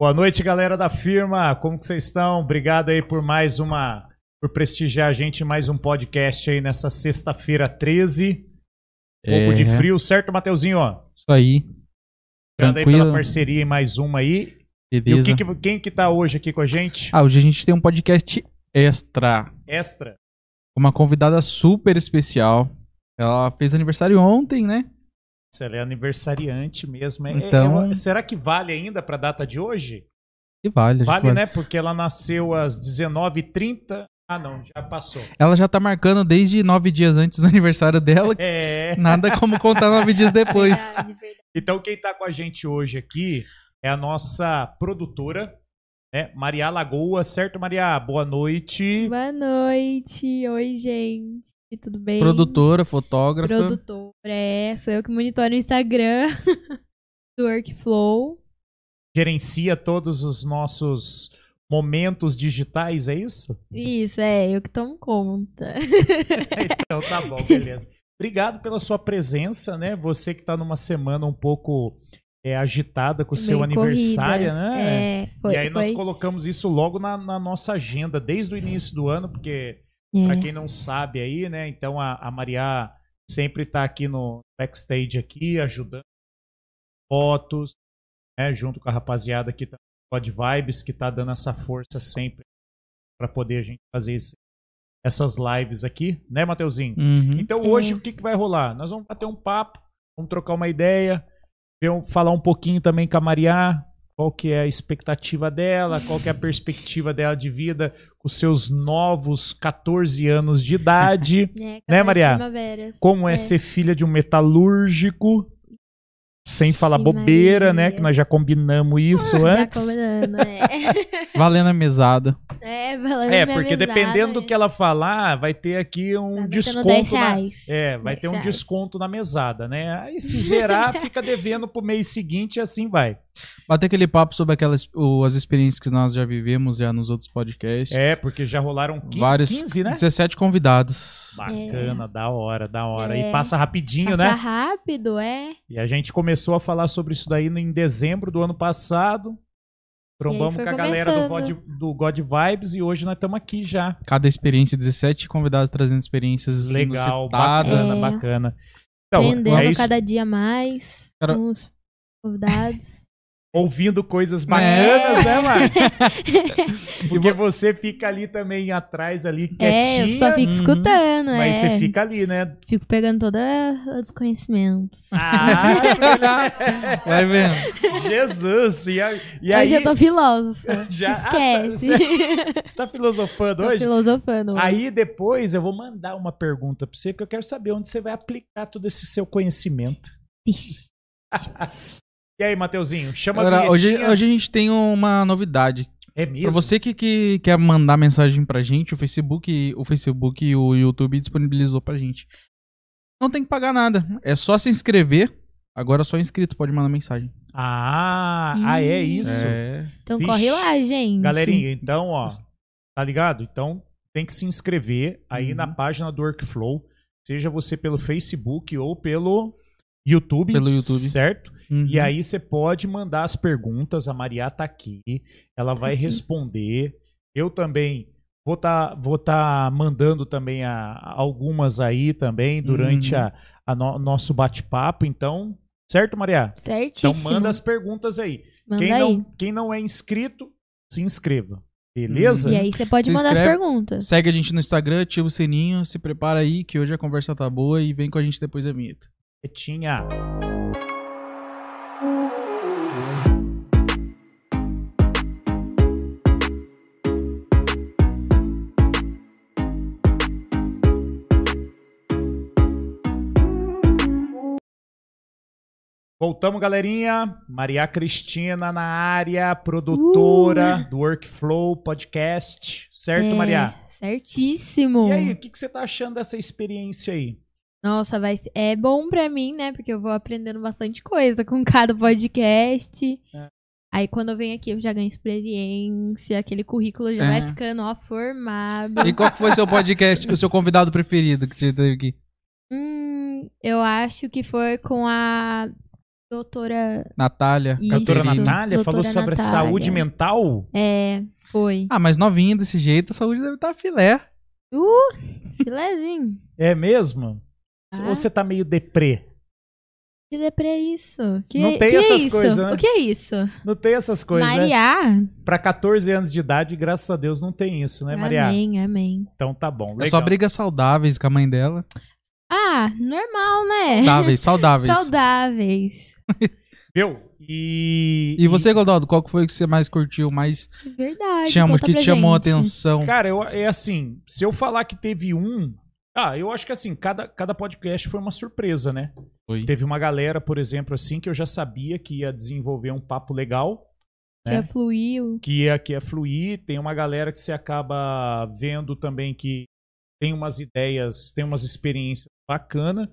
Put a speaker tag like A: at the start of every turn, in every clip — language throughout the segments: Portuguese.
A: Boa noite, galera da firma. Como que vocês estão? Obrigado aí por mais uma por prestigiar a gente em mais um podcast aí nessa sexta-feira 13. Um pouco
B: É.
A: de frio, certo, Mateuzinho?
B: Isso aí.
A: Obrigado aí pela
B: Tranquilo.
A: parceria em mais uma aí. E o
B: Beleza.
A: que que- quem que tá hoje aqui com a gente?
B: Ah, hoje a gente tem um podcast extra.
A: Extra.
B: Uma convidada super especial. Ela fez aniversário ontem, né?
A: Se ela é aniversariante mesmo. É- é-
B: Então-
A: ela- será que vale ainda pra data de hoje?
B: E vale. a gente
A: Vale, né? Porque ela nasceu às 19h30. Ah, não, já passou.
B: Ela já tá marcando desde nove dias antes do aniversário dela.
A: É.
B: Nada como contar nove dias depois.
C: Verdade, Ah, verdade.
A: Então, quem está com a gente hoje aqui é a nossa produtora, né? Maria Lagoa, certo, Maria? Boa noite.
C: Boa noite. Oi, gente. Tudo bem?
B: Produtora, fotógrafa.
C: Produtora, é. Sou eu que monitoro o Instagram do Workflow.
A: Gerencia todos os nossos momentos digitais, é isso?
C: Isso, é. Eu que tomo conta.
A: Então tá bom, beleza. Obrigado pela sua presença, né? Você que está numa semana um pouco é, agitada com o seu
C: Meio
A: aniversário,
C: corrida.
A: né?
C: É, foi.
A: e aí nós
C: foi.
A: colocamos isso logo na, na nossa agenda, desde o início do ano, porque
C: É.
A: Pra quem não sabe aí, né? Então a, a Maria sempre tá aqui no backstage aqui, ajudando fotos, né? Junto com a rapaziada aqui da Pod Vibes, que tá dando essa força sempre pra poder a gente fazer esse- essas lives aqui, né, Mateuzinho?
B: Uhum.
A: Então
C: É.
A: hoje o que, que vai rolar? Nós vamos bater um papo, vamos trocar uma ideia, ver um- falar um pouquinho também com a Maria, qual que é a expectativa dela, qual que é a perspectiva dela de vida com os seus novos 14 anos de idade,
C: É,
A: Né,
C: capaz de
A: Maria?
C: primaveras.
A: como é, ser filha de um metalúrgico, sem falar
C: Ixi,
A: bobeira, né?
C: Maria.
A: Que nós já combinamos isso
C: Já
A: antes.
C: combinando, é.
B: Valendo a mesada.
C: É, falando
A: É,
C: minha
A: porque
C: mesada,
A: dependendo do
C: é.
A: que ela falar, vai ter aqui
C: Tá
A: um
C: batendo 10
A: desconto na,
C: reais.
A: É, vai
C: 10
A: ter um
C: reais.
A: desconto na mesada, né? Aí se zerar, fica devendo pro mês seguinte e assim vai.
B: Bater aquele papo sobre aquelas o- as experiências que nós já vivemos já nos outros podcasts.
A: É, porque já rolaram 15,
B: Vários
A: 15 né?
B: 17 convidados.
A: Bacana, da hora, da hora. E
C: É.
A: passa rapidinho,
C: Passar
A: né?
C: rápido, é.
A: E a gente começou a falar sobre isso daí no- em dezembro do ano passado. Trombamos
C: foi
A: com a galera do God,
C: começando.
A: do God Vibes e hoje nós estamos aqui já.
B: Cada experiência, 17 convidados trazendo experiências assim,
A: Legal,
B: inusitadas.
A: bacana,
C: É.
A: bacana. Então,
C: Aprendendo
A: é isso.
C: cada dia mais
B: Cara-
C: com os convidados.
A: Ouvindo
C: É.
A: coisas bacanas, né, Mari? Porque
B: E
A: você fica ali também atrás, ali
C: é,
A: quietinha.
C: eu só fico
B: uhum,
C: escutando,
A: Mas
C: é.
A: você fica ali, né?
C: Fico pegando todos os conhecimentos.
A: Ah,
B: Ah. Vai vendo.
A: Jesus! E, a- e aí,
C: Hoje eu tô filósofa.
A: Já- Ah,
C: Esquece.
A: você tá filosofando
C: tô
A: hoje?
C: filosofando. hoje.
A: Aí depois eu vou mandar uma pergunta pra você, porque eu quero saber onde você vai aplicar todo esse seu conhecimento.
C: Ixi,
A: E aí, Mateuzinho, chama
B: Galera,
A: a
B: hoje,
A: vinhetinha.
B: hoje a gente tem uma novidade.
A: É mesmo?
B: Pra você que, que quer mandar mensagem pra gente, o Facebook, o Facebook e o YouTube disponibilizou pra gente. Não tem que pagar nada. É só se inscrever. Agora só inscrito pode mandar mensagem.
A: Ah, ah, é isso.
B: É.
C: Então
A: Vixe.
C: corre lá, gente.
A: Galerinha, então, ó, tá ligado? Então tem que se inscrever aí
B: Uhum.
A: na página do Workflow, seja você pelo Facebook ou pelo YouTube.
B: Pelo YouTube.
A: Certo?
B: Uhum.
A: E aí você pode mandar as perguntas, a Maria tá aqui, ela vai
C: aqui.
A: responder. Eu também vou tá, vou tá mandando também a- algumas aí também durante
B: Uhum.
A: a, a no- nosso bate-papo, então, certo, Maria?
C: Certíssimo.
A: Então manda as perguntas aí.
C: Manda
A: Quem
C: aí.
A: não, quem não é inscrito, se inscreva. Beleza?
B: Uhum.
C: Hum, E aí você pode
B: Se
C: mandar as
B: inscreve.
C: perguntas.
B: Segue a gente no Instagram, ativa o sininho, se prepara aí que hoje a conversa tá boa e vem com a gente depois da vinheta.
A: Tinha. Voltamos, galerinha. Maria Cristina na área, produtora do Workflow Podcast. Certo,
C: Uh! É,
A: Maria?
C: Certíssimo.
A: E aí, o que, que você tá achando dessa experiência aí?
C: Nossa, vai ser... é bom pra mim, né? Porque eu vou aprendendo bastante coisa com cada podcast.
A: É.
C: Aí quando eu venho aqui eu já ganho experiência, aquele currículo já
B: É.
C: vai ficando ó formado.
B: E qual que foi seu podcast, o seu convidado preferido que você teve aqui?
C: Hum, eu acho que foi com a doutora.
B: Natália.
C: Isso.
A: Doutora
B: Caterina.
A: Natália falou
C: Doutora
A: sobre a
C: Natália.
A: saúde mental.
C: É, foi.
B: Ah, mas novinha desse jeito, a saúde deve estar filé.
C: Uh, filézinho.
A: É mesmo?
C: Ah.
A: Ou você tá meio deprê?
C: Que dê pra isso? Que,
A: Não tem
C: que é
A: essas
C: isso?
A: coisas, né?
C: O que é isso?
A: Não tem essas coisas, né?
C: Mariar?
A: Pra 14 anos de idade, graças a Deus, não tem isso, né, Maria?
C: Amém, amém.
A: Então tá bom.
B: É
A: Legal.
B: só brigas saudáveis com a mãe dela.
C: Ah, normal, né?
B: Saudáveis, saudáveis.
C: Saudáveis.
A: Viu? E,
B: E você, Godaldo, qual que foi que você mais curtiu, mais
C: É Verdade.
B: chamou,
C: conta
B: que
C: pra
B: te chamou a
C: gente.
B: atenção?
A: Cara, eu, é assim, se eu falar que teve um. Ah, eu acho que assim, cada, cada podcast foi uma surpresa, né?
B: Foi.
A: Teve uma galera, por exemplo, assim, que eu já sabia que ia desenvolver um papo legal,
C: Que
A: né?
C: afluiu.
A: que ia, que ia fluir. Tem uma galera que você acaba vendo também que tem umas ideias, tem umas experiências bacana.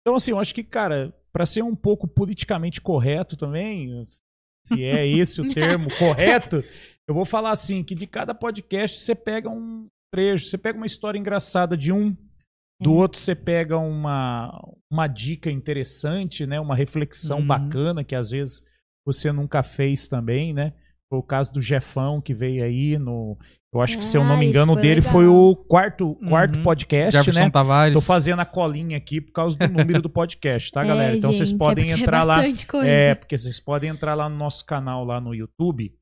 A: Então, assim, eu acho que, cara, pra ser um pouco politicamente correto também, se é esse o termo correto, eu vou falar assim, que de cada podcast você pega um trecho, você pega uma história engraçada de um, do
C: É.
A: outro você pega uma, uma dica interessante, né? Uma reflexão
B: Uhum.
A: bacana que às vezes você nunca fez também, né? Foi o caso do Jefão que veio aí no. Eu acho que, se eu não
C: Ah,
A: me
C: isso
A: engano, o
C: foi
A: dele
C: legal.
A: foi o quarto, quarto
B: Uhum.
A: podcast,
B: Jefferson
A: né?
B: Tavares.
A: Tô fazendo a colinha aqui por causa do número do podcast, tá,
C: É,
A: galera? Então vocês
C: gente, é
A: podem
C: porque é
A: entrar lá.
C: bastante Coisa.
A: É, porque vocês podem entrar lá no nosso canal lá no YouTube.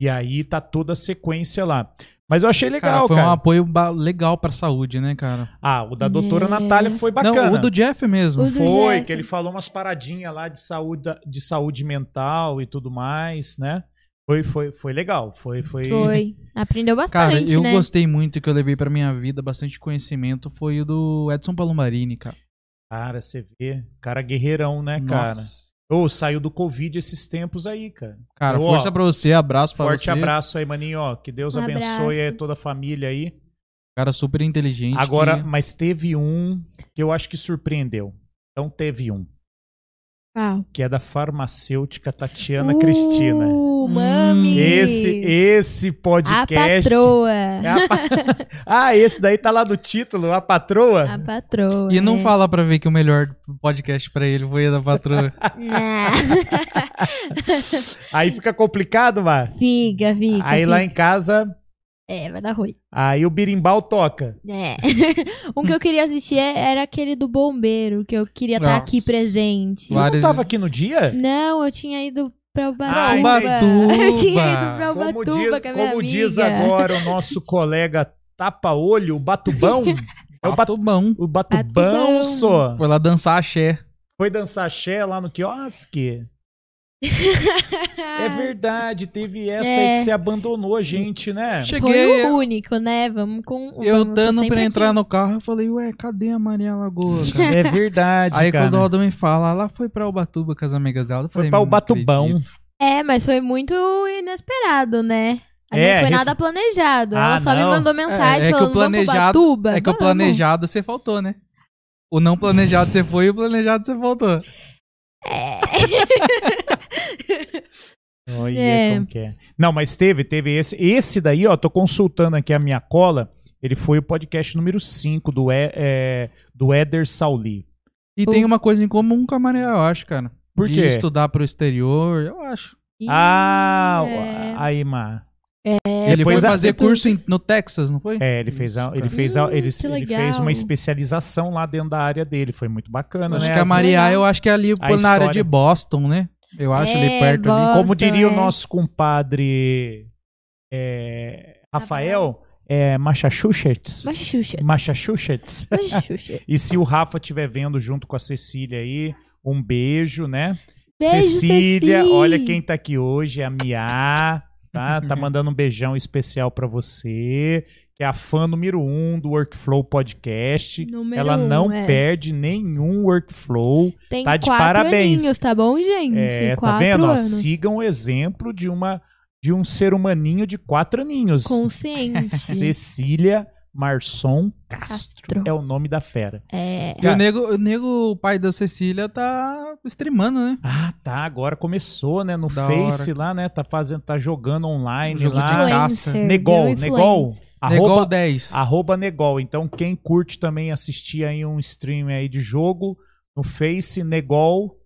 A: E aí tá toda a sequência lá. Mas eu achei
B: Cara,
A: legal, cara.
B: foi um apoio ba- legal pra saúde, né, cara?
A: Ah, o da doutora
C: É.
A: Natália foi bacana.
B: Não, o do Jeff mesmo.
C: O do
A: Foi,
C: Jeff.
A: que ele falou umas paradinhas lá de saúde, de saúde mental e tudo mais, né? Foi, foi, foi legal. Foi, foi.
C: Foi. Aprendeu
B: Cara,
C: bastante,
B: eu
C: né?
B: gostei muito que eu levei pra minha vida, bastante conhecimento, foi o do Edson Palombarini, cara.
A: Cara, você vê. Cara guerreirão, né, cara?
B: Nossa.
A: Ô, saiu do Covid esses tempos aí, cara.
B: Cara,
A: Ô,
B: força
A: ó,
B: pra você, abraço pra
A: Forte
B: você.
A: abraço aí, maninho, ó. Que Deus
C: Um
A: abençoe aí
C: abraço.
A: toda a família aí.
B: Cara super inteligente.
A: Agora,
B: que-
A: mas teve um que eu acho que surpreendeu. Então teve um,
C: Uau.
A: que é da farmacêutica Tatiana Cristina. Hum,
C: Uh, mami.
A: Esse, esse
C: A
A: podcast. É
C: patroa.
A: a pa- ah, esse daí tá lá do título, a patroa.
C: A patroa.
B: E não
C: é.
B: fala pra ver que o melhor podcast pra ele foi a da patroa.
C: Não.
A: Aí fica complicado, Mar.
C: Fica, fica.
A: Aí lá em casa,
C: É, vai dar ruim.
A: aí o birimbau toca.
C: É. um que eu queria assistir é- era aquele do bombeiro, que eu queria estar aqui
B: Nossa.
C: presente.
A: Você não
B: Várias-
A: tava aqui no dia?
C: Não, eu tinha ido pra
A: Ah,
C: Ubatuba.
B: entendi.
C: eu tinha ido pra
A: Como
C: Ubatuba
A: diz,
C: com a é minha
A: como
C: amiga.
A: diz agora o nosso colega tapa-olho, o Batubão. é o, Bat-
B: Pato bom.
A: o Batubão,
C: Batubão.
A: só.
B: Foi lá dançar axé.
A: Foi dançar axé lá no quiosque. É verdade, teve essa
C: Ah. É.
A: aí que você abandonou a gente, né?
B: Cheguei,
C: Foi
B: eu,
C: o único, né? Vamos com
B: eu
A: tá
C: vamos
B: dando pra
C: sempre
B: entrar
C: aqui.
B: no carro, eu falei, ué, cadê a Maria Lagoa, cara?
A: É verdade,
B: Aí
A: cara.
B: quando o Aldo me fala, lá foi pra Ubatuba com as amigas dela. eu
A: Foi
B: falei,
A: pra
B: "Não
A: Ubatubão.
B: acredito."
C: É, mas foi muito inesperado, né? Aí
A: É,
C: não foi
A: res-
C: nada planejado.
A: Ah,
C: Ela só
A: não.
C: me mandou mensagem
B: É, é que o
C: falando
B: planejado-
C: vamos pra Ubatuba.
B: É que o
C: Vamos.
B: planejado você faltou, né? O não planejado você foi e o planejado você faltou.
A: Olha
C: É.
A: como que é. Não, mas teve, teve esse. Esse daí, ó, tô consultando aqui a minha cola. Ele foi o podcast número 5 do, e, é, do Éder Sauli.
B: E
C: O-
B: tem uma coisa em comum com a Maria, eu acho, cara.
A: Por
B: De
A: quê?
B: estudar pro exterior, eu acho.
C: Ih,
A: ah,
C: é.
A: aí, Mar.
B: ele foi
A: depois a-
B: fazer curso em- no Texas, não foi?
A: É, ele fez, a-
B: Isso,
A: ele
B: cara.
A: fez, a-
C: Hum,
A: ele,
C: que
A: ele fez
C: legal.
A: uma especialização lá dentro da área dele. Foi muito bacana,
B: Acho
A: né?
B: que a
A: Às
B: Maria,
C: legal.
B: eu acho que é ali na área
A: história.
B: de Boston, né? Eu acho ali
C: É,
B: perto ali.
C: Boston,
A: Como diria o
C: é.
A: nosso compadre é, Rafael, é Massachusetts.
C: Massachusetts.
A: Massachusetts.
C: Massachusetts.
A: E se o Rafa estiver vendo junto com a Cecília aí, um beijo, né?
C: Beijo,
A: Cecília,
C: Ceci.
A: olha quem tá aqui hoje, a Mia, tá? Tá mandando um beijão especial pra você, que é a fã número um do Workflow Podcast.
C: Número
A: Ela
C: um,
A: não
C: é.
A: perde nenhum workflow.
C: Tem
A: Tá de
C: quatro
A: parabéns.
C: aninhos, tá bom, gente?
A: É, tá
C: quatro
A: vendo? Ó,
C: anos.
A: sigam o exemplo de uma de um ser humaninho de quatro aninhos.
C: Consciente.
A: Cecília Marson Castro
C: Castro.
A: é o nome da fera.
C: é.
B: E o nego, o nego, o pai da Cecília, tá streamando, né?
A: Ah, tá. Agora começou, né? No
B: Da
A: Face lá, né? Tá fazendo, tá jogando online
B: Um jogo
A: lá.
B: de carta. caça.
C: Influencer, virou
A: Negol,
C: influencer.
A: Negol.
B: Negol
A: Arroba,
B: 10.
A: arroba Negol. Então, quem curte também assistir aí um stream aí de jogo no Face, Negol.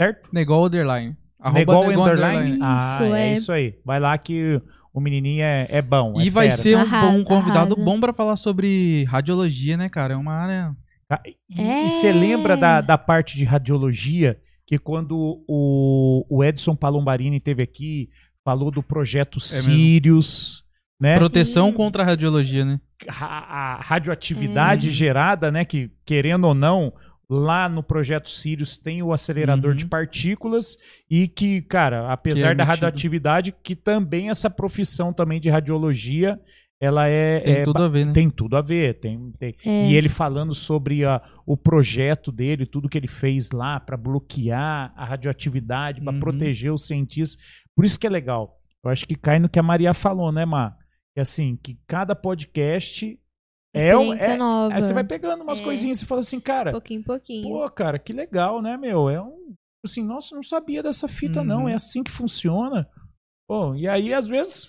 A: certo?
B: Negol Underline. Arroba
A: Negol
B: Negol
A: Underline.
C: Underline.
A: Ah,
C: Isso,
A: é
C: é.
A: isso aí. Vai lá que o menininho é, é bom. é
B: E vai
A: fera.
B: ser um,
C: Arrasa,
B: um convidado
C: arrasa.
B: bom pra falar sobre radiologia, né, cara? É uma área.
A: Tá? E-
C: É.
A: E você lembra da, da parte de radiologia que quando o, o Edson Palombarini teve aqui, falou do projeto
B: É mesmo.
A: Sirius, né?
B: Proteção
C: Sim.
B: contra a radiologia, né?
A: a, a radioatividade
B: É.
A: gerada, né? Que, querendo ou não, lá no projeto Sirius tem o acelerador
B: Uhum. é
A: de partículas e que, cara, apesar da
B: emitido.
A: radioatividade, que também essa profissão também de radiologia, ela é...
B: Tem
A: é
B: tudo a ver, né?
A: tem tudo a ver, tem, tem-
C: É.
A: e ele falando sobre a- o projeto dele, tudo que ele fez lá para bloquear a radioatividade, para
B: Uhum.
A: proteger os cientistas. Por isso que é legal. Eu acho que cai no que a Maria falou, né, Mar? Que assim, que cada podcast é, um-
C: Experiência
A: é,
C: nova.
A: aí você vai pegando umas
C: É.
A: coisinhas e fala assim, cara,
C: Pouquinho em pouquinho.
A: pô, cara, que legal, né, meu? É um assim, nossa, não sabia dessa fita não,
B: Uhum.
A: é assim que funciona. Pô, e aí às vezes,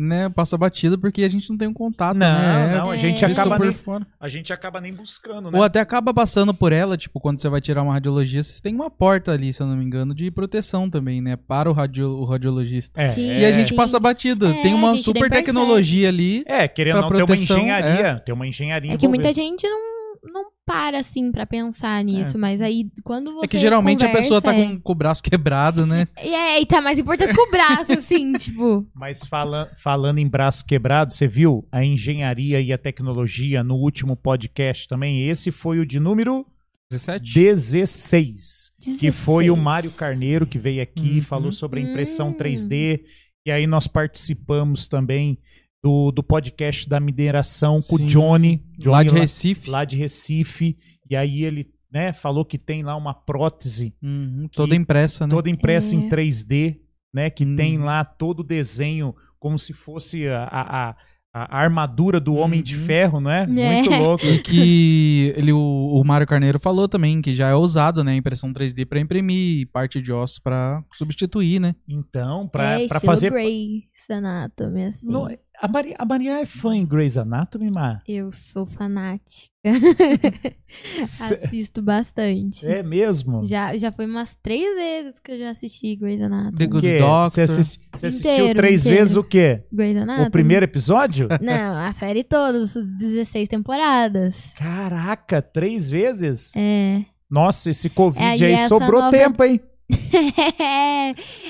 B: Né? Passa batida porque a gente não tem um contato,
A: Não,
B: né?
A: não,
C: a
B: É,
C: gente
B: é
A: acaba
B: super
A: nem-
B: fora.
A: a gente acaba nem buscando, né?
B: Ou até acaba passando por ela, tipo, quando você vai tirar uma radiologia, você tem uma porta ali, se eu não me engano, de proteção também, né? Para o, radio, o radiologista.
A: É,
C: Sim.
B: E a gente
C: Sim.
B: passa batida.
C: É,
B: tem
C: a
B: uma
C: gente nem
B: super tecnologia ali.
A: É, querendo
B: Pra
A: ou não, tem uma
B: proteção,
A: engenharia. Tem uma engenharia
C: É que muita
A: envolvida.
C: gente não, não para assim pra
A: É.
C: pensar nisso, mas aí quando você.
B: É que geralmente a pessoa tá
C: conversa,
B: com, com o braço quebrado, né?
C: é- E aí tá mais importante que o braço, assim, tipo.
A: Mas fala- falando em braço quebrado, você viu a engenharia e a tecnologia no último podcast também? Esse foi o de número
B: 17?
A: 16, que foi o
C: 16.
A: Mário Carneiro que veio aqui e
B: Uhum.
A: falou sobre a impressão
C: Hum.
A: 3D. E aí nós participamos também do, do podcast da mineração com
B: Sim.
A: o Johnny. Johnny
B: Lá de Recife.
A: lá de Recife. E aí ele né, falou que tem lá uma prótese
B: Uhum, toda impressa, né?
A: toda impressa
C: É.
A: em 3D, né? Que
B: Hum.
A: tem lá todo o desenho como se fosse a, a, a- a armadura do Homem de
B: Uhum.
A: Ferro, né?
C: É.
A: Muito louco.
B: E que ele, o, o Mário Carneiro falou também que já é usado, né? Impressão 3D pra imprimir e parte de ossos pra substituir, né?
A: Então, pra,
C: é,
A: pra
C: estilo
A: fazer...
C: Grey's Anatomy, assim.
A: Não, a, Maria, a Maria é fã em Grey's Anatomy, Mar?
C: Eu sou fanática.
A: Cê-
C: Assisto bastante.
A: É mesmo?
C: Já, já foi umas três vezes que eu já assisti Grey's
B: The
C: Anatomy.
B: Good
A: Que?
B: Doctor.
A: Você assisti- você assistiu
C: Inteiro,
A: três
C: inteiro.
A: vezes o quê?
C: Grey's Anatomy?
A: O primeiro episódio?
C: Não, a série toda, os 16 temporadas.
A: Caraca, três vezes?
C: É.
A: Nossa, esse Covid
C: É, e
A: aí
C: essa
A: sobrou
C: nova-
A: tempo, hein?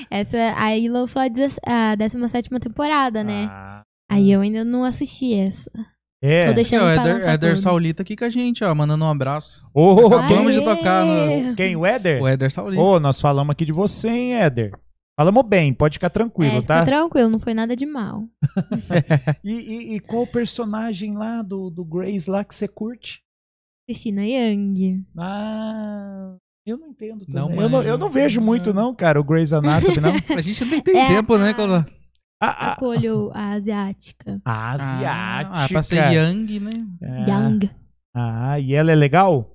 C: Essa, aí lançou a, 17 a 17 temporada, né?
A: Ah,
C: Aí eu ainda não assisti essa.
A: é.
B: Aqui,
C: Tô
B: ó,
C: deixando pra
B: Éder,
C: lançar
B: Éder
C: tudo.
B: Saulita aqui com a gente, ó, mandando um abraço.
A: Ô,
B: Acabamos
A: quem,
B: de tocar
C: É,
B: no-
A: quem? O Éder?
B: O Éder Saulita.
A: É. Ô, nós falamos aqui de você, hein, Éder? Falamos bem, pode ficar tranquilo,
C: É, fica
A: tá?
C: tranquilo, não foi nada de mal.
A: E, e- e qual o personagem lá do, do Grace lá que você curte?
C: Cristina Yang.
A: Ah, eu não entendo
B: Não
A: também. eu, não,
B: manjo.
A: eu não vejo muito, não, cara, o Grey's Anatomy, não.
B: A gente não tem
C: É,
B: tempo, né?
C: a-
B: Quando...
A: A, a,
C: Acolho a asiática.
A: a asiática.
B: Ah, pra ser Yang, né?
A: É.
C: Yang.
A: Ah, e ela é legal?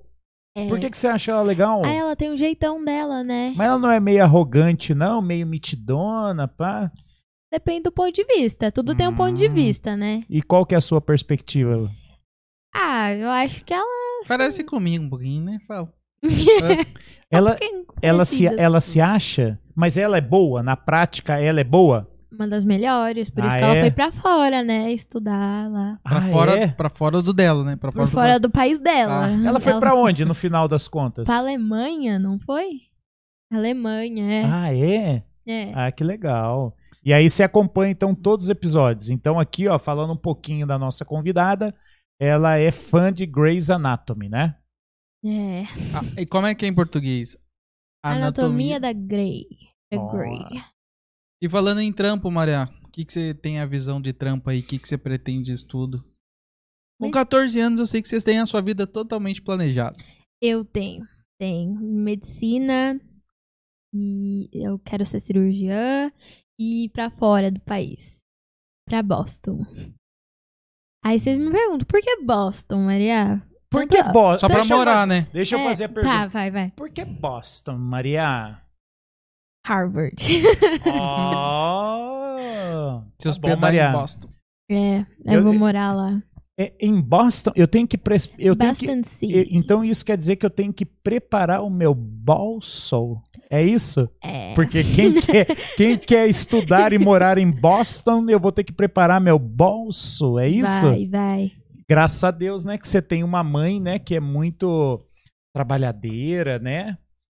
C: É.
A: Por que, que você acha ela legal?
C: Ah, ela tem um jeitão dela, né?
A: Mas ela não é meio arrogante, não? Meio mitidona, pá?
C: Depende do ponto de vista. Tudo tem um ponto de
A: Hum.
C: vista, né?
A: E qual que é a sua perspectiva?
C: Ah, eu acho que ela.
B: Parece comigo um pouquinho, né? Fala.
A: Ela,
C: Quem-
A: ela, se,
C: parecidas.
A: ela se acha, mas ela é boa? Na prática, ela é boa?
C: Uma das melhores, por isso
A: Ah,
C: que ela
A: é?
C: foi pra fora, né? Estudar lá.
B: Pra,
A: Ah,
B: fora,
A: é?
B: pra fora do dela, né? Pra fora,
C: Por fora do país dela.
B: Ah,
A: Ela foi pra onde no final das contas?
C: Pra Alemanha, não foi? Alemanha, é.
A: Ah, é?
C: é.
A: Ah, que legal. E aí você acompanha então todos os episódios. Então aqui, ó, falando um pouquinho da nossa convidada, ela é fã de Grey's Anatomy, né?
C: é.
B: do... Ah, e como é que é em português?
A: Ah.
C: Anatomia, da Grey. Da Grey.
B: E falando em trampo, Maria, o que, que você tem a visão de trampo aí? O que, que você pretende estudo? Com
C: Mas-
B: 14 anos, eu sei que vocês têm a sua vida totalmente planejada.
C: Eu tenho. Tenho medicina e eu quero ser cirurgiã e ir pra fora do país. Pra Boston. Aí vocês me perguntam, por que Boston, Maria?
A: Por
C: Tanto-
A: que Boston?
B: Só pra morar, né?
A: Deixa eu
C: É,
A: fazer a pergunta.
C: Tá, vai, vai.
A: Por que Boston, Maria?
C: Harvard.
A: Oh!
B: Se
A: Tá bom,
B: hospedar
A: Tá Maria.
B: em Boston.
C: é, eu,
A: Eu-
C: vou morar lá.
A: é, em Boston, eu tenho que. pres- Eu tenho que
C: Bastante sim.
A: e- então isso quer dizer que eu tenho que preparar o meu bolso. É isso?
C: É.
A: Porque quem quer, quem quer estudar e morar em Boston, eu vou ter que preparar meu bolso. É isso?
C: Vai, vai.
A: Graças a Deus, né, que você tem uma mãe, né, que é muito trabalhadeira, né?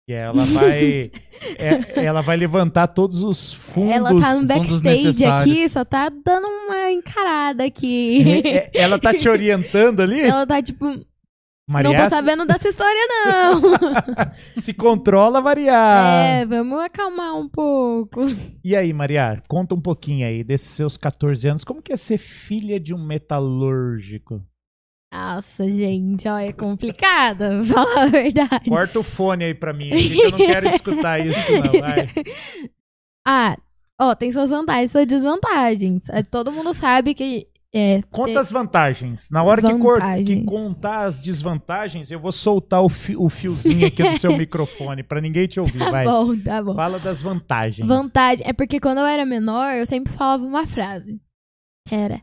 A: E ela vai é- ela vai levantar todos os fundos.
C: Ela tá no
B: fundos
C: backstage aqui,
B: necessários.
C: só tá dando uma encarada aqui.
A: É- Ela tá te orientando ali?
C: Ela tá tipo, não
A: Maria,
C: tô sabendo dessa história, não.
A: se controla, Maria.
C: É, vamos acalmar um pouco.
A: E aí, Maria, conta um pouquinho aí desses seus 14 anos. Como que é ser filha de um metalúrgico?
C: Nossa, gente, ó, é complicado, falar a verdade.
A: Corta o fone aí pra mim, é que eu não quero escutar isso não, vai.
C: Ah, ó, tem suas vantagens e suas desvantagens. É, Todo mundo sabe que. É,
A: Conta as vantagens. Na hora que, cor- que
C: Vantagens.
A: contar as desvantagens, eu vou soltar o, fi- o fiozinho aqui do seu microfone pra ninguém te ouvir.
C: Tá
A: vai.
C: bom, tá bom.
A: Fala das vantagens.
C: Vantagem. É porque quando eu era menor, eu sempre falava uma frase. que Era.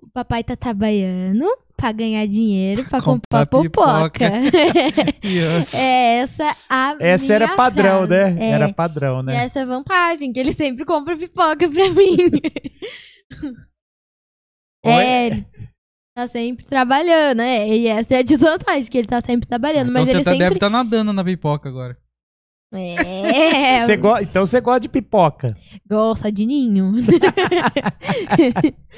C: O papai tá trabalhando pra ganhar dinheiro pra
B: Comprar
C: comprar
B: pipoca."
C: pipoca.
B: Yes.
C: é essa a
A: Essa
C: minha
A: era padrão,
C: frase.
A: né?
C: É.
A: Era padrão,
C: E
A: né?
C: essa é a vantagem, que ele sempre compra pipoca pra mim.
A: Ou
C: é, ele tá sempre trabalhando, é. E essa é a desvantagem, que ele tá sempre trabalhando.
B: então
C: mas
B: você
C: ele
B: até
A: tá
C: sempre.
B: deve estar nadando na pipoca agora.
C: É,
A: Você go- Então você gosta de pipoca.
C: Gosta de ninho.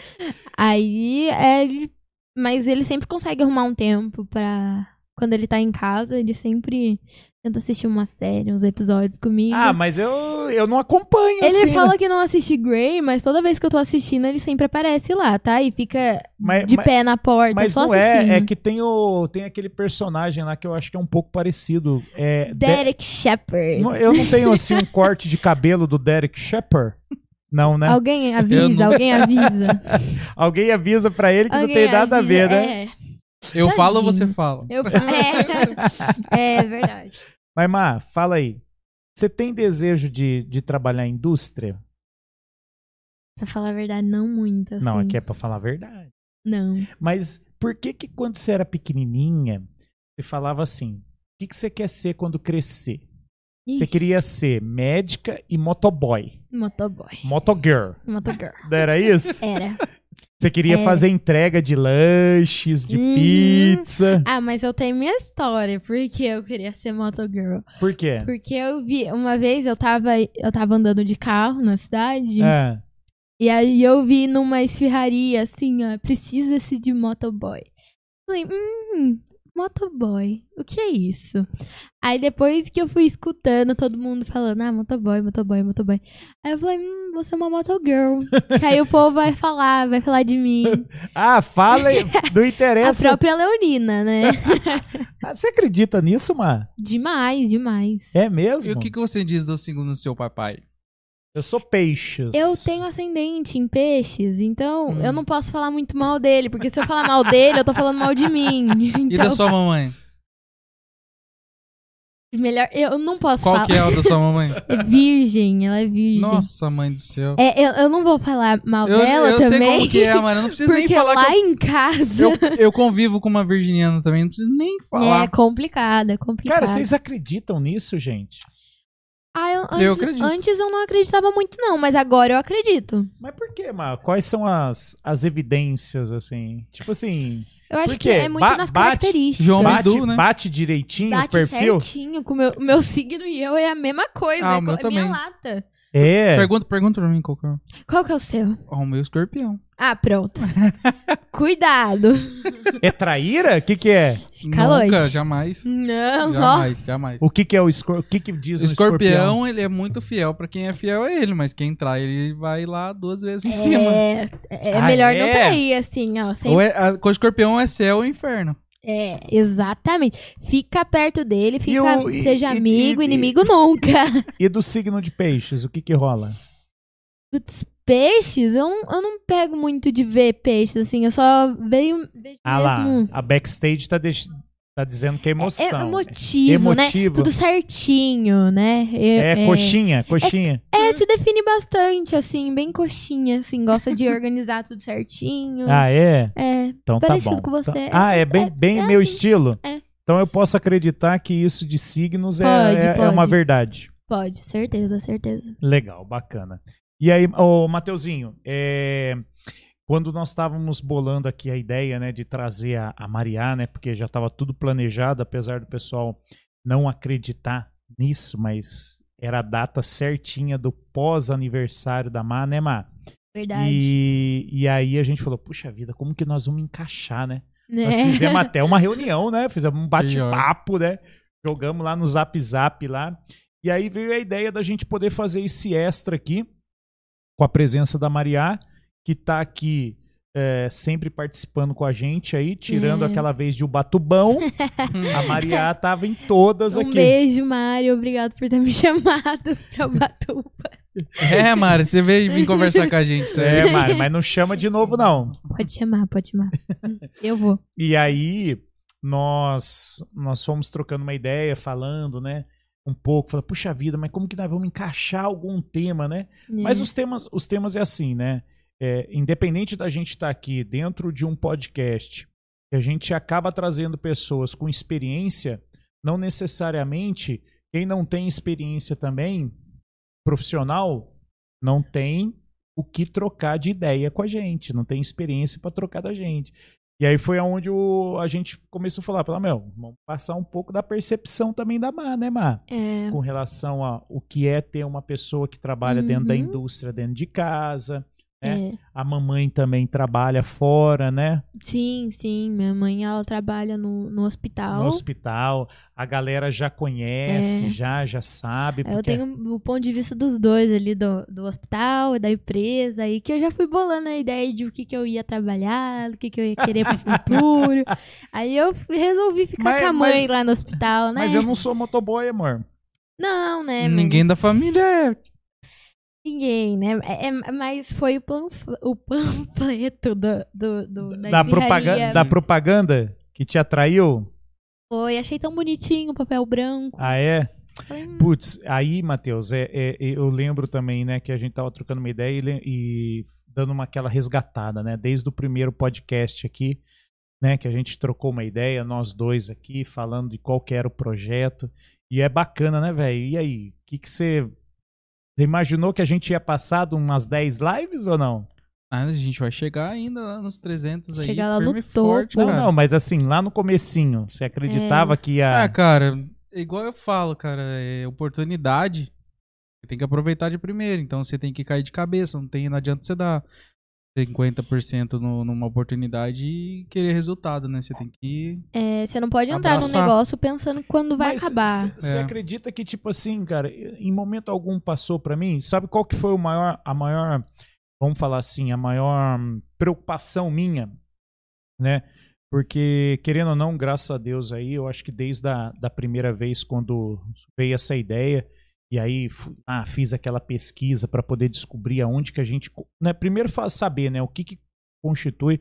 C: Aí, é, ele- mas ele sempre consegue arrumar um tempo pra. Quando ele tá em casa, ele sempre tenta assistir uma série, uns episódios comigo.
A: Ah, mas eu, eu não acompanho,
C: ele
A: assim,
C: fala que não assiste Grey, mas toda vez que eu tô assistindo, ele sempre aparece lá, tá? E fica
A: Mas-
C: de
A: mas-
C: pé na porta,
A: Mas
C: só
A: não
C: assistindo.
A: é, é que tem, o, tem aquele personagem lá que eu acho que é um pouco parecido. É, De-
C: Derek Shepard.
A: Não- Eu não tenho assim um corte de cabelo do Derek Shepard. Não, né?
C: Alguém avisa,
B: Eu não-
C: alguém avisa.
A: Alguém avisa pra ele que não
C: Alguém
A: tem nada a ver,
C: avisa,
A: né?
C: É,
B: Eu falo ou você
C: Tadinho.
B: fala?
C: eu falo. É, é verdade.
A: Mas, Má, fala aí. Você tem desejo de, de trabalhar em indústria?
C: Pra falar a verdade, não muito, assim.
A: Não, aqui é pra falar a verdade.
C: Não.
A: Mas por que que quando você era pequenininha, você falava assim, o que, que você quer ser quando crescer? Você
C: Ixi,
A: queria ser médica e motoboy,
C: Motoboy.
A: motogirl.
C: Motogirl.
A: Não era isso?
C: Era.
A: Você queria
C: É.
A: fazer entrega de lanches, de
C: Uhum.
A: pizza.
C: Ah, mas eu tenho minha história. Por que eu queria ser motogirl?
A: Por quê?
C: Porque eu vi... Uma vez eu tava, eu tava andando de carro na cidade.
A: Ah,
C: E aí eu vi numa esfirraria, assim, ó. Precisa-se de motoboy. Falei, hum... Motoboy, o que é isso? Aí depois que eu fui escutando todo mundo falando, ah, motoboy, motoboy, motoboy. Aí eu falei, hum, vou ser uma motogirl. que aí o povo vai falar, vai falar de mim.
A: ah fala, não
C: A
A: interessa.
C: própria Leonina, né?
A: Ah, Você acredita nisso, Má?
C: demais, demais.
A: É mesmo?
B: E o que, que você diz do segundo seu papai?
A: Eu sou peixes.
C: Eu tenho ascendente em peixes, então
B: Hum.
C: eu não posso falar muito mal dele, porque se eu falar mal dele, eu tô falando mal de mim.
B: E
C: Então,
B: da sua mamãe?
C: melhor, eu não posso
B: Qual
C: falar.
B: que é o da sua mamãe?
C: É virgem, ela é virgem.
B: Nossa, mãe do céu.
C: É, eu, eu não vou falar mal
B: eu
C: dela
B: eu
C: também.
B: sei como que é, mano. Eu não preciso nem
C: Porque
B: falar
C: lá
B: que
C: em casa
B: eu, eu, eu convivo com uma virginiana também. Não preciso nem falar.
C: é complicado, é complicado.
A: Cara, vocês acreditam nisso, gente?
C: Ah, eu, antes,
B: Eu acredito.
C: antes eu não acreditava muito, não, mas agora eu acredito.
A: Mas por quê, Mar? Quais são as, as evidências, assim? Tipo assim,
C: Eu acho
A: quê?
C: que é muito
A: Ba-
C: nas
A: bate-
C: características.
B: João
A: bate,
B: Bidu, né?
A: bate direitinho o
C: Bate
A: perfil?
C: certinho com o meu, o meu signo e eu é a mesma coisa.
B: Ah,
C: é
B: o
C: co-
B: meu
C: é minha
B: também.
C: lata.
A: É.
B: Pergunta, pergunta pra mim qual que é.
C: Qual que é o seu?
B: Ó, o meu escorpião.
C: Ah, pronto. Cuidado.
A: É traíra? O que que é?
C: Fica longe.
B: Nunca, jamais.
C: Não, ó.
B: Jamais, jamais.
A: O que que é o escor... O que que
B: O
A: diz o escorpião?
B: escorpião, ele é muito fiel. Pra quem é fiel é ele, mas quem trai, ele vai lá duas vezes em cima.
C: É, é
A: Ah,
C: melhor
A: é?
C: não trair, assim, ó.
B: Ou
C: Sempre...
B: é, a- com o escorpião é céu ou inferno.
C: É, exatamente. Fica perto dele, fica,
A: o- e-
C: seja
A: e-
C: amigo,
A: e-
C: inimigo nunca.
A: E do signo de peixes, o que que rola?
C: É Putz, peixes, eu não, eu não pego muito de ver peixes, assim. Eu só vejo, vejo
A: Ah lá,
C: mesmo...
A: a backstage tá deix- Tá dizendo que é emoção.
C: É
A: né?
C: emotivo, né?
A: Emotivo.
C: Tudo certinho, né?
A: É, coxinha, coxinha.
C: É, te define bastante, assim, bem coxinha, assim, gosta de organizar tudo certinho.
A: Ah, é?
C: É,
A: Então tá
C: Parecido
A: bom.
C: com você.
A: Então- ah, é bem,
C: é-
A: bem
C: é
A: meu
C: assim.
A: estilo?
C: É.
A: Então eu posso acreditar que isso de signos é,
C: Pode,
A: é- é
C: pode.
A: uma verdade.
C: pode, certeza, certeza.
A: Legal, bacana. E aí, ô Mateuzinho, é, quando nós estávamos bolando aqui a ideia né, de trazer a, a Mariá, né, porque já estava tudo planejado, apesar do pessoal não acreditar nisso, mas era a data certinha do pós-aniversário da Má, né, Má?
C: Verdade.
A: E, e aí a gente falou, puxa vida, como que nós vamos encaixar, né?
C: Né?
A: Nós fizemos até uma reunião, né? Fizemos um bate-papo, né? Jogamos lá no Zap Zap lá. E aí veio a ideia da gente poder fazer esse extra aqui com a presença da Mariá, que tá aqui é, sempre participando com a gente aí, tirando
C: É.
A: aquela vez de Ubatubão. a Mariá tava em todas
C: Um
A: aqui.
C: beijo, Mário. Obrigado por ter me chamado pra Ubatuba.
B: É, Mari, você veio vir conversar com a gente. sério.
A: É, Mari, mas não chama de novo, não.
C: Pode chamar, pode chamar. Eu vou.
A: E aí nós nós fomos trocando uma ideia, falando, né? Um pouco, falando, puxa vida, mas como que nós vamos encaixar algum tema, né? Mas os temas, os temas é assim, né? É, independente da gente estar aqui dentro de um podcast, que a gente acaba trazendo pessoas com experiência, não necessariamente quem não tem experiência também profissional não tem o que trocar de ideia com a gente, não tem experiência para trocar da gente. E aí foi aonde o- a gente começou a falar, falar, meu, vamos passar um pouco da percepção também da Má, né, Má?
C: É,
A: com relação a o que é ter uma pessoa que trabalha dentro da
C: Uhum.
A: indústria, dentro de casa.
C: é.
A: A mamãe também trabalha fora, né?
C: Sim, sim. Minha mãe, ela trabalha no, no hospital.
A: No hospital. A galera já conhece,
C: É.
A: já, já sabe.
C: Eu
A: porque- é.
C: tenho o ponto de vista dos dois ali, do, do hospital e da empresa, e que eu já fui bolando a ideia de o que, que eu ia trabalhar, o que, que eu ia querer pro futuro. Aí eu fui- resolvi ficar
A: Mas-
C: com a
A: mas-
C: mãe lá no hospital, né?
A: Mas eu não sou motoboy, amor.
C: Não, né? mas
B: Ninguém da família é.
C: Ninguém, né? É, é, mas foi o, panf... o panfleto do, do, do- da,
A: Da
C: esfirraria.
A: propaganda, da propaganda que te atraiu?
C: Foi, achei tão bonitinho o papel branco.
A: Ah, é?
C: Falei, hum,
A: Putz, aí, Matheus, é, é- eu lembro também, né, que a gente tava trocando uma ideia e, le- e dando uma aquela resgatada, né, desde o primeiro podcast aqui, né, que a gente trocou uma ideia, nós dois aqui, falando de qual que era o projeto. E é bacana, né, velho? E aí, o que que você... você imaginou que a gente ia passar de umas 10 lives ou não?
B: Ah, a gente vai chegar ainda lá nos 300 aí.
C: Chegar lá no
B: firme e forte,
A: Não,
B: cara.
A: não, mas assim, lá no comecinho, você acreditava que ia...
B: Ah, cara, é igual eu falo, cara, é oportunidade. Você tem que aproveitar de primeiro, então você tem que cair de cabeça, não tem, não adianta você dar 50% no- numa oportunidade e querer resultado, né? Você tem que
C: é, você não pode entrar num
B: Abraçar.
C: negócio pensando quando vai acabar.
A: Você
B: É.
A: acredita que, tipo assim, cara, em momento algum passou pra mim? Sabe qual que foi o maior, a maior, vamos falar assim, a maior hum, preocupação minha, né? Porque, querendo ou não, graças a Deus aí, eu acho que desde a da primeira vez quando veio essa ideia, e aí fu- ah, fiz aquela pesquisa pra poder descobrir aonde que a gente. co- Né, primeiro fa- saber, né, o que, que constitui.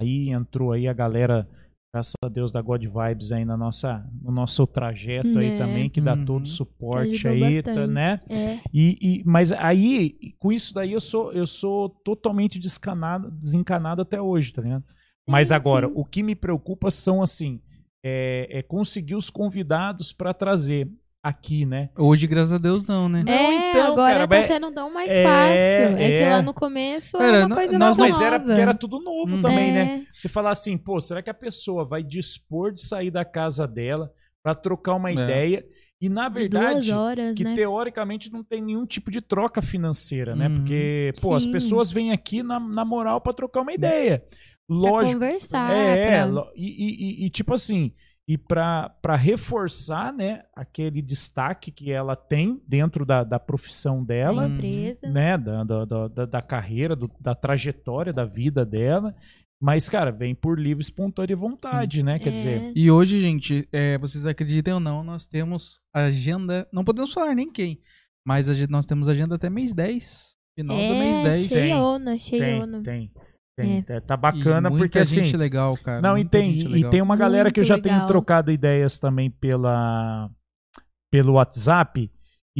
A: Aí entrou aí a galera graças a Deus da God Vibes aí na nossa, no nosso trajeto aí
C: É.
A: também, que dá
B: Uhum.
A: todo o suporte
C: Ajudou
A: aí, tá-
C: bastante.
A: né?
C: É,
A: E, e- mas aí, e com isso daí, eu sou, eu sou totalmente descanado, desencanado até hoje, tá ligado? Mas
C: Sim,
A: agora,
C: sim.
A: o que me preocupa são assim, é, é conseguir os convidados pra trazer aqui, né?
B: hoje, graças a Deus, não, né?
A: Não,
C: É,
A: então,
C: agora
A: cara,
C: tá
A: mas-
C: sendo tão mais
A: é,
C: fácil. É, que
A: é.
C: lá no começo
B: Era,
C: era
B: nó-
C: uma coisa
B: nós
C: nova.
B: não-
A: Mas era porque era tudo novo
B: Hum.
A: também, né?
C: É.
A: Você falar assim, pô, será que a pessoa vai dispor de sair da casa dela pra trocar uma
B: É.
A: ideia? E na
C: de duas
A: verdade,
C: horas,
A: que
C: né?
A: teoricamente não tem nenhum tipo de troca financeira, né?
B: Uhum.
A: Porque, pô, as
C: Sim. Né? É
A: pessoas vêm aqui na, na moral pra trocar uma ideia.
C: Pra
A: Lógico.
C: conversar.
A: é, é,
C: Tá. pra-
A: lo- e, e- e- e tipo assim, e pra pra reforçar, né, aquele destaque que ela tem dentro da, da profissão dela,
C: da empresa.
A: né, da, da, da- da- da carreira, do- da trajetória da vida dela. Mas, cara, vem por livre, espontânea vontade, né? Quer
C: É.
A: dizer,
B: E hoje, gente, é, vocês acreditem ou não, nós temos agenda. Não podemos falar nem quem, mas a gente- nós temos agenda até mês 10. Final do mês
C: É,
B: 10.
A: chega.
C: cheiona, cheiona.
A: tem, tem. Tem,
C: É.
A: tá- Tá
B: E
A: bacana,
B: muita
A: porque assim.
B: gente legal, cara.
A: Não, e
B: muita
A: tem,
B: gente
A: e
B: legal.
A: tem um uma galera que eu
C: Muito
A: já tenho
C: legal.
A: trocado ideias também pela, pelo WhatsApp.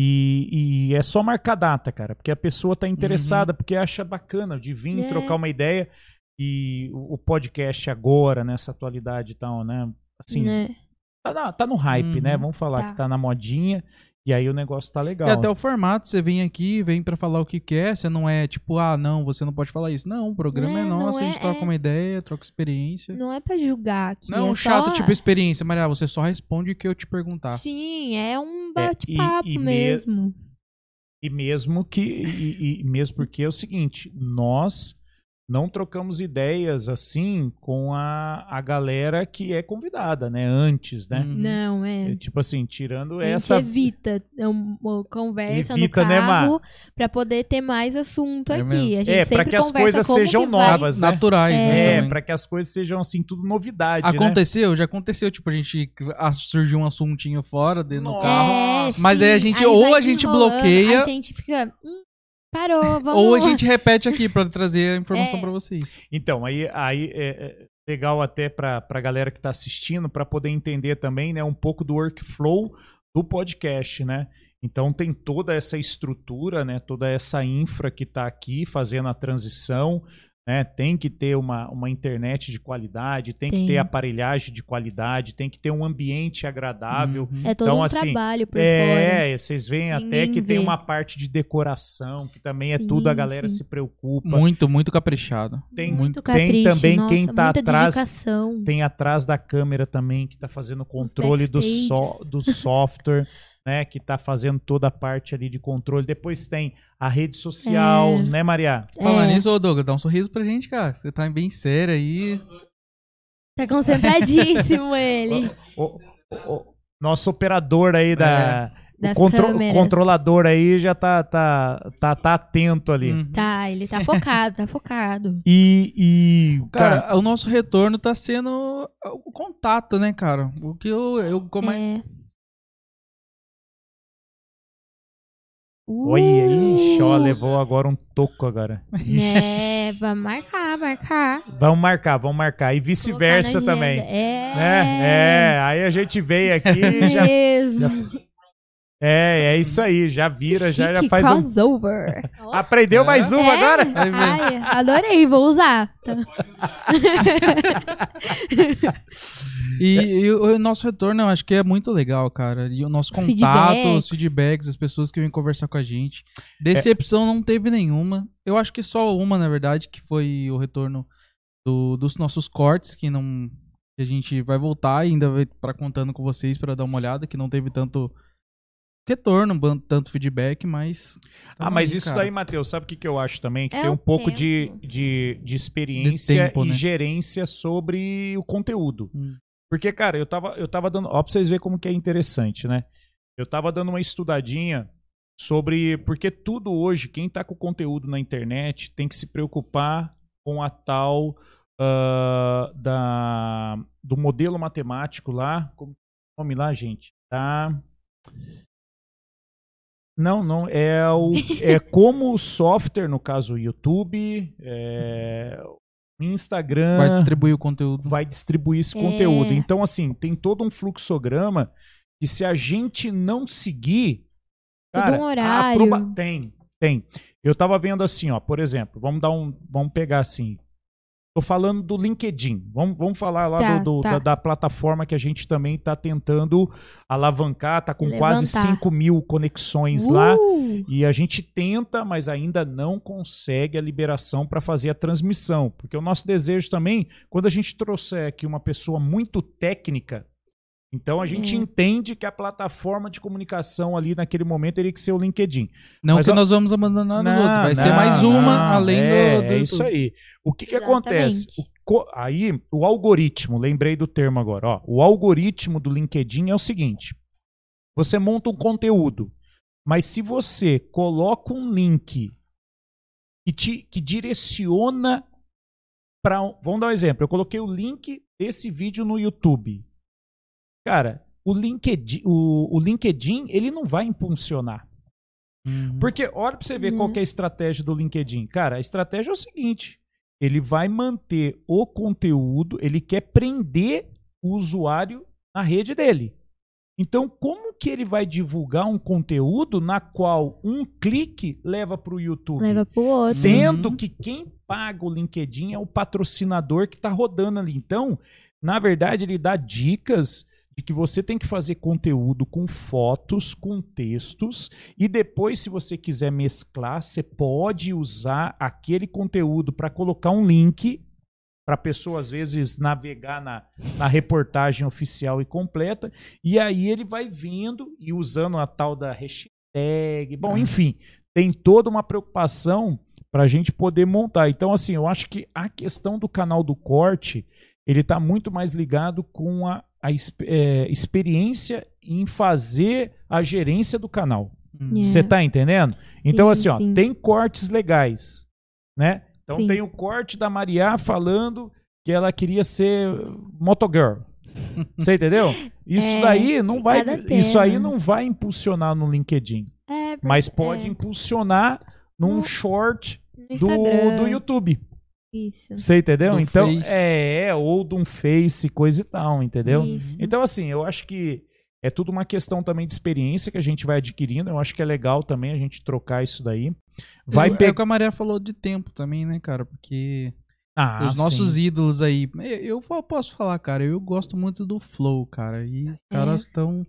A: E, e é só marcar data, cara, porque a pessoa tá
B: Uhum.
A: interessada, porque acha bacana de vir
C: É.
A: trocar uma ideia. E o, o podcast agora, nessa atualidade e tal, né? Assim,
C: né?
A: tá, na- tá no hype,
B: Uhum.
A: né? Vamos falar
C: Tá.
A: que tá na modinha. E aí o negócio tá legal.
B: E até o formato, você vem aqui, vem pra falar o que quer, você não é tipo, ah, não, você não pode falar isso. Não, o programa é,
C: É, não
B: nosso, a gente
C: é-
B: troca
C: é.
B: uma ideia, troca experiência.
C: Não é pra julgar aqui.
B: Não,
A: um
C: é
B: chato,
C: só-
B: tipo experiência, Maria, você só responde o que eu te perguntar.
C: Sim, é um
A: tá. É, e-
C: bate-papo
A: e me-
C: mesmo.
A: E mesmo que. E, e- e mesmo porque é o seguinte, nós não trocamos ideias assim com a, a galera que é convidada, né? Antes, né?
B: Uhum.
C: Não, é.
A: É, Tipo assim, tirando
C: Essa... A
A: essa.
C: gente evita é um- uma conversa
A: Evita,
C: no
A: né, Mar?
C: carro pra poder ter mais assunto
B: É
C: aqui.
B: mesmo.
C: A gente
A: É, pra
C: sempre
A: que as
C: conversa
A: coisas
C: como
A: sejam
C: que vai-
A: novas. né?
B: Naturais, né?
A: É,
B: também.
A: para que as coisas sejam assim, tudo novidade. né?
B: Aconteceu, já aconteceu, tipo, a gente ah, surgiu um assuntinho fora dentro do
A: Nossa.
B: carro.
C: É,
B: Mas aí a
C: sim,
B: gente- ou
C: vai
B: a gente
C: enrolando,
B: bloqueia-
C: A gente fica. "Hum, parou, vamos.
B: Ou a gente repete aqui pra trazer a informação
C: É.
B: pra vocês.
A: Então, aí, aí é, é legal até pra pra galera que tá assistindo, pra poder entender também, né, um pouco do workflow do podcast, né? Então tem toda essa estrutura, né, toda essa infra que tá aqui fazendo a transição, né? Tem que ter uma, uma internet de qualidade, tem, que
C: Tem.
A: ter aparelhagem de qualidade, tem que ter um ambiente agradável.
B: Uhum.
C: É todo
A: Então,
C: um
A: assim,
C: trabalho por fora.
A: É, vocês veem até
C: Ninguém
A: que tem
C: vê.
A: uma parte de decoração, que também é tudo a
C: Sim,
A: galera
C: sim.
A: se preocupa.
B: Muito, muito caprichado.
A: tem
C: Muito
A: tem
C: capricho,
A: também
C: nossa,
A: quem tá
C: muita
A: atrás-
C: dedicação.
A: tem atrás da câmera também que tá fazendo controle do,
C: backstages.
A: so- do software, né, que tá fazendo toda a parte ali de controle. Depois tem a rede social,
C: É.
A: né, Maria?
B: Falando
C: É,
B: nisso, ô Douglas, dá um sorriso pra gente, cara. Você tá bem sério aí.
C: Tá concentradíssimo ele.
A: O, o- o nosso operador aí da
C: Das
A: contro-
C: câmeras.
A: controlador aí já tá tá tá, tá atento ali.
B: Uhum.
C: Tá, ele tá focado, tá focado.
A: E, e
C: Tá.
B: Cara, o nosso retorno tá sendo o contato, né, cara? O que eu, eu como é...
C: É.
A: Olha, ixi, ó,
C: Uh,
A: levou agora um toco agora.
C: É, vamos marcar, marcar.
A: Vamos marcar, vamos marcar. E vice-versa
C: Colocar na
A: também.
C: agenda. É.
A: Né? É, aí a gente veio aqui e já
C: Mesmo.
A: É, é isso aí. Já vira, já, já
C: Chique,
A: faz um. Ah,
C: crossover.
A: Aprendeu
B: É?
A: mais uma
C: É,
A: agora?
B: Vai ver.
C: ai, adorei, vou usar. Tá.
B: E,
A: É.
B: e o, o nosso retorno, eu acho que é muito legal, cara. E o nosso
C: Os
B: contato, os
C: feedbacks.
B: feedbacks, as pessoas que vêm conversar com a gente. Decepção não teve nenhuma. Eu acho que só uma, na verdade, que foi o retorno do- dos nossos cortes, que não. que a gente vai voltar e ainda vai para contando com vocês para dar uma olhada, que não teve tanto retorno, ban- tanto feedback, mas.
A: Ah,
B: tamo
A: mas
B: aí,
A: isso
B: cara.
A: daí, Matheus, sabe o que, que eu acho também? Que
C: É
A: tem
C: o
A: um pouco
C: tempo.
A: de, de, de experiência
B: De tempo,
A: e
B: né?
A: gerência sobre o conteúdo.
B: Hum.
A: Porque, cara, eu tava, eu tava dando. Ó, pra vocês verem como que é interessante, né? Eu tava dando uma estudadinha sobre. Porque tudo hoje, quem tá com conteúdo na internet tem que se preocupar com a tal ah, da, do modelo matemático lá. Como é o nome lá, gente? Tá. Não, não. É, o, é como o software, no caso o YouTube, é, o Instagram
B: Vai distribuir o conteúdo.
A: vai distribuir esse
C: É.
A: conteúdo. Então, assim, tem todo um fluxograma que se a gente não seguir.
C: Todo
A: cara,
C: um
A: a
C: horário.
A: proba- Tem, tem. Eu tava vendo assim, ó, por exemplo, vamos dar um. Vamos pegar assim. Tô falando do LinkedIn. Vamos, vamos falar lá
C: Tá,
A: do, do-
C: tá.
A: Da, da plataforma que a gente também tá tentando alavancar, tá com quase
C: Levantar.
A: 5 mil conexões lá.
C: Uh,
A: E a gente tenta, mas ainda não consegue a liberação para fazer a transmissão. Porque o nosso desejo também, quando a gente trouxer aqui uma pessoa muito técnica, então a gente
C: É.
A: entende que a plataforma de comunicação ali naquele momento teria que ser o LinkedIn.
B: Não
A: Mas
B: que
A: ó-
B: nós vamos abandonar os
A: Não,
B: outros. Vai ser
A: não,
B: mais uma
A: não,
B: além
A: é,
B: do, do
A: É
B: YouTube.
A: isso aí. O que, que
C: Exatamente.
A: acontece? O co- aí, o algoritmo, lembrei do termo agora. Ó, o algoritmo do LinkedIn é o seguinte: você monta um conteúdo, mas se você coloca um link que, te, que direciona para. Vamos dar um exemplo. Eu coloquei o link desse vídeo no YouTube. Cara, o LinkedIn, o, o LinkedIn ele não vai impulsionar.
B: Uhum.
A: Porque olha pra você ver
C: Né.
A: qual que é a estratégia do LinkedIn. Cara, a estratégia é o seguinte: Ele vai manter o conteúdo, ele quer prender o usuário na rede dele. Então, como que ele vai divulgar um conteúdo na qual um clique leva para o YouTube?
C: Leva pro outro.
A: Sendo
B: Uhum.
A: que quem paga o LinkedIn é o patrocinador que está rodando ali. Então, na verdade, ele dá dicas de que você tem que fazer conteúdo com fotos, com textos, e depois, se você quiser mesclar, você pode usar aquele conteúdo para colocar um link para a pessoa, às vezes, navegar na, na reportagem oficial e completa. E aí ele vai vendo e usando a tal da hashtag. Bom, enfim, tem toda uma preocupação para a gente poder montar. Então, assim, eu acho que a questão do canal do corte, ele está muito mais ligado com a, a ex- é, experiência em fazer a gerência do canal.
B: Hum.
A: Você tá entendendo? Então,
C: É.
A: assim,
C: Sim,
A: ó,
C: sim.
A: tem cortes legais, né? Então
C: Sim.
A: tem o corte da Maria falando que ela queria ser motogirl. Você entendeu? Isso
C: É,
A: daí não vai
C: cada
A: isso aí
C: tema.
A: não vai impulsionar no LinkedIn,
C: É,
A: mas pode
C: é.
A: impulsionar num
C: No-
A: short
C: no
A: do,
C: Instagram.
A: do YouTube.
C: Isso.
A: Você entendeu?
B: Do
A: então,
B: Face.
A: é, ou de um Face, coisa e tal,
B: Uhum.
A: entendeu?
C: Isso.
A: Então, assim, eu acho que é tudo uma questão também de experiência que a gente vai adquirindo. Eu acho que é legal também a gente trocar isso daí. Vai
B: é, é o que
A: pegar.
B: a Maria falou de tempo também, né, cara? Porque
A: Ah,
B: os nossos ídolos aí. Eu eu posso falar, cara, eu gosto muito do Flow, cara. E os caras estão.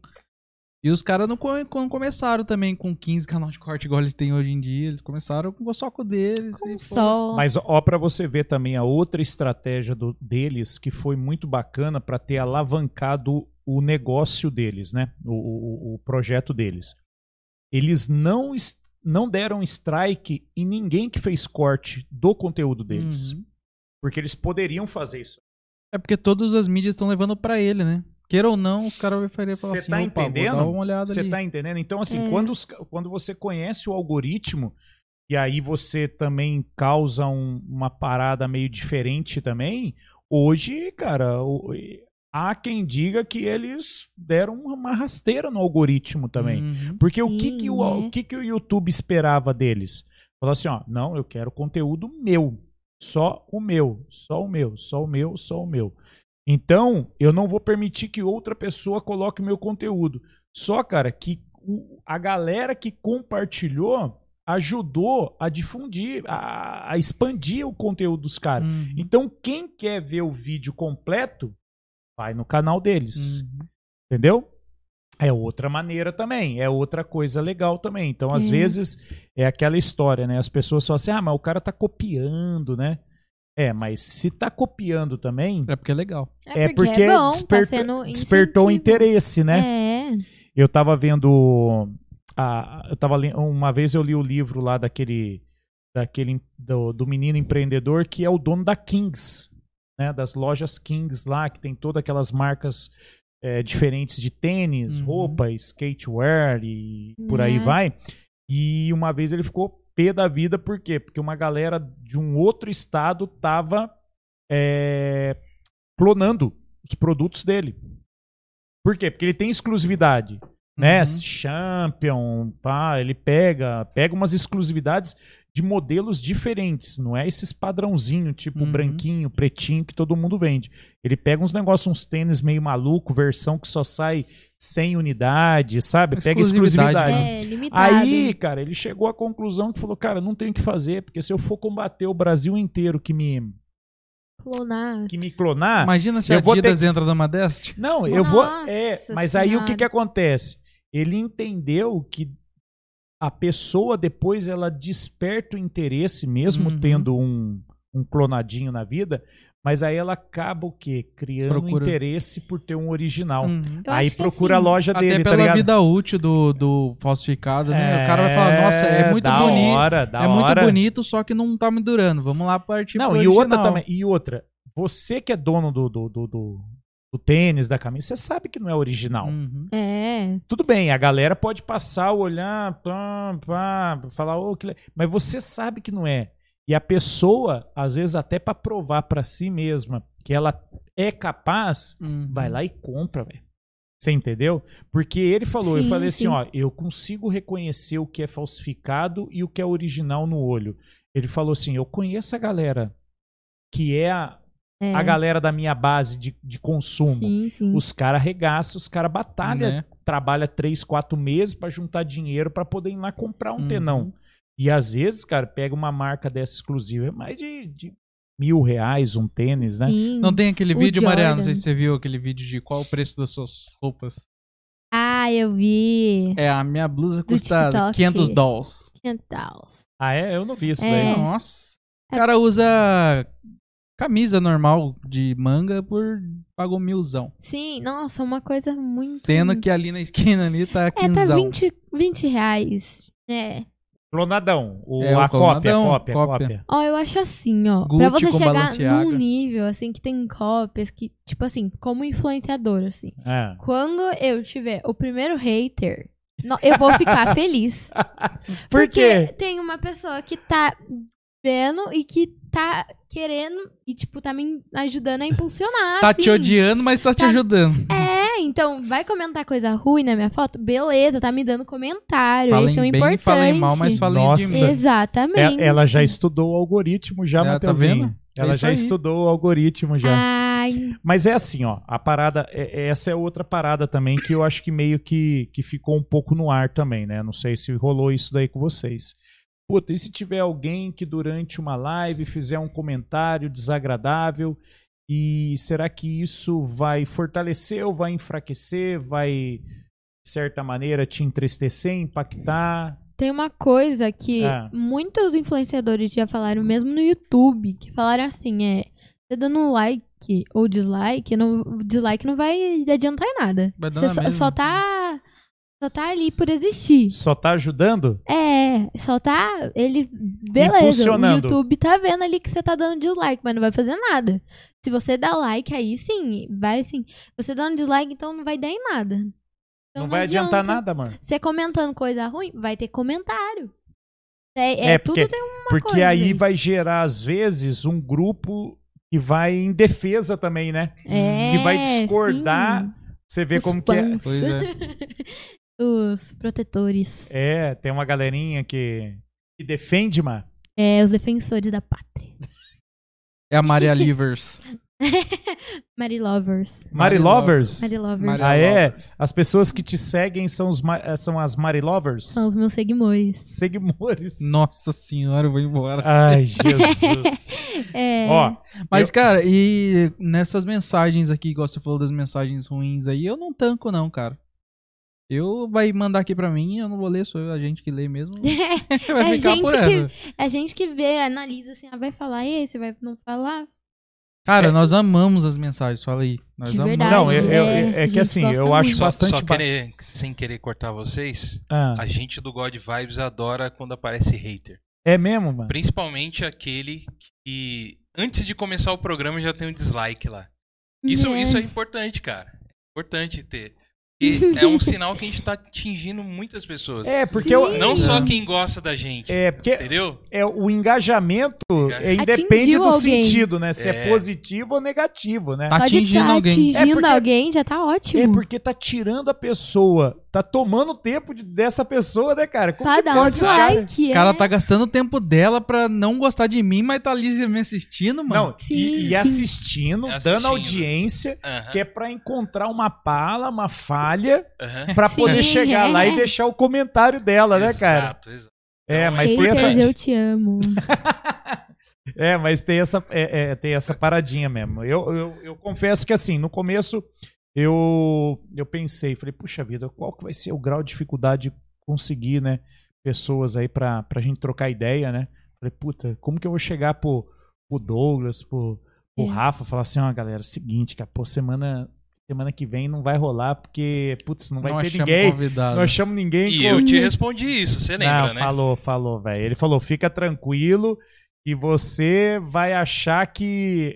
B: E os caras não co- co- começaram também com 15 canais de corte igual eles têm hoje em dia. Eles começaram com o soco deles. e
C: Com
B: foram-
C: sol.
A: Mas ó, pra você ver também a outra estratégia do- deles que foi muito bacana pra ter alavancado o negócio deles, né? O, o- o projeto deles. Eles não, es- não deram strike em ninguém que fez corte do conteúdo deles.
B: Uhum.
A: Porque eles poderiam fazer isso.
B: É porque todas as mídias estão levando pra ele, né? Queira ou não, os caras vão falar assim,
A: Cê tá
B: "Opa, vou
A: entendendo?
B: dar uma olhada
A: Você
B: ali. Uhum.
A: tá entendendo? Então, assim,
C: É.
A: quando, os ca- quando você conhece o algoritmo, e aí você também causa um- uma parada meio diferente também, hoje, cara, o- e- há quem diga que eles deram uma rasteira no algoritmo também.
B: Uhum.
A: Porque o, que,
C: Sim,
A: que, o,
C: né?
A: o que, que o YouTube esperava deles? Falou assim, ó, não, eu quero conteúdo meu. Só o meu, só o meu, só o meu, só o meu. Então, eu não vou permitir que outra pessoa coloque o meu conteúdo. Só, cara, que o- a galera que compartilhou ajudou a difundir, a, a expandir o conteúdo dos
C: Hum.
A: caras.
B: Uhum.
A: Então, quem quer ver o vídeo completo, vai no canal
C: Hum.
A: deles.
B: Uhum.
A: Entendeu? É outra maneira também, é outra coisa legal também. Então, às
C: É.
A: vezes, é aquela história, né? As pessoas falam assim, ah, mas o cara tá copiando, né? É, mas se tá copiando também,
B: É porque é legal.
A: é porque
C: é bom,
A: desperta-
C: tá sendo
A: despertou
C: incentivo.
A: interesse, né?
C: É.
A: Eu tava vendo. A, eu tava lendo, uma vez eu li o livro lá daquele. daquele do, do menino empreendedor que é o dono da Kings, né? Das lojas Kings lá, que tem todas aquelas marcas eh, diferentes de tênis,
B: Uhum.
A: roupa, skatewear e por aí
C: Né?
A: vai. E uma vez ele ficou pé da vida, por quê? Porque uma galera de um outro estado tava eh, clonando os produtos dele. Por quê? Porque ele tem exclusividade né?
B: Uhum.
A: Champion, pá, ele pega, pega umas exclusividades de modelos diferentes, não é esses padrãozinho, tipo
B: Uhum.
A: branquinho, pretinho que todo mundo vende. Ele pega uns negócios, uns tênis meio maluco, versão que só sai 100 unidades, sabe? Pega
B: Exclusividade,
A: exclusividade.
B: né?
C: É, limitado.
A: Aí, cara, ele chegou à conclusão que falou: "Cara, não tenho o que fazer, porque se eu for combater o Brasil inteiro que me
C: Clonar.
A: que me clonar,
B: Imagina se
A: Ah, eu
B: a
A: vou ter
B: Adidas entra na Madest.
A: Não, eu vou. É,
C: Nossa
A: mas aí o que,
C: Senhora.
A: que acontece? Ele entendeu que a pessoa depois ela desperta o interesse, mesmo
B: Uhum.
A: tendo um, um clonadinho na vida, mas aí ela acaba o quê? Criando
B: Procura.
A: interesse por ter um original.
B: Uhum.
C: Eu
A: aí
C: acho que
A: procura
C: assim,
A: a loja
B: Até
A: dele, tá
B: pela
A: ligado?
B: vida útil do, do falsificado, né? O cara vai falar, nossa, é muito
A: da
B: bonito.
A: Hora, da
B: é muito
A: hora.
B: bonito, só que não tá me durando. Vamos lá partir
A: Não,
B: pro
A: e outra
B: original.
A: também. E outra, você que é dono do, do, do, do- do tênis, da camisa, você sabe que não é original.
B: Uhum.
C: É.
A: Tudo bem, a galera pode passar, olhar, pá, pá, falar, "Ô, que le-", mas você sabe que não é. E a pessoa, às vezes, até pra provar pra si mesma que ela é capaz,
B: Uhum.
A: vai lá e compra, velho. Você entendeu? Porque ele falou, eu
C: Sim,
A: falei assim,
C: sim.
A: ó, eu consigo reconhecer o que é falsificado e o que é original no olho. Ele falou assim, eu conheço a galera que é a,
C: É,
A: a galera da minha base de, de consumo.
C: Sim, sim.
A: Os caras arregaçam, os caras batalham,
B: né?
A: trabalha três, quatro meses pra juntar dinheiro pra poder ir lá comprar um
B: Uhum.
A: tenão. E às vezes, cara, pega uma marca dessa exclusiva, é mais de, de mil reais um tênis, né?
C: Sim.
B: Não tem aquele
C: O
B: vídeo, Mariana, não sei
C: Jordan.
B: se você viu aquele vídeo de qual o preço das suas roupas.
C: Ah, eu vi.
B: É, a minha blusa custa
C: TikTok.
B: 500 dólares.
C: Quintais.
A: Ah, é? Eu não vi isso
C: É.
A: daí. não.
B: Nossa. O cara usa camisa normal de manga por pagou milzão.
C: Sim, nossa, uma coisa muito.
B: Sendo que ali na esquina ali tá
C: É, tá
B: quinzão.
C: 20, 20 reais. É.
A: Clonadão. O,
B: É, o
A: a cópia,
B: clonadão,
A: a cópia, a
B: cópia.
A: cópia.
C: Ó, eu acho assim, ó.
B: Gucci
C: pra você
B: com
C: chegar
B: Balenciaga.
C: num nível, assim, que tem cópias, que, tipo assim, como influenciador, assim.
A: É.
C: Quando eu tiver o primeiro hater, no- eu vou ficar feliz.
A: Por
C: porque
A: quê?
C: tem uma pessoa que tá vendo e que tá querendo e, tipo, tá me ajudando a impulsionar.
B: Tá
C: assim.
B: te odiando, mas tá te
C: Tá-
B: ajudando.
C: É, então, vai comentar coisa ruim na minha foto? Beleza, tá me dando comentário.
B: Falem
C: esse é o
B: bem,
C: importante.
B: falem mal, mas falem de
A: Nossa.
B: mim.
C: Exatamente.
A: É- Ela já estudou o algoritmo, já,
B: É, tá
A: Matheusinho.
B: vendo? É
A: Ela
B: isso
A: já
B: aí.
A: estudou o algoritmo, já.
C: Ai,
A: Mas é assim, ó, a parada, é- é- essa é outra parada também que eu acho que meio que, que ficou um pouco no ar também, né? Não sei se rolou isso daí com vocês. Puta, e se tiver alguém que durante uma live fizer um comentário desagradável e será que isso vai fortalecer ou vai enfraquecer, vai de certa maneira te entristecer, impactar?
C: Tem uma coisa que
A: Ah.
C: muitos influenciadores já falaram, mesmo no YouTube, que falaram assim, é, você dando like ou dislike, não, o dislike não vai adiantar em nada.
B: Vai dar
C: Você
B: na
C: só,
B: mesma.
C: só tá só tá ali por existir.
A: Só tá ajudando?
C: É, só tá ele beleza, o
A: Impulsionando.
C: YouTube tá vendo ali que você tá dando dislike, mas não vai fazer nada. Se você dá like aí sim, vai sim. Você dando dislike então não vai dar em nada. Então
A: não, vai adiantar
C: adianta.
A: nada, mano.
C: Você comentando coisa ruim, vai ter comentário. É, é,
A: É,
C: tudo
A: porque-
C: tem um.
A: Porque
C: coisa,
A: aí
C: gente.
A: vai gerar, às vezes, um grupo que vai em defesa também, né?
C: É,
A: que vai discordar.
C: sim.
A: Você vê
C: Os
A: como que
C: fãs,
B: Pois é.
C: os protetores.
A: é. É, tem uma galerinha que, que defende, mano.
C: É, os defensores da pátria.
B: É a Maria Livers.
C: Mary Lovers.
A: Mari
B: Mari
A: Lovers.
C: Mary Lovers
B: Maria
A: Ah, é?
B: Lovers.
A: As pessoas que te seguem são, os, ma- eh, são as Mari Lovers?
C: são os meus seguidores.
A: Seguimores.
B: Nossa senhora, eu vou embora.
A: Ai, Jesus.
C: É,
A: Ó,
B: Mas, cara, e nessas mensagens aqui, igual você falou das mensagens ruins aí, eu não tanco, não, cara. Eu vai mandar aqui pra mim, eu não vou ler, sou eu, a gente que lê mesmo. vai
C: É
B: ficar
C: gente
B: por
C: que-
B: essa.
C: a gente que vê, analisa assim, ah, vai falar esse, vai não falar.
B: Cara, nós amamos as mensagens, fala aí. Nós
C: É. De
B: amamos.
C: verdade.
A: não, eu- eu-
C: é,
A: é,
C: a
A: que
C: gente
A: assim,
C: gosta
A: eu acho
C: muito.
D: Só,
A: bastante.
D: só
A: ba-
D: querer- sem querer cortar vocês,
A: Ah,
D: a gente do God Vibes adora quando aparece hater.
A: é mesmo, mano?
D: Principalmente aquele que antes de começar o programa já tem um dislike lá. Isso
C: é.
A: Né.
D: é, isso é importante, cara. É importante ter. Porque é um sinal que a gente tá atingindo muitas pessoas.
A: É, porque eu.
D: Não só
B: É.
D: quem gosta da gente.
A: É, porque
D: Entendeu?
A: é, o engajamento é, independe
C: Atingiu
A: do
C: alguém.
A: sentido, né? Se é.
D: É.
A: positivo ou negativo, né?
B: Tá
C: Só de
B: atingindo
C: tá
B: alguém.
A: É
C: atingindo
A: porque-
C: alguém já tá ótimo.
A: É porque tá tirando a pessoa, tá tomando o tempo de- dessa pessoa, né, cara? Como
C: Tá, é.
A: que
C: dá um
A: pode isso, cara?
C: dislike.
B: O cara tá gastando o tempo dela pra não gostar de mim, mas tá ali me assistindo, mano.
A: Não, e-
C: Sim,
A: e,
C: sim.
A: assistindo, dando
D: Assistindo.
A: audiência,
D: Aham,
A: que é pra encontrar uma pala, uma falha,
D: aham.
A: pra
C: Sim,
A: poder chegar lá e
C: é.
A: deixar o comentário dela, né, cara?
D: Exato, exato.
A: É,
D: Então,
A: mas
C: Haters,
A: tem essa,
C: eu te amo.
A: é, mas tem essa, é, é, tem essa paradinha mesmo. Eu, eu, eu confesso que assim, no começo eu, eu pensei, falei, puxa vida, qual que vai ser o grau de dificuldade de conseguir, né, pessoas aí pra, pra gente trocar ideia, né? Falei, puta, como que eu vou chegar pro, pro Douglas, pro, pro
C: É.
A: Rafa, falar assim, ó, galera, é o seguinte, cara, pô, semana, semana que vem não vai rolar, porque, putz, não vai ter
B: achamos
A: ninguém,
B: convidado.
A: não achamos ninguém.
D: E
A: que-
D: eu te respondi isso, você lembra,
A: não,
D: né?
A: falou, falou, velho. Ele falou, fica tranquilo que você vai achar que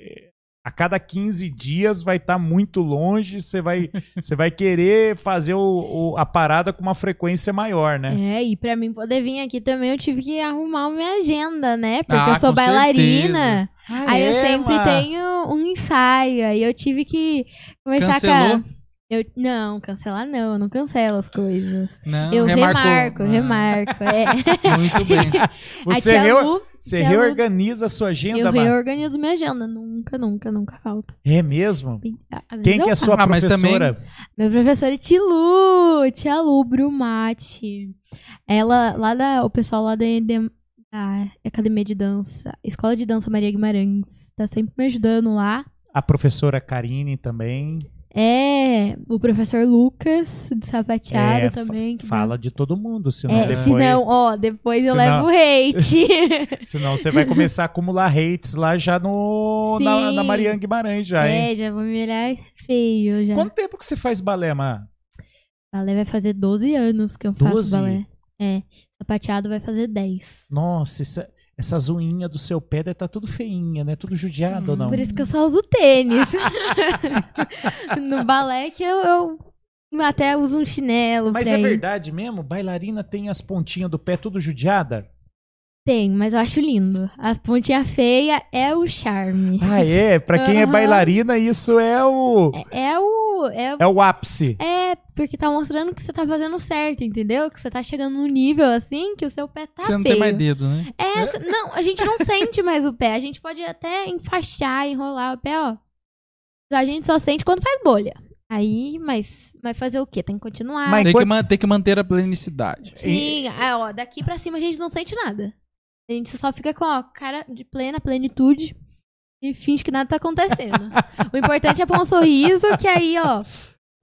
A: a cada 15 dias vai estar muito longe, você vai, você vai querer fazer o- o- a parada com uma frequência maior, né?
C: É, e pra mim poder vir aqui também eu tive que arrumar minha agenda, né? Porque
B: Ah,
C: eu sou
B: com
C: bailarina. aí eu
A: é,
C: sempre
A: ma?
C: tenho um ensaio. Aí eu tive que conversar
B: Cancelou?
C: com a. Eu, não, cancelar não, eu não cancelo as coisas.
B: Não,
C: eu
B: remarcou.
C: remarco,
B: Ah,
C: remarco. É.
B: Muito bem.
C: Tá
A: Você,
C: a tia
A: reo-
C: Lu,
A: você
C: tia Lu-
A: reorganiza a sua agenda,
C: eu
A: Mar-
C: reorganizo minha agenda. Nunca, nunca, nunca falto.
A: É mesmo?
C: Às
A: Quem
C: vezes
A: que
C: eu
A: é sua
B: Ah, mas
A: professora?
C: Meu professor é Tilu, Tia Lu Brumati. Ela, lá da, o pessoal lá da, da- da Academia de Dança, Escola de Dança Maria Guimarães, tá sempre me ajudando lá.
A: A professora Karine também
C: É, o professor Lucas, de sapateado
A: É, fa-
C: também. Que
A: fala de todo mundo, senão
C: Uhum. É,
A: depois.
C: se não, ó, depois eu
A: Senão-
C: levo hate.
A: Senão você vai começar a acumular hates lá já no, na,
C: Sim.
A: na Mariana Guimarães já, hein?
C: é, já vou me olhar feio já.
A: Quanto tempo que você faz balé, Mar?
C: Balé vai fazer 12 anos que eu faço
A: 12?
C: balé. É, sapateado vai fazer 10.
A: Nossa, essa, essas unhas do seu pé deve estar tudo feinha, né? Tudo judiado ou não?
C: Hum, Por isso que eu só uso tênis. no balé que eu, eu até uso um chinelo.
A: Mas
C: pra
A: é
C: ir.
A: verdade mesmo? Bailarina tem as pontinhas do pé tudo judiada?
C: Tem, mas eu acho lindo. A pontinha feia é o charme.
A: Ah, é? Pra quem é
C: Aham.
A: bailarina, isso é o,
C: É o. É,
A: é o ápice.
C: é, porque tá mostrando que você tá fazendo certo, entendeu? Que você tá chegando num nível assim que o seu pé tá
B: Você não
C: feio.
B: tem mais dedo, né?
C: É, cê- não, a gente não sente mais o pé. A gente pode até enfaixar, enrolar o pé, ó. A gente só sente quando faz bolha. Aí, mas vai fazer o quê? Tem que continuar.
A: Mas
B: Tem que,
A: enquanto-
B: man- tem que manter a plenicidade.
C: Sim, ah, ó, daqui pra cima a gente não sente nada. A gente só fica com, ó, cara de plena plenitude e finge que nada tá acontecendo. o importante é pôr um sorriso, que aí, ó,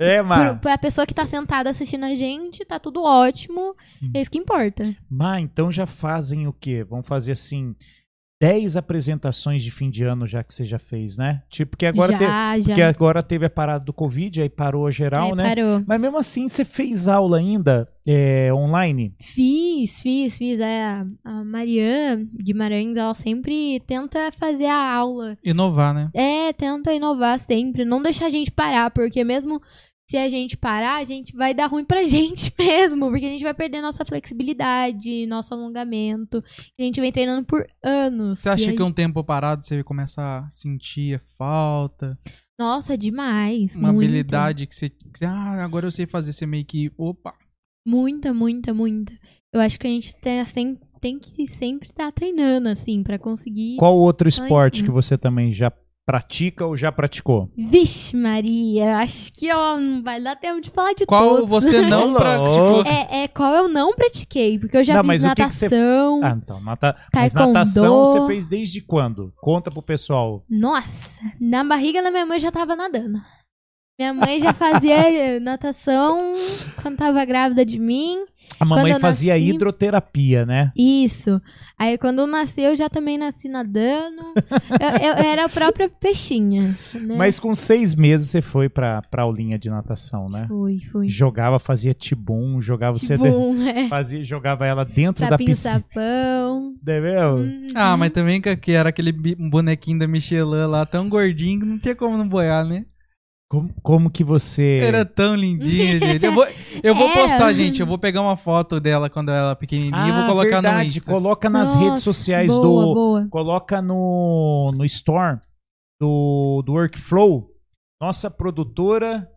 A: É,
C: pro,
A: Mar.
C: pra pessoa que tá sentada assistindo a gente, tá tudo ótimo.
A: Hum.
C: É isso que importa.
A: Mar, então já fazem o quê? Vão fazer assim. 10 apresentações de fim de ano já que você já fez, né? Tipo, que agora,
C: já,
A: te-
C: já.
A: que agora teve a parada do Covid, aí parou geral,
C: É,
A: né?
C: Parou.
A: Mas mesmo assim, você fez aula ainda é, online?
C: Fiz, fiz, fiz. É, a- a Marianne Guimarães, ela sempre tenta fazer a aula
B: Inovar, né?
C: É, tenta inovar sempre, não deixar a gente parar, porque mesmo se a gente parar, a gente vai dar ruim pra gente mesmo, porque a gente vai perder nossa flexibilidade, nosso alongamento, que a gente vem treinando por anos.
B: Você
C: E
B: acha
C: aí-
B: que um tempo parado você começa a sentir a falta?
C: Nossa, demais.
B: Uma
C: muita,
B: habilidade que você, que você. Ah, agora eu sei fazer. Você meio que. Opa!
C: Muita, muita, muita. Eu acho que a gente tem, sem- tem que sempre estar treinando, assim, pra conseguir.
A: Qual outro esporte
C: né?
A: que você também já pratica ou já praticou?
C: Vixe, Maria, acho que ó, não vai dar tempo de falar de
B: Qual
C: todos.
B: você não tipo,
A: Ô,
B: praticou?
A: louco.
C: É, é, qual eu não pratiquei, porque eu já
A: Não,
C: fiz
A: mas o que que você-
C: natação.
A: Ah, então, nata... mas
C: Hum. Taekwondo.
A: natação você fez desde quando? Conta pro pessoal.
C: Nossa, na barriga da minha mãe eu já tava nadando. Minha mãe já fazia eh, natação quando tava grávida de mim.
A: A mamãe
C: eu
A: fazia
C: nasci-
A: hidroterapia, né?
C: Isso. Aí quando eu nasci, eu já também nasci nadando. Eu, eu era a própria peixinha. Né?
A: Mas com seis meses você foi pra, pra aulinha de natação, né?
C: Fui, fui.
A: Jogava, fazia tibum, jogava você de-
C: Bum, é.
A: fazia, jogava ela dentro da
C: Sapinho,
A: piscina.
C: sapão.
A: É mesmo?
C: Uhum.
B: Ah, mas também que- que era aquele bi- um bonequinho da Michelin lá, tão gordinho que não tinha como não boiar, né?
A: Como, como que você.
B: Era tão lindinha, gente. Eu vou, eu vou
C: Era.
B: postar, gente. Eu vou pegar uma foto dela quando ela é pequenininha e
C: Ah,
B: vou colocar
A: Ah, verdade,
B: no Insta.
A: Coloca nas
C: Hum, Nossa,
A: redes sociais
C: boa,
A: do.
C: Boa.
A: Coloca no, no store do, do Workflow. Nossa produtora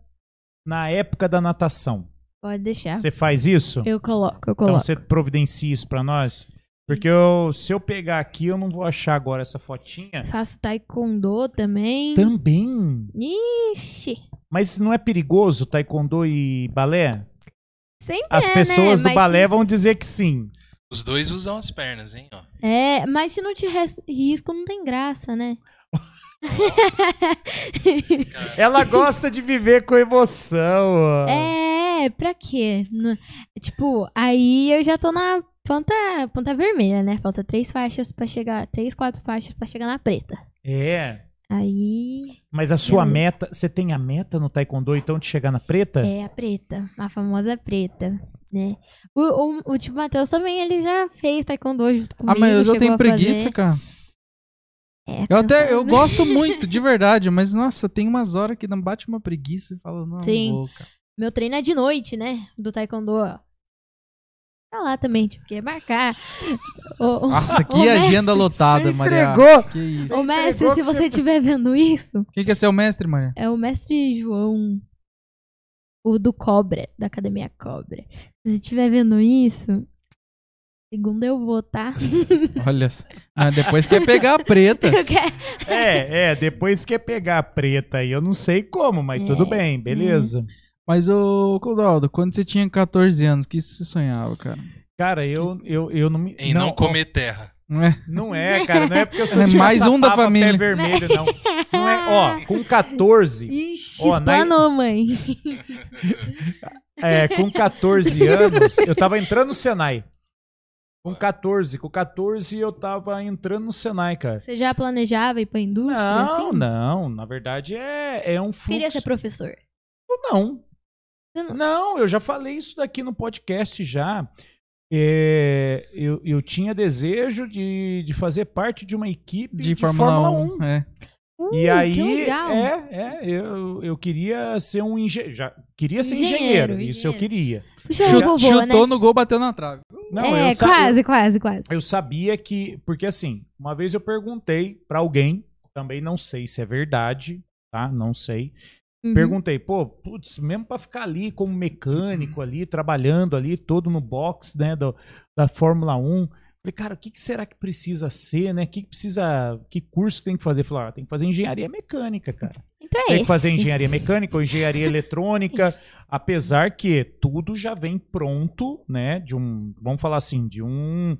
A: na época da natação.
C: Pode deixar.
A: Você faz isso?
C: É? Eu coloco, eu
A: Então
C: coloco.
A: você providencia isso pra nós? Porque eu- se eu pegar aqui, eu não vou achar agora essa fotinha.
C: Faço taekwondo também.
A: Então, Também.
C: Ixi.
A: Mas não é perigoso taekwondo e balé?
C: Sempre
A: As
C: é,
A: pessoas
C: né?
A: do
C: Mas
A: balé
C: se-
A: vão dizer que sim.
D: Os dois usam as pernas, hein? Ó.
C: É, mas se não te res- risco, não tem graça, né?
A: Ela gosta de viver com emoção. ó.
C: É, pra quê? Não- Tipo, aí eu já tô na ponta, ponta vermelha, né? Falta três faixas pra chegar, três, quatro faixas pra chegar na preta.
A: é.
C: Aí
A: Mas a sua
B: Hum.
C: Beleza.
A: meta, você tem a meta no taekwondo então de chegar na preta?
C: é a preta, a famosa preta, né? O, o, o tio Matheus também, ele já fez taekwondo junto comigo.
B: Ah, mas eu já
C: chegou
B: tenho
C: a fazer.
B: preguiça, cara.
C: É,
B: Eu até eu gosto muito, de verdade, mas nossa, tem umas horas que não bate uma preguiça e fala, não,
C: Sim.
B: não vou, cara.
C: Meu treino é de noite, né? Do taekwondo, ó. Tá lá também, tive que marcar. O- o-
A: Ah,
B: Nossa,
C: Ô,
B: que
C: mestre,
B: agenda lotada, Maria.
A: entregou!
B: Que isso.
C: Ô, mestre,
A: entregou
C: se
A: que
C: você estiver vendo isso,
B: Quem que é seu mestre, Maria?
C: é o mestre João. O do Cobra, da Academia Cobra. Se você estiver vendo isso, segunda eu vou, tá?
B: Olha só. Ah, depois quer pegar a preta.
C: Eu quero-
A: É, é, depois quer pegar a preta aí, eu não sei como, mas
C: É.
A: tudo bem, beleza.
B: Hum. Mas, ô, Clodaldo, quando você tinha 14 anos, o que você sonhava, cara?
A: Cara, eu, eu, eu não me.
D: Em não, comer terra.
B: Não é?
A: Não é, cara, não é porque eu sou
B: É
A: de
B: mais um da
A: Caçapava
B: família.
A: Pé vermelho, não. Não é, ó, com 14,
C: Ixi,
A: Ó, né? na-
C: explanou, mãe.
A: é, com 14 anos, eu tava entrando no Senai. Com 14, com 14 eu tava entrando no Senai, cara.
C: Você já planejava ir pra indústria?
A: Não,
C: assim?
A: não, na verdade é, é um fluxo.
C: Queria ser professor.
A: Não.
C: Você não-
A: Não, eu já falei isso daqui no podcast já. É, eu, eu tinha desejo de, de fazer parte de uma equipe
B: De, Fórmula, 1. É.
C: um. Uh,
A: E aí,
C: que legal.
A: é, é, eu, eu queria ser um engenheiro. Já, queria ser
C: Engenheiro,
A: engenheiro, isso eu queria.
C: engenheiro. Puxou
A: Chu-
C: o vovô, né?
B: Chutou no gol, bateu na trave.
A: Não,
C: é,
A: eu, sa-
C: quase, quase, quase.
A: eu sabia que. Porque assim, uma vez eu perguntei pra alguém, também não sei se é verdade, tá? Não sei.
C: Uhum.
A: Perguntei, pô, putz, mesmo pra ficar ali como mecânico
C: Uhum.
A: ali, trabalhando ali, todo no box, né, do- da Fórmula 1. Falei, cara, o que, que será que precisa ser, né? O que, que precisa. Que curso que tem que fazer? Falei, ah, tem que fazer engenharia mecânica, cara.
C: Então é
A: Tem que fazer
C: esse.
A: engenharia mecânica ou engenharia eletrônica, apesar que tudo já vem pronto, né? De um, vamos falar assim, de um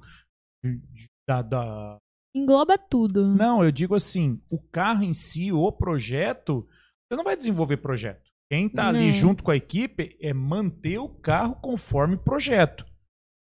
A: de- de- da, da-
C: Engloba tudo.
A: não, eu digo assim, o carro em si, o projeto, você não vai desenvolver projeto. Quem tá ali
C: Não.
A: junto com a equipe é manter o carro conforme projeto.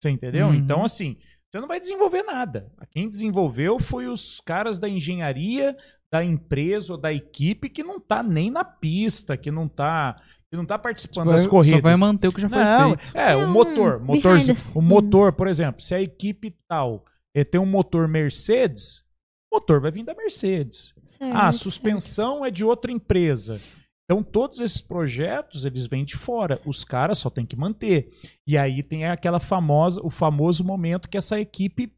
A: Você entendeu?
B: Uhum.
A: Então assim, você não vai desenvolver nada. Quem desenvolveu foi os caras da engenharia da empresa ou da equipe que não tá nem na pista, que não tá, que não tá participando das
B: Vai-
A: corridas.
B: Só vai manter o que já foi
A: não,
B: feito.
A: é,
C: É
A: o
C: um
A: motor,
C: behind
A: motor,
C: the
A: o motor, por exemplo, se a equipe tal eh, tem um motor Mercedes, o motor vai vir da Mercedes.
C: Certo.
A: Ah, a suspensão é de outra empresa. Então todos esses projetos, eles vêm de fora, os caras só tem que manter. E aí tem aquela famosa, o famoso momento que essa equipe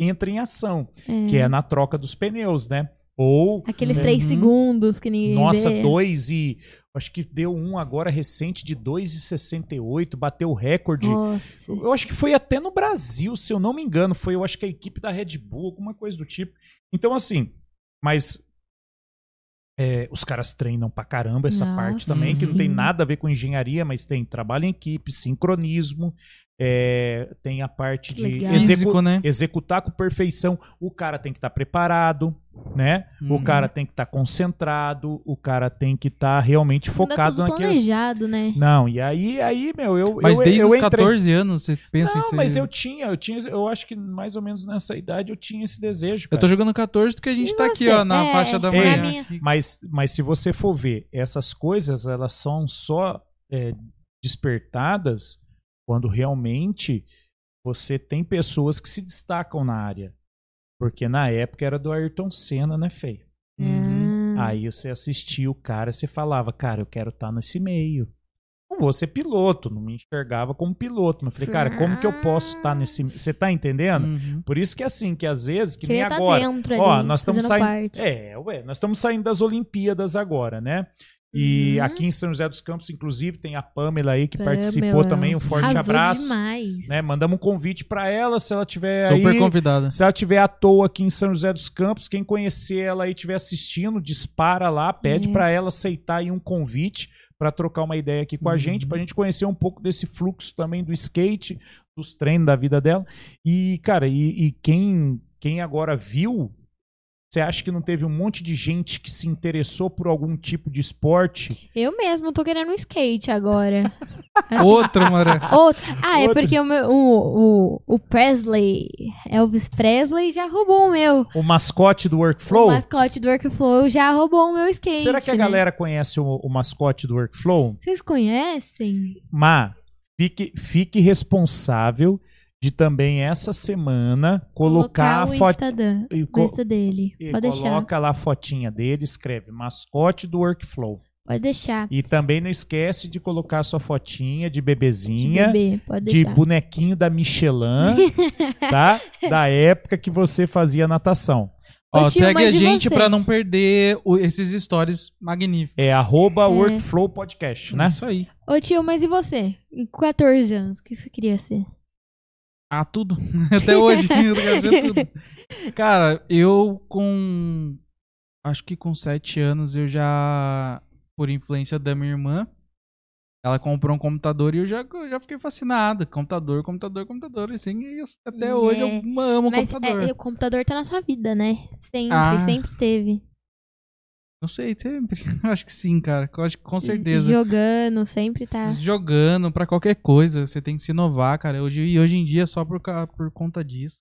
A: entra em ação, que
C: Uhum.
A: é na troca dos pneus, né? Ou
C: Aqueles
A: é,
C: três
B: Uhum.
C: segundos que ninguém
A: nossa,
C: vê.
A: 2 e. Acho que deu um agora recente de 2,68, bateu o recorde.
C: Nossa.
A: Eu acho que foi até no Brasil, se eu não me engano. Foi, eu acho que a equipe da Red Bull, alguma coisa do tipo. Então, assim, mas. é, os caras treinam pra caramba essa
C: Nossa,
A: parte também, que não tem
C: sim.
A: nada a ver com engenharia, mas tem trabalho em equipe, sincronismo, é, tem a parte de
C: Que legal.
A: execu-
B: Físico, né?
A: executar com perfeição. O cara tem que estar preparado, né? O
B: Uhum.
A: cara tem que estar concentrado, o cara tem que estar realmente focado
C: Não é tudo
A: naquilo.
C: planejado, né?
A: Não, e aí, aí, meu, eu.
B: Mas
A: eu,
B: desde
A: eu
B: os
A: entrei-
B: 14 anos, você pensa em
A: Não,
B: ser...
A: mas eu tinha, eu tinha, eu acho que mais ou menos nessa idade eu tinha esse desejo.
B: Eu
A: Cara.
B: tô jogando 14 porque a gente
C: E
B: tá aqui,
C: você?
B: ó, na
C: É,
B: faixa da
A: pra
B: manhã.
C: mim-
B: aqui.
A: Mas, mas se você for ver, essas coisas, elas são só é, despertadas quando realmente você tem pessoas que se destacam na área. Porque na época era do Ayrton Senna, né, Fê?
B: Uhum.
C: Ah,
A: Aí você assistia o cara e você falava, cara, eu quero estar nesse meio. Não vou ser piloto, não me enxergava como piloto. Mas falei, cara, como que eu posso estar nesse meio? Você tá entendendo?
B: Uhum.
A: Por isso que é assim, que às vezes, que
C: Queria
A: nem
C: tá
A: agora.
C: dentro
A: Ó,
C: ali,
A: nós estamos
C: fazendo
A: saindo-
C: parte.
A: É, ué, nós estamos saindo das Olimpíadas agora, né? E
C: Uhum.
A: aqui em São José dos Campos, inclusive, tem a Pamela aí que
C: Pamela.
A: participou também. Um forte
C: Arrasou
A: abraço.
C: demais.
A: Né? Mandamos um convite para ela, se ela tiver
B: Super
A: aí.
B: convidada.
A: Se ela estiver à toa aqui em São José dos Campos, quem conhecer ela e estiver assistindo, dispara lá, pede
C: É.
A: pra ela aceitar aí um convite pra trocar uma ideia aqui com a
B: Uhum.
A: gente, pra gente conhecer um pouco desse fluxo também do skate, dos treinos da vida dela. E, cara, e, e quem, quem agora viu, você acha que não teve um monte de gente que se interessou por algum tipo de esporte?
C: Eu mesmo tô querendo um skate agora.
B: Outra, Mara.
C: Outro. Ah, é
A: Outro.
C: porque o, meu, o, o, o Presley, Elvis Presley, já roubou o meu.
A: O mascote do
C: O
A: Workflow?
C: mascote do Workflow já roubou o meu skate.
A: Será que a
C: né?
A: galera conhece o- o mascote do Workflow?
C: Vocês conhecem?
A: Má, fique, fique responsável de também essa semana colocar,
C: o
A: a foto.
C: Instagram,
A: e
C: o
A: co-
C: Insta dele.
A: e
C: Pode deixar.
A: Coloca lá a fotinha dele, escreve mascote do workflow.
C: Pode deixar.
A: E também não esquece de colocar sua fotinha de
C: De
A: bebezinha, de,
C: bebê, Tipo, pode deixar.
A: bonequinho da Michelin, tá? Da época que você fazia natação.
B: Ó,
C: Ô, tio,
B: segue
C: mas
B: a
C: e
B: gente
C: você?
B: pra não perder o- esses stories magníficos.
A: É arroba Workflow Podcast, né?
B: Isso aí.
C: Ô tio, mas e você? E Com 14 anos, o que você queria ser?
B: Ah, tudo. Até hoje. né? eu quero ver tudo. Cara, eu com. Acho que com sete anos eu já. Por influência da minha irmã, ela comprou um computador e eu já, eu já fiquei fascinado. Computador, computador, computador. E assim, e eu- até
C: É.
B: hoje eu amo
C: mas
B: Um computador.
C: é, e o computador tá na sua vida, né? Sempre,
B: Ah.
C: sempre teve.
B: Não sei, sempre. Eu acho que sim, cara. Eu acho que com certeza.
C: Jogando, sempre tá.
B: Jogando pra qualquer coisa, você tem que se inovar, cara. Hoje, e hoje em dia, é só por, ca- por conta disso.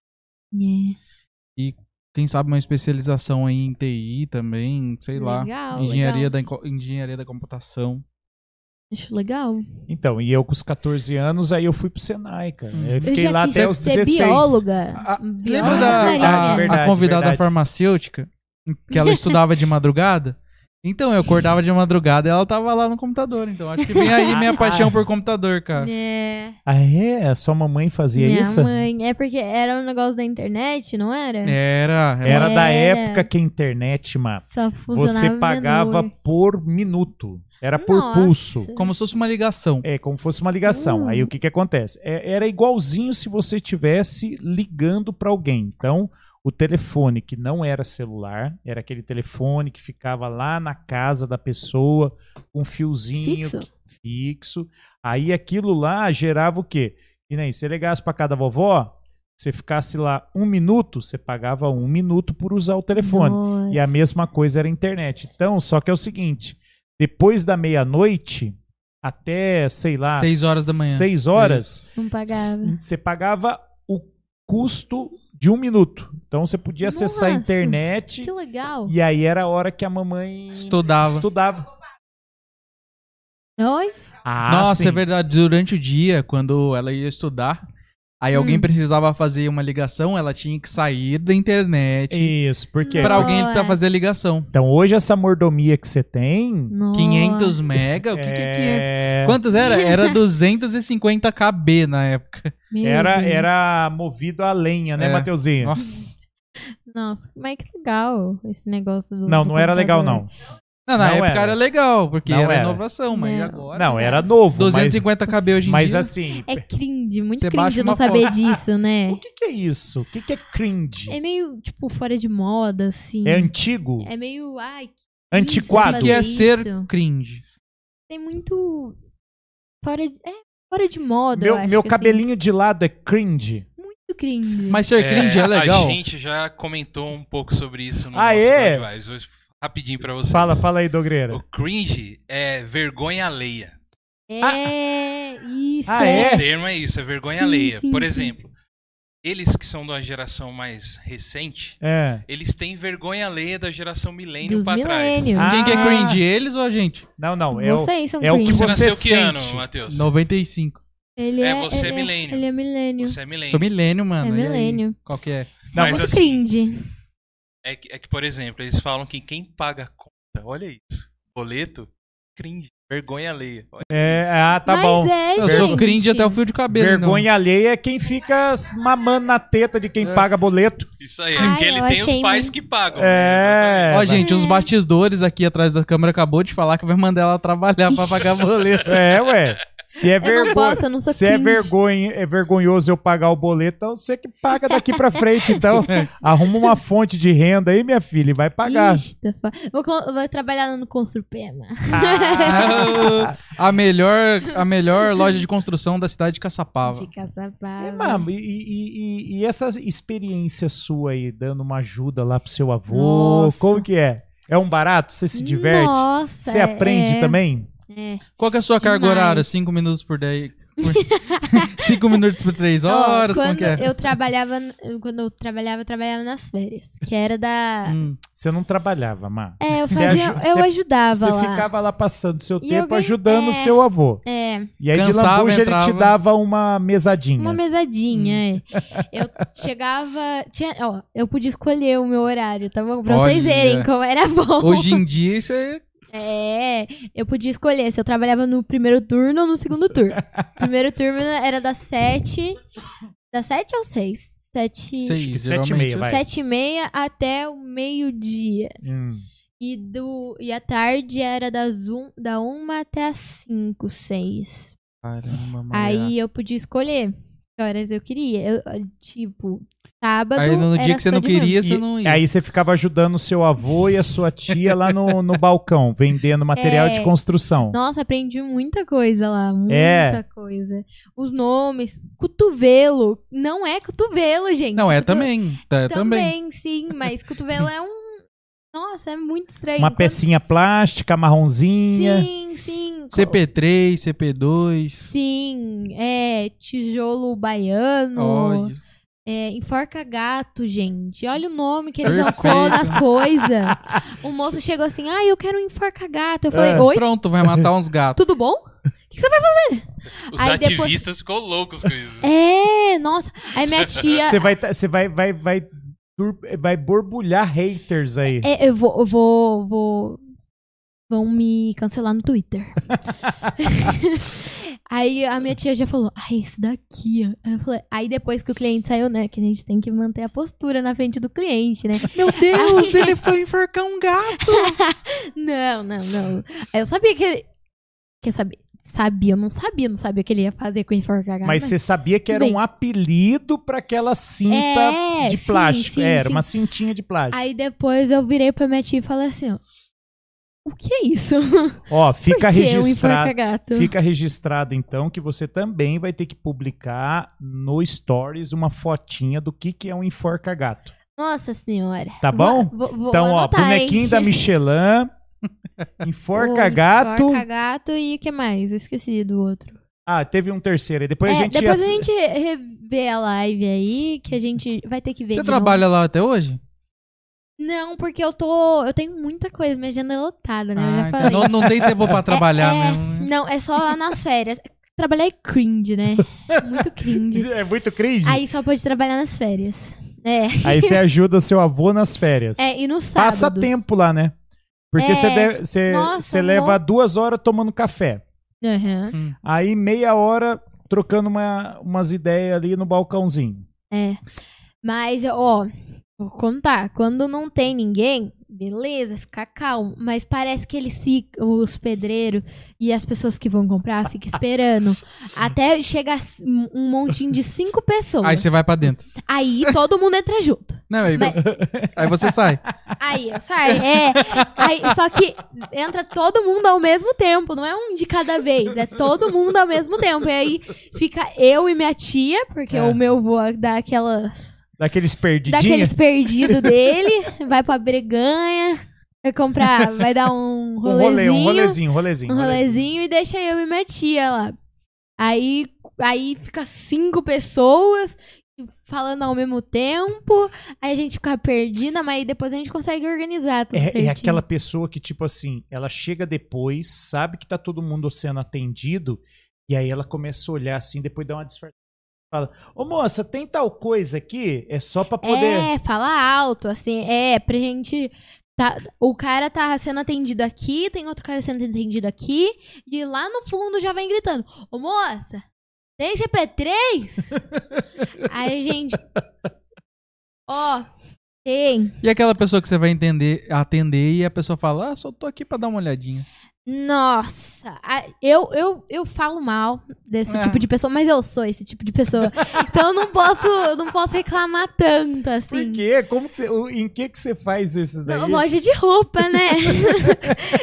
C: É.
B: Quem sabe uma especialização aí em TI também, sei lá.
C: Legal,
B: engenharia,
C: legal.
B: da, inco- engenharia da computação.
C: Acho legal.
A: Então, e eu com os 14 anos, aí eu fui pro Senai, cara.
B: Hum.
A: Eu
C: Uhum. Eu
A: fiquei
C: já
A: lá
C: quis
A: até os
C: ser
A: 16.
C: bióloga.
B: A- a- Ah, lembra
C: bióloga
B: da
C: marinha.
B: a- a
A: Verdade,
B: convidada
A: verdade.
B: farmacêutica? Que ela estudava de madrugada? Então, eu acordava de madrugada e ela tava lá no computador. Então, acho que vem aí minha paixão por computador, cara.
C: É,
A: Ah, é? A sua mamãe fazia
C: minha
A: isso? É.
C: mãe. É porque era um negócio da internet, não era?
B: Era,
C: É.
B: era.
A: Era da
C: Era.
A: época que a internet, mano,
C: Só funcionava
A: você pagava
C: menor.
A: por minuto. Era por
C: Nossa.
A: pulso.
B: Como se fosse uma ligação.
A: É, como fosse uma ligação.
C: Hum.
A: Aí o que que acontece? É, era igualzinho se você tivesse ligando para alguém. Então, o telefone que não era celular, era aquele telefone que ficava lá na casa da pessoa, com um fiozinho
C: Fixo?
A: que- fixo. Aí aquilo lá gerava o quê? E nem você ligasse para cada vovó, você ficasse lá um minuto, você pagava um minuto por usar o telefone.
C: Nossa.
A: E a mesma coisa era a internet. Então, só que é o seguinte: depois da meia-noite até, sei lá.
B: Seis horas da manhã.
A: Seis horas,
C: Não pagava.
A: s- você pagava o custo de um minuto. Então, você podia acessar a
C: Nossa,
A: internet.
C: Que legal.
A: E aí era a hora que a mamãe
B: Estudava.
A: estudava.
C: Oi?
A: Ah,
B: Nossa,
A: sim.
B: é verdade. Durante o dia, quando ela ia estudar, aí alguém
C: Hum.
B: precisava fazer uma ligação, ela tinha que sair da internet
A: Isso, porque.
B: pra alguém
C: Nossa.
B: fazer a ligação.
A: Então, hoje, essa mordomia que você tem.
C: Nossa.
B: 500 mega? O que, que é 500? Quantos era? Era 250 KB na época.
C: Meu
A: Era,
C: Deus.
A: era movido a lenha, né,
B: É.
A: Mateuzinho?
B: Nossa.
C: Nossa, mas que legal esse negócio do.
A: Não,
C: do
A: não era legal,
C: computador.
A: não.
B: Não, na
A: Não
B: época
A: era.
B: era. legal, porque
A: Não
B: era,
A: era.
B: inovação, mas
C: Não.
B: agora.
A: Não, era novo. mas-
B: 250 KB hoje em
A: mas
B: dia.
A: assim,
C: É cringe, muito
B: Você baixa
C: cringe não
B: uma
C: saber
B: foto.
C: disso,
A: o
C: né?
A: que, que é isso? O que, que é cringe?
C: É meio, tipo, fora de moda, assim.
A: É, antigo?
C: É meio. Ai, que
A: antiquado?
C: você
B: que é
C: fazer
B: ser
C: isso.
B: cringe.
C: tem muito. Fora de. É, fora de moda. eu
A: Meu,
C: acho
A: meu
C: que, assim,
A: cabelinho de lado é cringe?
C: muito cringe.
B: Mas ser cringe é, legal.
D: A gente já comentou um pouco sobre isso no
A: Ah,
D: nosso
A: é?
D: Bad Vibes. Vou- Rapidinho pra vocês.
A: Fala, fala aí, Dogreira.
D: O cringe é vergonha alheia.
C: É, isso.
A: Ah,
D: O
A: é?
D: termo é isso, é vergonha
C: Sim,
D: alheia.
C: sim,
D: Por
C: sim.
D: exemplo, eles que são de uma geração mais recente,
A: É.
D: eles têm vergonha alheia da geração milênio
C: Dos
D: pra trás.
C: milênios.
A: Ah,
B: Quem que é
A: Ah.
B: cringe? Eles ou a gente?
A: Não, não. É o,
C: Vocês são
A: é o que
C: cringe.
D: Você,
A: Você
D: nasceu que
A: sente.
D: ano, Matheus?
B: 95.
C: Ele
D: É,
C: é,
D: você é
C: ele
D: milênio.
C: Ele é milênio.
D: Você é milênio.
B: Sou milênio, mano.
C: Você é
B: e aí?
C: milênio.
B: Qual que é?
C: Isso
D: Não,
C: é
D: mas
C: muito
D: assim-
C: cringe.
D: É que, é que, por exemplo, eles falam que quem paga a conta, olha isso, boleto, cringe, vergonha alheia. Olha,
A: é, ah, tá
C: mas
A: bom.
C: é,
B: Eu
C: gente.
B: sou cringe até o fio de cabelo. então.
A: Vergonha alheia é quem fica mamando na teta de quem
B: É.
A: paga boleto.
D: Isso aí, é
C: Ai,
D: porque ele
C: Ah, eu
D: tem os
C: achei
D: pais
C: muito-
D: que pagam. né?
A: É.
B: Então. Ó, gente, os
C: É.
B: bastidores aqui atrás da câmera acabou de falar que vai mandar ela trabalhar pra
C: Ixi.
B: pagar boleto.
A: É, ué. Se é
C: Eu não
A: vergonha.
C: posso, eu não sou
A: Se
C: cringe.
A: é, vergonha, é vergonhoso eu pagar o boleto, então você que paga daqui pra frente, então. Arruma uma fonte de renda aí, minha filha, e vai pagar.
C: Ixi, tá fa- vou, con- vou trabalhar no Construpema.
A: Ah.
B: a, melhor, a melhor loja de construção da cidade de Caçapava.
C: De Caçapava.
A: É, mano, e, e- e- e essa experiência sua aí, dando uma ajuda lá pro seu avô,
C: Nossa.
A: como que é? É um barato? Você se diverte?
C: Nossa.
A: Você aprende
C: é-
A: também?
C: É.
B: Qual que é a sua carga
C: Demais.
B: horária? 5 minutos por 10. 5 minutos por 3 horas?
C: Ó,
B: Como
C: quando
B: que é?
C: eu trabalhava, eu- quando eu trabalhava, eu trabalhava nas férias, que era da
B: Hum,
A: Você não trabalhava, Má.
C: É, eu
A: Você
C: fazia,
A: aju-
C: eu
A: você-
C: ajudava
A: Você
C: lá.
A: ficava lá passando seu
C: E eu
A: tempo
C: ganhei-
A: ajudando o
C: é.
A: seu avô.
C: É,
A: E aí de
B: Cansava,
A: lambuja ele te
B: entrava.
A: dava uma mesadinha.
C: uma
B: Hum.
C: mesadinha, é. Eu chegava, tinha, ó, eu podia escolher o meu horário, tá bom? Pra vocês
B: Olha.
C: verem como era bom.
B: Hoje em dia isso é.
C: É, eu podia escolher se eu trabalhava no primeiro turno ou no segundo turno. primeiro turno era das sete, das sete às seis. sete,
B: Seis,
A: que Tipo, sete e
B: geralmente. é
A: meia, vai.
C: sete e meia até o meio-dia.
A: Hum.
C: E, do, e a tarde era das um, da uma até as cinco, seis.
B: assim. Caramba, mano.
C: Aí eu podia escolher que horas eu queria. Eu, eh, tipo, sábado.
B: Aí no
C: era
B: dia que você
C: só
B: não
C: de manhã.
B: queria, você
A: E
B: não ia.
A: Aí você ficava ajudando seu avô e a sua tia lá no, no balcão, vendendo material de
C: É.
A: construção.
C: Nossa, aprendi muita coisa lá. Muita
A: É.
C: coisa. Os nomes. Cotovelo. Não é cotovelo, gente.
B: Não, é
C: Coto-
B: também. tá- É também.
C: Também, sim. Mas cotovelo é um. Nossa, é muito estranho.
A: Uma
C: Quando-
A: pecinha plástica, marronzinha.
C: Sim, sim. Co-
B: CP3, CP2.
C: Sim. É. Tijolo baiano.
B: Ó, isso.
C: É, enforca gato, gente. Olha o nome que eles não
B: Perfeito.
C: colam nas coisas. O moço chegou assim, ah, eu quero um enforca gato. Eu falei,
A: É.
C: oi,
B: Pronto, vai matar uns gatos.
C: tudo bom?
D: Os
C: Aí depois-
D: ativistas ficou loucos com isso.
C: É, nossa. Aí minha tia...
A: Você vai, tá- você vai, vai, vai, tur- vai borbulhar haters aí.
C: É, eu vou, eu vou, vou... Vão me cancelar no Twitter. aí a minha tia já falou, ah, esse daqui. ó. Aí, eu falei- aí depois que o cliente saiu, né? Que a gente tem que manter a postura na frente do cliente, né?
B: Meu Deus, ele foi enforcar um gato.
C: Não, não, não. Eu sabia que ele. Quer saber? Sabia, eu não sabia, não sabia o que ele ia fazer com o enforcar gato.
A: Mas você sabia que era
C: Bem.
A: um apelido pra aquela cinta
C: É,
A: de
C: sim,
A: plástico.
C: sim,
A: era
C: sim.
A: uma cintinha de plástico.
C: Aí depois eu virei pra minha tia e falei assim: ó, o que é isso?
A: Ó, fica
C: Por que
A: registrado.
C: Um enforca-gato?
A: Fica registrado então que você também vai ter que publicar no Stories uma fotinha do que, que é um enforca-gato.
C: Nossa senhora.
A: Tá bom?
C: Vou, vou, vou
A: Então, ó,
C: anotar, hein?
A: bonequinho da Michelin, enforca-gato.
C: Enforca-gato e o que mais? Eu esqueci do outro.
A: Ah, teve um terceiro aí. Depois
C: É,
A: a gente.
C: depois
A: ass-
C: a gente revê a live aí, que a gente vai ter que ver.
B: Você
C: de novo.
B: trabalha lá até hoje?
C: Não, porque eu tô. Eu tenho muita coisa, minha agenda é lotada, né? eu já
A: Ah,
B: então
C: falei.
B: não, não tem tempo pra trabalhar
C: é,
B: mesmo. né?
C: Não, é só nas férias. Trabalhar é cringe, né? Muito cringe.
A: É muito cringe. Aí,
C: Aí só pode trabalhar nas férias. É.
A: você ajuda o seu avô nas férias.
C: É, e no sábado.
A: Passa tempo lá, né? Porque
C: É.
A: você deve- você
C: Nossa,
A: você
C: um
A: leva duas horas tomando café.
C: Aham.
B: Hum.
A: Aí meia hora trocando uma- umas ideias ali no balcãozinho.
C: É. Mas, ó, vou contar. Quando não tem ninguém, beleza, fica calmo. Mas parece que eles se. Os pedreiros e as pessoas que vão comprar ficam esperando. até chegar um- um montinho de cinco pessoas.
B: Aí você vai pra dentro.
C: Aí todo mundo entra junto.
B: Não, aí,
C: Mas-
B: você, aí você sai.
C: Aí eu saio, é. Aí, só que entra todo mundo ao mesmo tempo, não é um de cada vez, é todo mundo ao mesmo tempo. E aí fica eu e minha tia, porque
A: É.
C: o meu vô dá aquelas.
A: Daqueles perdidinhos.
C: Daqueles perdidos dele, vai pra Breganha, vai comprar, vai dar um
A: Um rolê,
C: rolezinho.
A: um rolezinho, um rolezinho.
C: um
A: um rolezinho.
C: rolezinho e deixa eu e minha tia lá. Aí, aí fica cinco pessoas falando ao mesmo tempo, aí a gente fica perdida, mas aí depois a gente consegue organizar tudo
A: É, é
C: certinho.
A: aquela pessoa que, tipo assim, ela chega depois, sabe que tá todo mundo sendo atendido, e aí ela começa a olhar assim, depois dá uma disfarçada. Fala, ô moça, tem tal coisa aqui? É só pra poder.
C: É, fala alto, assim, é, pra gente... Tá, o cara tá sendo atendido aqui, tem outro cara sendo atendido aqui, e lá no fundo já vem gritando, ô moça, tem CP3? aí a gente... Ó, tem...
B: E aquela pessoa que você vai entender, atender e a pessoa fala, ah, só tô aqui pra dar uma olhadinha.
C: Nossa, a- eu, eu, eu falo mal desse
A: Ah.
B: É.
C: tipo de pessoa, mas eu sou esse tipo de pessoa. então eu não posso, eu não posso reclamar tanto assim.
A: Por quê? Como que você, o- em que que você faz isso daí?
C: Não, loja de roupa, né?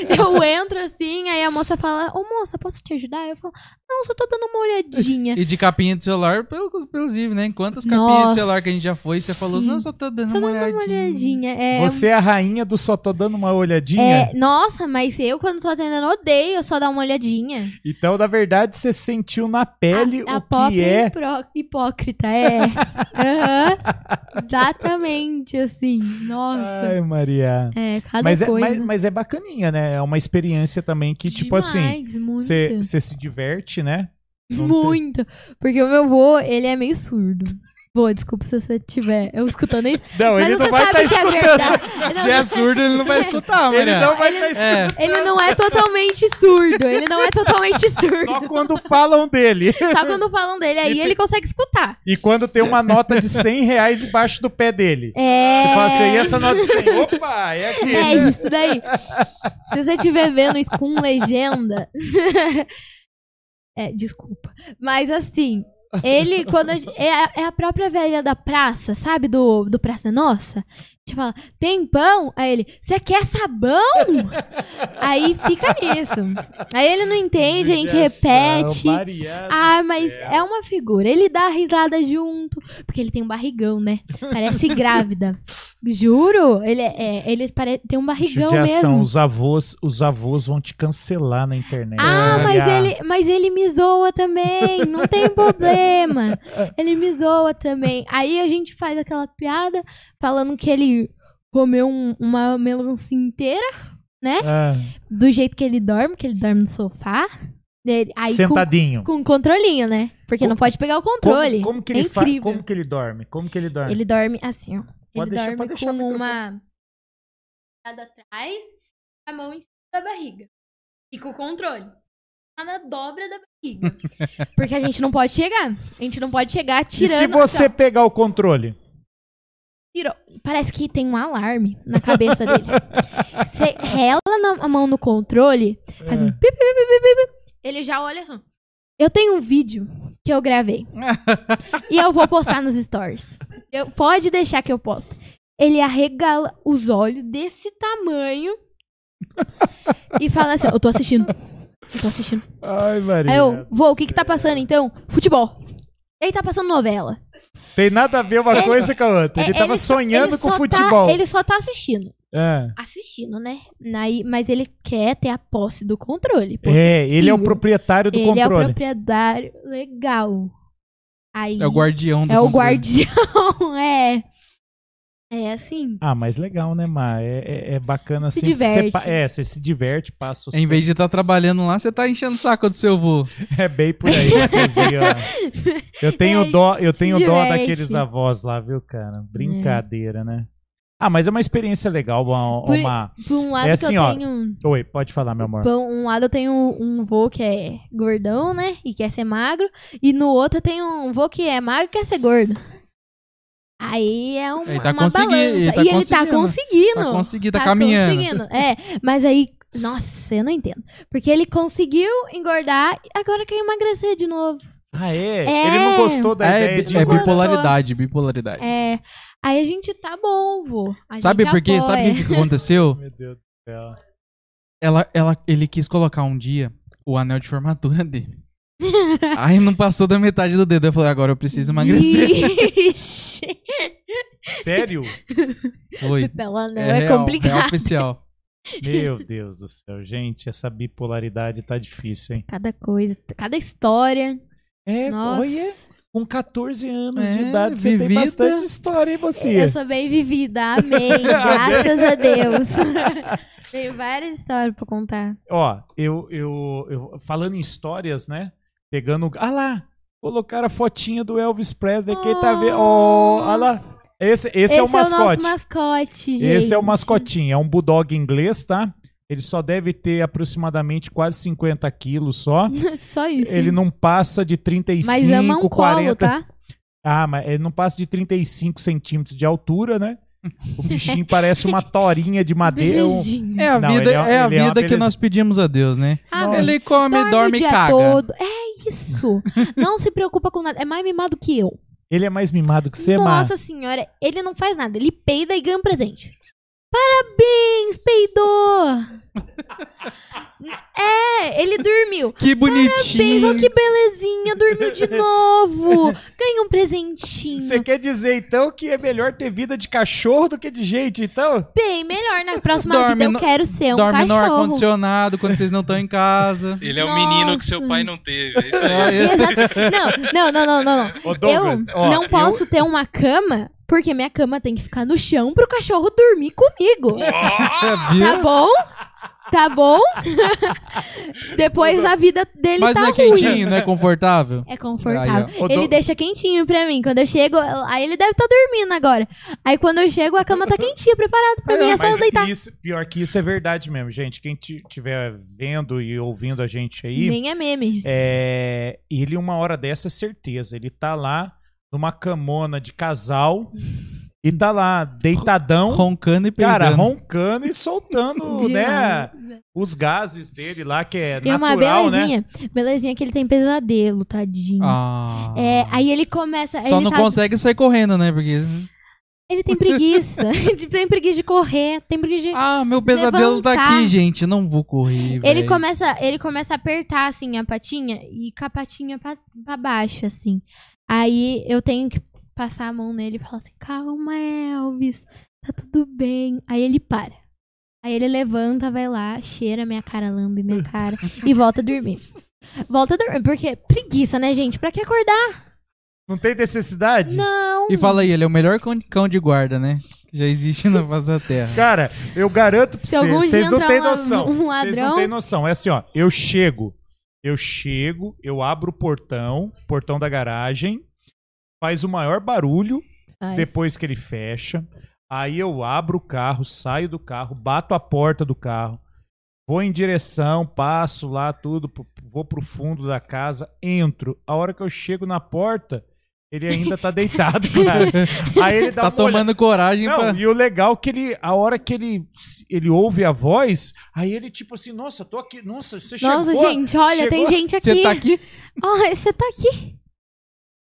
C: eu entro assim, aí a moça fala: Ô moça, posso te ajudar? Eu falo: Não, só tô dando uma olhadinha.
B: E de capinha de celular, pelo- inclusive, né? Quantas capinhas de
C: Nossa.
B: celular que a gente já foi, você falou, não, só tô dando
C: Só
B: uma
C: dando
B: olhadinha.
C: uma olhadinha. É,
A: Você é a rainha do só tô dando uma olhadinha?
C: é, nossa, mas eu quando tô atendendo odeio só dar uma olhadinha.
A: Então, na verdade, você sentiu na pele
C: a, a
A: o que
C: pobre
A: é.
C: hipro- hipócrita, é. Aham. Exatamente, assim. Nossa.
A: Ai, Maria.
C: é, cada
A: Mas é,
C: coisa.
A: mas, mas é bacaninha, né? É uma experiência também que, tipo assim,
C: Demais, muito.
A: você você se diverte, né? não tem-
C: Muito. Porque o meu avô, ele é meio surdo. Boa, desculpa se você estiver eu escutando isso.
A: Não,
C: mas
A: ele
C: você
A: não vai
C: sabe
A: estar
C: que é
A: escutando.
C: verdade. Não,
B: Se é surdo, ele não vai escutar,
A: Ele
B: Maria.
A: não vai tá
C: Ele-
A: estar escutando.
B: É.
C: Ele não é totalmente surdo. Ele não é totalmente surdo.
A: Só quando falam dele.
C: Só quando falam dele aí, ele consegue escutar.
A: E quando tem uma nota de 100 reais embaixo do pé dele.
C: É.
A: Você fala assim, e essa nota de 100? Opa, é aqui.
C: É isso daí. Se você estiver vendo isso com legenda. é, desculpa. Mas assim, ele, quando. a gen- é, a, é a própria velha da praça, sabe? Do, do Praça Nossa. A gente fala, tem pão? Aí ele, você quer sabão? Aí fica nisso. Aí ele não entende, a gente
A: Judiação,
C: repete.
A: Maria do
C: Ah, mas
A: céu.
C: é uma figura. Ele dá risada junto, porque ele tem um barrigão, né? Parece grávida. Juro, ele, é, é, ele pare... tem um barrigão
A: Judiação,
C: mesmo.
A: Os avós, os avós vão te cancelar na internet. É.
C: Ah,
A: Olha.
C: mas ele, mas ele me zoa também, não tem problema. Ele me zoa também. Aí a gente faz aquela piada falando que ele comeu um- uma melancia inteira,
A: Ah,
C: do jeito que ele dorme, que ele dorme no sofá. Ele- Aí com,
A: sentadinho.
C: com controlinho, né? Porque não
A: Como-
C: pode pegar o controle.
A: Como, como que
C: É
A: ele fa-
C: incrível.
A: Como que ele dorme? Como que ele dorme?
C: Ele dorme assim, ó.
A: Ah. Pode
C: ele
A: deixar- pode
C: dorme
A: deixar
C: com
A: o microfone.
C: uma nada atrás, a mão em cima da barriga. E com o controle. Tá na dobra da barriga. Porque a gente não pode chegar. A gente não pode chegar
A: e
C: tirando. assim,
A: se você
C: Ó,
A: pegar o controle?
C: tirou. Parece que tem um alarme na cabeça dele. Você rela na- a mão no controle, faz um
A: É.
C: pip, pip, pip, pip, pip. Ele já olha assim. só. Eu tenho um vídeo que eu gravei. e eu vou postar nos stories. Eu- pode deixar que eu posto. Ele arregala os olhos desse tamanho e fala assim: Eu tô assistindo. Eu tô assistindo.
A: Ai, Maria.
C: Aí eu,
A: do
C: vou, o que que tá
A: céu.
C: passando então? Futebol. Ele tá passando novela.
A: Tem nada a ver uma
C: Ele-
A: coisa com a outra. Ele
C: É,
A: tava
C: só-
A: sonhando
C: ele
A: com
C: só tá-
A: futebol.
C: ele só tá assistindo
A: É.
C: assistindo, né? Aí- mas ele quer ter a posse do controle.
A: É, ele é o
C: possessivo.
A: proprietário do
C: Ele é o
A: controle.
C: proprietário legal. Aí
B: É o guardião do
C: é o
B: controle.
C: guardião, é. É assim.
A: Ah, mas legal, né, Mar? É, é- é bacana assim.
C: Se
A: porque
C: diverte.
A: pa- é, você se diverte, passa os
B: Em vez de estar trabalhando lá, você tá enchendo o saco do seu vô.
A: É bem por aí, Matheusinho, ó. Eu tenho
C: É,
A: dó, eu tenho dó
C: diverte.
A: daqueles avós lá, viu, cara? Brincadeira, né? Ah, mas é uma experiência legal, uma.
C: Por-
A: uma-
C: Por um lado
A: É
C: que
A: assim,
C: eu
A: ó.
C: tenho.
A: Oi, pode falar, meu amor.
C: Por um lado eu tenho um vô que é gordão, né? E quer ser magro. E no outro eu tenho um vô que é magro e quer ser gordo. Aí é um,
B: Ele tá
C: uma
B: consegui-
C: balança.
B: ele tá
C: e ele tá
B: Tá
C: conseguindo.
B: conseguindo, tá, caminhando.
C: conseguindo. É, mas aí, nossa, eu não entendo. Porque ele conseguiu engordar, agora quer emagrecer de novo.
A: Ah, é?
C: É.
A: Ele não gostou da
B: É,
A: ideia
B: bi-
A: de.
B: é
C: Não gostou.
B: bipolaridade, bipolaridade.
C: É, aí a gente tá bom, vô. A
B: sabe
C: gente
B: por quê?
C: apoia.
B: Sabe o que que aconteceu?
A: Meu Deus do céu.
B: Ela, ela, ele quis colocar um dia o anel de formatura dele. Aí não passou da metade do dedo. Eu falei, agora eu preciso emagrecer.
C: Ixi,
A: Sério?
B: Foi.
C: Bela não,
B: É,
C: é,
B: real, real
C: complicado.
B: oficial.
A: Meu Deus do céu, gente, essa bipolaridade tá difícil, hein?
C: Cada coisa, cada história.
A: É,
C: Nossa.
A: olha. Com 14 anos de
B: É,
A: idade, você tem
B: vivida.
A: bastante história, hein, você?
C: Eu sou bem vivida, amém. graças a Deus. Tenho várias histórias pra contar.
A: Ó, eu, eu, eu- Falando em histórias, né? Pegando. Ah lá! Colocaram a fotinha do Elvis Presley. Quem tá vendo? Ó, ah lá! Esse, esse, é o mascote.
C: nosso mascote, gente.
A: esse é o mascotinho. É um bulldog inglês, tá? Ele só deve ter aproximadamente quase 50 quilos só.
C: Só isso.
A: Ele não passa de 35,
C: Mas ama
A: 40.
C: um colo, tá?
A: Ah, mas ele não passa de 35 centímetros de altura, né? O bichinho parece uma torinha de madeira. um-
C: Beijinho.
B: É a
A: Não,
B: vida,
A: ele é-
B: é, a
A: ele é uma
B: vida que
A: beleza.
B: nós pedimos a Deus, né?
C: Ah,
A: Não,
C: mas
B: Ele come, dorme
C: o
B: e
C: dia
B: caga.
C: todo. É isso. Não se preocupa com nada. É mais mimado que eu.
A: Ele é mais mimado que você, Mar.
C: Nossa senhora, ele não faz nada. Ele peida e ganha um presente. Parabéns, peidou! É, ele dormiu.
B: Que
C: Pensa
B: bonitinho.
C: que belezinha, dormiu de novo. Ganha um presentinho.
A: Você quer dizer então que é melhor ter vida de cachorro do que de gente, então?
C: Bem, melhor na próxima
B: Dorme
C: vida eu
B: no-
C: quero ser um
B: Dorme no
C: cachorro.
B: ar-condicionado quando vocês não estão em casa.
D: Ele é o menino que seu pai não teve. É isso aí.
C: Exato. Não, não, não, não, não.
A: Ô,
C: eu não posso ter uma cama, porque minha cama tem que ficar no chão pro cachorro dormir comigo.
D: Ó,
B: Viu?
C: Tá bom? Tá bom? Depois a vida dele
B: Mas
C: tá
B: não é
C: ruim.
B: quentinho, não é confortável?
C: É confortável.
B: Aí,
A: ó. Ô,
C: ele
A: Dom-
C: deixa quentinho pra mim. Quando eu chego, aí ele deve estar dormindo agora. Aí quando eu chego, a cama tá quentinha, preparada pra mim. É só eu
A: Mas
C: deitar.
A: isso- pior que isso é verdade mesmo, gente. Quem estiver vendo e ouvindo a gente aí,
C: Nem é meme.
A: É, ele, uma hora dessa, é certeza. Ele tá lá numa camona de casal e tá lá,
C: É.
A: deitadão,
B: Roncando e peidando.
A: cara, roncando e soltando,
C: De
A: né?
C: nada.
A: Os gases dele lá, que é
C: Tem uma
A: natural, né?
C: belezinha. Belezinha que ele tem pesadelo, tadinho.
B: Ah.
C: É, aí ele começa.
B: Só
C: ele,
B: não
C: tá-
B: consegue sair correndo, né? Porque.
C: ele tem preguiça. De- tem preguiça de correr, tem preguiça de.
B: Ah, meu pesadelo tá
C: Levantar.
B: aqui, gente. Não vou correr.
C: ele
B: velho.
C: começa ele começa a apertar assim a patinha e com a patinha pra, pra baixo, assim. Aí eu tenho que passar a mão nele e falar assim: calma, Elvis, tá tudo bem. Aí ele para. Aí ele levanta, vai lá, cheira minha cara, lambe minha cara e volta a dormir. Volta a dormir, porque preguiça, né, gente? Pra que acordar?
A: Não tem necessidade?
C: Não!
B: E fala aí, ele é o melhor cão- cão de guarda, né? Que já existe na face da terra.
A: Cara, eu garanto pra
C: Se algum
A: vocês,
C: dia
A: vocês não
C: entrar
A: têm
C: um la-
A: noção.
C: um
A: Vocês não
C: ladrão-
A: têm noção. É assim, ó, eu chego, eu chego, eu abro o portão, portão da garagem, faz o maior barulho,
C: Ai,
A: Depois que ele fecha, aí eu abro o carro, saio do carro, bato a porta do carro, vou em direção, passo lá tudo, pro- vou pro fundo da casa, entro. A hora que eu chego na porta, ele ainda tá deitado, cara. Aí ele dá uma
B: Tá
A: olhada.
B: tomando coragem pra.
A: Não, e o legal é que ele, a hora que ele, ele ouve a voz, aí ele tipo assim, nossa, tô aqui, nossa, você
C: Nossa,
A: chegou.
C: gente, olha, tem
A: chegou-
C: gente aqui.
B: Você tá aqui?
C: Ó, você tá aqui.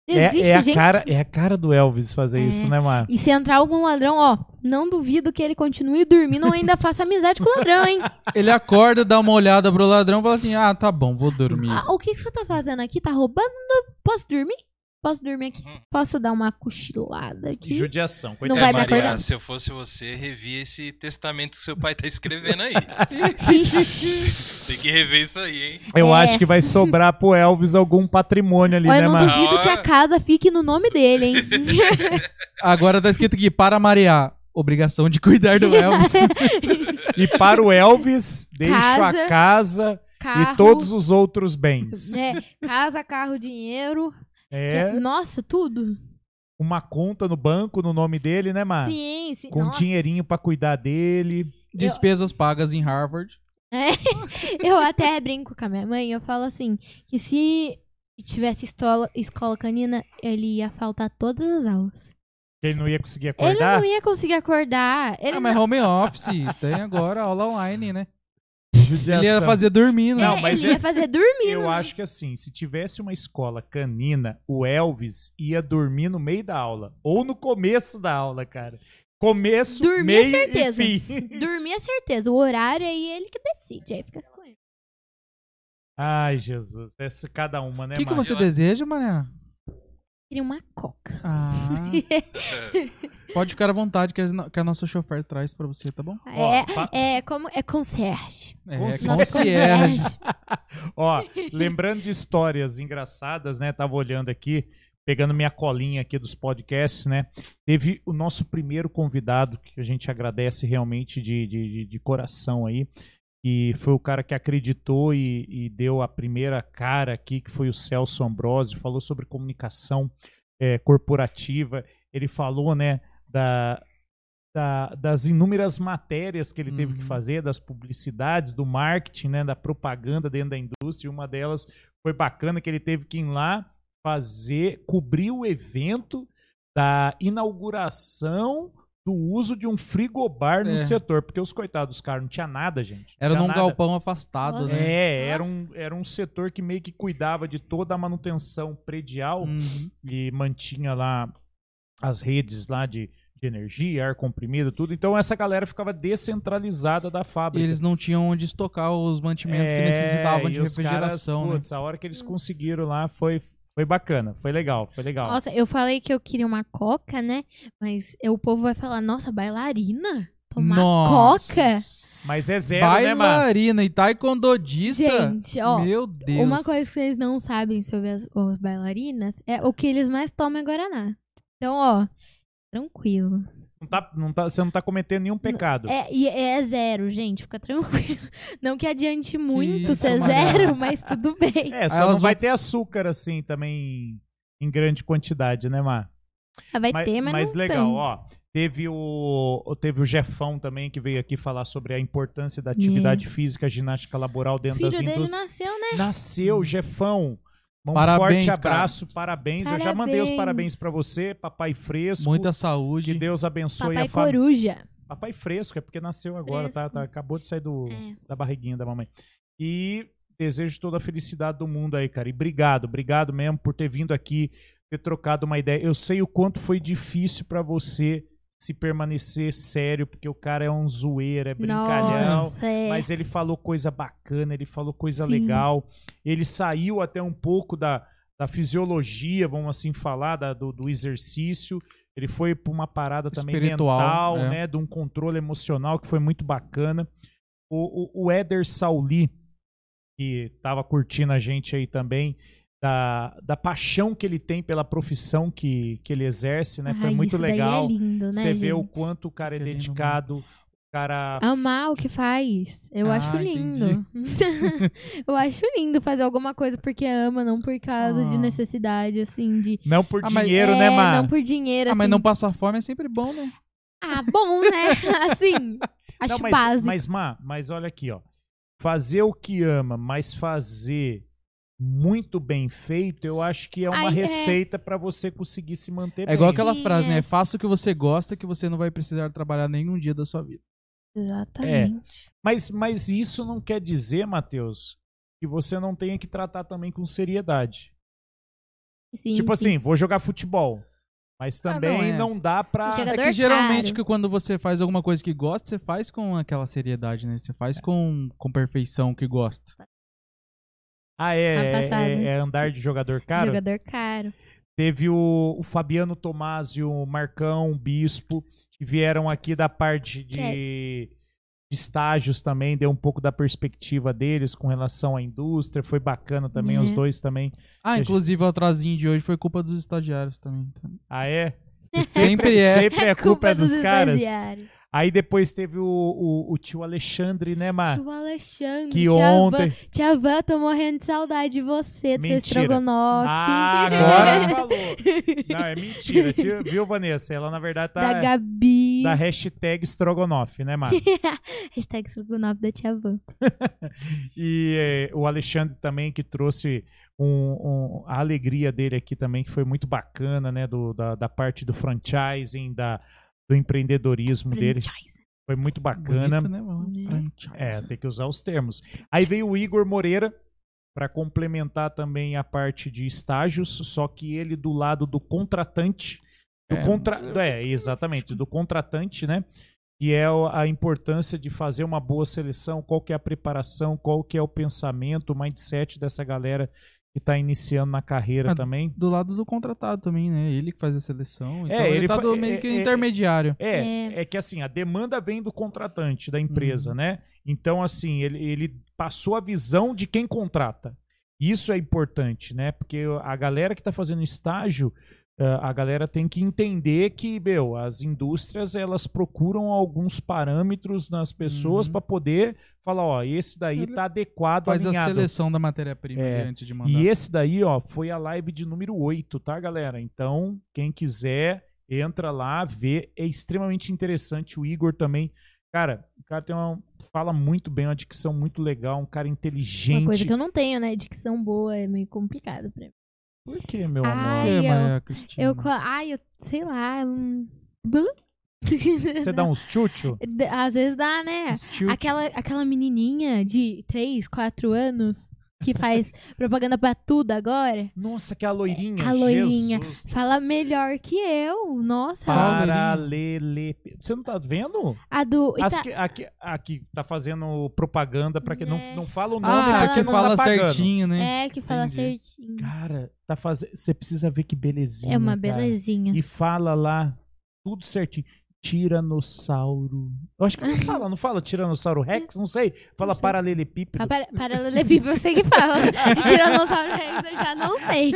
A: É,
C: Existe
A: é a
C: gente.
A: cara, é a cara do Elvis fazer
C: É.
A: isso, né, Mar?
C: E se entrar algum ladrão, ó, não duvido que ele continue dormindo ou ainda faça amizade com o ladrão, hein?
B: Ele acorda, dá uma olhada pro ladrão e fala assim: Ah, tá bom, vou dormir.
C: Ah, o que que você tá fazendo aqui? Tá roubando? Posso dormir? Posso dormir aqui? Posso dar uma cochilada
A: Que
C: aqui?
A: judiação,
C: Não
A: coitado.
C: vai
D: é,
C: me
D: Maria,
C: acordar.
D: se eu fosse você, revia esse testamento que seu pai tá escrevendo aí.
C: Ixi.
D: Tem que rever isso aí, hein?
A: Eu
C: É.
A: acho que vai sobrar pro Elvis algum patrimônio ali,
C: Olha,
A: né,
C: eu não
A: mano?
C: duvido que a casa fique no nome dele, hein?
B: Agora tá escrito aqui: Para marear. Obrigação de cuidar do Elvis.
A: E para o Elvis, deixo a
C: Casa,
A: casa
C: Carro.
A: e todos os outros bens.
C: É, casa, carro, dinheiro.
A: É
C: Nossa, tudo.
A: uma conta no banco no nome dele, né, mano?
C: Sim, sim.
A: Com
C: Nossa,
A: dinheirinho pra cuidar dele.
B: Despesas pagas em Harvard.
C: Eu até brinco com a minha mãe, eu falo assim, que se tivesse escola, escola canina, ele ia faltar todas as aulas.
A: Ele não ia conseguir
C: Ele
A: acordar.
C: não ia conseguir acordar. Ele
B: Ah,
C: não-
B: mas home office. Tem agora aula online, né?
A: Judiação.
B: Ele ia fazer né? dormindo.
A: Não,
C: É,
A: mas
C: ele
A: é-
C: ia fazer dormir.
A: Eu
C: não ia.
A: acho que assim, se tivesse uma escola canina, o Elvis ia dormir no meio da aula. Ou no começo da aula, cara. Começo,
C: Dormir, é
A: meio
C: certeza.
A: e fim.
C: Dormir é certeza. O horário aí é ele que decide. Aí fica com ele.
A: Ai, Jesus. Essa cada uma,
B: O
A: né,
B: que, que
A: Mari?
B: você deseja, Maria?
C: Queria uma coca.
B: Ah,
D: É.
B: pode ficar à vontade que, as no- que a nossa chofer traz pra você, tá bom?
A: Ó,
C: é,
A: fa-
C: é como é concierge.
B: É,
A: Concierge.
C: Nosso
B: concierge.
C: é.
A: Ó, lembrando de histórias engraçadas, né? Tava olhando aqui, pegando minha colinha aqui dos podcasts, né? Teve o nosso primeiro convidado, que a gente agradece realmente de, de, de- de coração aí, que foi o cara que acreditou e, e deu a primeira cara aqui, que foi o Celso Ambrosio, falou sobre comunicação eh, corporativa. Ele falou, né, da, da- das inúmeras matérias que ele teve que
B: Uhum.
A: fazer, das publicidades, do marketing, né, da propaganda dentro da indústria. Uma delas foi bacana que ele teve que ir lá fazer, cobrir o evento da inauguração do uso de um frigobar
B: É.
A: no setor, porque os coitados dos caras não tinha nada, gente.
B: Era
A: Não
B: num
A: tinha nada.
B: galpão afastado,
C: Nossa.
B: né?
A: É, era um, era um setor que meio que cuidava de toda a manutenção predial
B: Uhum.
A: e mantinha lá as redes lá de, de energia, ar comprimido, tudo. Então essa galera ficava descentralizada da
B: E
A: fábrica.
B: eles não tinham onde estocar os mantimentos que
A: É,
B: necessitavam
A: e
B: de
A: os
B: refrigeração, né?
A: caras, putz, a hora que eles conseguiram lá foi, foi bacana, foi legal, foi legal.
C: Nossa, eu falei que eu queria uma coca, né? Mas eh, o povo vai falar, nossa, bailarina?
B: né?
C: Tomar
B: Nossa.
C: coca?
A: Mas é zero, né, mano?
B: Bailarina e taekwondodista.
C: Gente, ó.
B: Meu Deus.
C: Uma coisa que vocês não sabem sobre as, as bailarinas é o que eles mais tomam é Guaraná. Então, ó, tranquilo.
A: Não tá, não tá, você não tá cometendo nenhum pecado.
C: É, e é zero, gente, fica tranquilo. Não que adiante muito
B: isso,
C: ser
B: Mariana.
C: zero, mas tudo bem.
A: É,
B: Aí
A: só
B: elas
A: não vai
B: vão-
A: ter açúcar assim também em grande quantidade, né, Mar?
C: Ah, Vai ter, mas, não
A: legal,
C: tanto.
A: ó. Teve o, teve o Jefão também que veio aqui falar sobre a importância da atividade física, ginástica laboral
C: O
A: dentro assim
C: filho
A: das
C: dele
A: indústrias.
C: nasceu, né?
A: Nasceu, Jefão. Um
B: Parabéns,
A: forte abraço, parabéns. Eu já mandei os
C: Parabéns.
A: paréns pra você, papai fresco.
B: Muita saúde.
A: Que Deus abençoe
C: Papai
A: a família.
C: Coruja.
A: Papai fresco, é porque nasceu agora, tá,
C: Fresco.
A: tá? Acabou de sair do,
C: É.
A: da barriguinha da mamãe. E desejo toda a felicidade do mundo aí, cara. E obrigado, obrigado mesmo por ter vindo aqui, ter trocado uma ideia. Eu sei o quanto foi difícil pra você se permanecer sério, porque o cara é um zoeiro, é brincalhão.
C: Nossa, é.
A: Mas ele falou coisa bacana, ele falou coisa
C: Sim.
A: legal. Ele saiu até um pouco da, da fisiologia, vamos assim falar, da- do, do exercício. Ele foi pra uma parada também
B: Espiritual,
A: mental,
B: é.
A: né? De um controle emocional que foi muito bacana. O, o, o Éder Sauli, que tava curtindo a gente aí também, da, da paixão que ele tem pela profissão que, que ele exerce, né? Foi
C: Ai,
A: muito
C: isso daí
A: legal.
C: é lindo, né,
A: Você vê o
C: gente?
A: quanto o cara é
B: Querendo muito.
A: dedicado, o cara
C: Amar o que faz. Eu
B: Ah,
C: acho lindo. eu acho lindo fazer alguma coisa porque ama, não por causa de
B: Ah.
C: necessidade, assim, de.
A: Não por
B: Ah, mas-
A: dinheiro,
C: é,
A: né, Mar?
C: Não por dinheiro,
B: Ah,
C: assim.
B: mas não passar fome é sempre bom, né?
C: Ah, bom, né? assim. Acho
A: Não, mas,
C: básico.
A: Mas, Mar, mas olha aqui, ó. Fazer o que ama, mas fazer muito bem feito, eu acho que é uma
C: Ai, é.
A: receita pra você conseguir se manter
B: É
A: bem.
B: igual aquela
C: Sim,
B: frase,
C: é.
B: né? Faça o que você gosta que você não vai precisar trabalhar nenhum dia da sua vida.
A: é.
C: Exatamente.
A: Mas, mas isso não quer dizer, Matheus, que você não tenha que tratar também com seriedade.
C: Sim,
A: tipo
C: sim.
A: assim, vou jogar futebol. Mas
B: Ah, não,
A: também não,
B: é.
A: dá pra.
C: Chega-
B: É
C: Jogador
B: que geralmente
C: caro.
B: que quando você faz alguma coisa que gosta, você faz com aquela seriedade, né? Você
C: É.
B: faz com, com perfeição que gosta.
A: Ah,
C: Ah,
A: é,
C: passado.
A: é, é andar de jogador caro.
C: Jogador caro.
A: Teve o, o Fabiano Tomásio, o Marcão, o Bispo, que vieram aqui da parte de, de estágios também, deu um pouco da perspectiva deles com relação à indústria. Foi bacana também,
C: É.
A: os dois também.
B: Ah, inclusive o atrasinho de hoje foi culpa dos estagiários também. então.
A: Ah, é?
B: Sempre é.
A: Sempre é culpa, dos, caras.
C: estagiários.
A: Aí depois teve o, o, o tio Alexandre, né, Mar?
C: Tio Alexandre,
A: Que
C: tia
A: ontem.
C: Van. Tia Van, tô morrendo de saudade de você, do seu
A: Mentira.
C: estrogonofe.
A: Ah, agora falou. Não, é mentira, tio- viu, Vanessa? Ela, na verdade, tá
C: da Gabi.
A: da hashtag Strogonoff, né, Mar?
C: Hashtag estrogonofe da tia Van.
A: E eh, o Alexandre também que trouxe um- um- a alegria dele aqui também, que foi muito bacana, né? do- da, da parte do franchising, da, do empreendedorismo dele.
C: Franchise.
A: Foi muito bacana.
B: Bonito, né, mano?
C: Né?
A: É,
B: Franchise.
A: tem que usar os termos. Aí veio o Igor Moreira para complementar também a parte de estágios, só que ele do lado do contratante. Do
B: É,
A: contra... é, exatamente, do contratante, né? Que é o- a importância de fazer uma boa seleção, qual que é a preparação, qual que é o pensamento, o mindset dessa galera que está iniciando na carreira
B: Ah,
A: também.
B: Do lado do contratado também, né? Ele que faz a seleção. Então
A: É,
B: ele,
A: ele
B: tá
A: fa-
B: do
A: é,
B: meio que
A: é, é.
B: intermediário.
A: É, é que assim, a demanda vem do contratante, da empresa,
B: Uhum.
A: né? Então, assim, ele, ele passou a visão de quem contrata. Isso é importante, né? Porque a galera que está fazendo estágio, eh, a galera tem que entender que, meu, as indústrias elas procuram alguns parâmetros nas pessoas
B: Uhum.
A: para poder falar, ó, esse daí
B: Ele
A: tá adequado,
B: Faz a
A: alinhado.
B: seleção da matéria-prima
A: É.
B: ali antes de mandar.
A: E esse daí, ó, foi a live de número 8, tá, galera? Então, quem quiser, entra lá, vê. É extremamente interessante. O Igor também. Cara, o cara tem uma. Fala muito bem, uma dicção muito legal, um cara
C: Uma
A: inteligente.
C: coisa que eu não tenho, né? Dicção boa é meio complicado pra mim.
A: Por que, meu
C: Ah,
A: amor?
B: É,
C: Ai, eu-
B: Maria Cristina.
A: Hum.
C: Eu, co- ai, eu sei lá. eu não-
A: Você dá um uns tchutchu?
C: D- Às vezes dá, né?
A: Uns tchutchu?
C: Aquela, aquela menininha de 3, 4 anos que faz propaganda pra tudo agora,
A: Nossa, que a loirinha.
C: É, A loirinha.
A: Jesus.
C: fala melhor que eu. Nossa.
A: Paralele. Você não tá vendo?
C: A do.
A: As
C: Ita-
A: que, a, que, a que tá fazendo propaganda pra que. Não,
C: É.
A: não fala o nome
B: Ah,
A: pra
B: que
A: não
B: fala
A: tá pagando.
B: certinho, né?
C: É, que fala
B: Entendi.
C: certinho.
A: Cara, tá fazendo. Você precisa ver que belezinha.
C: É uma
A: cara.
C: belezinha.
A: E fala lá tudo certinho. Tiranossauro. Eu acho que ela fala, não fala Tiranossauro Rex, não sei. Fala
C: sei.
A: paralelepípedo.
C: Ah, Para- Paralelepípedo, eu sei que fala. Tiranossauro Rex, eu já não sei.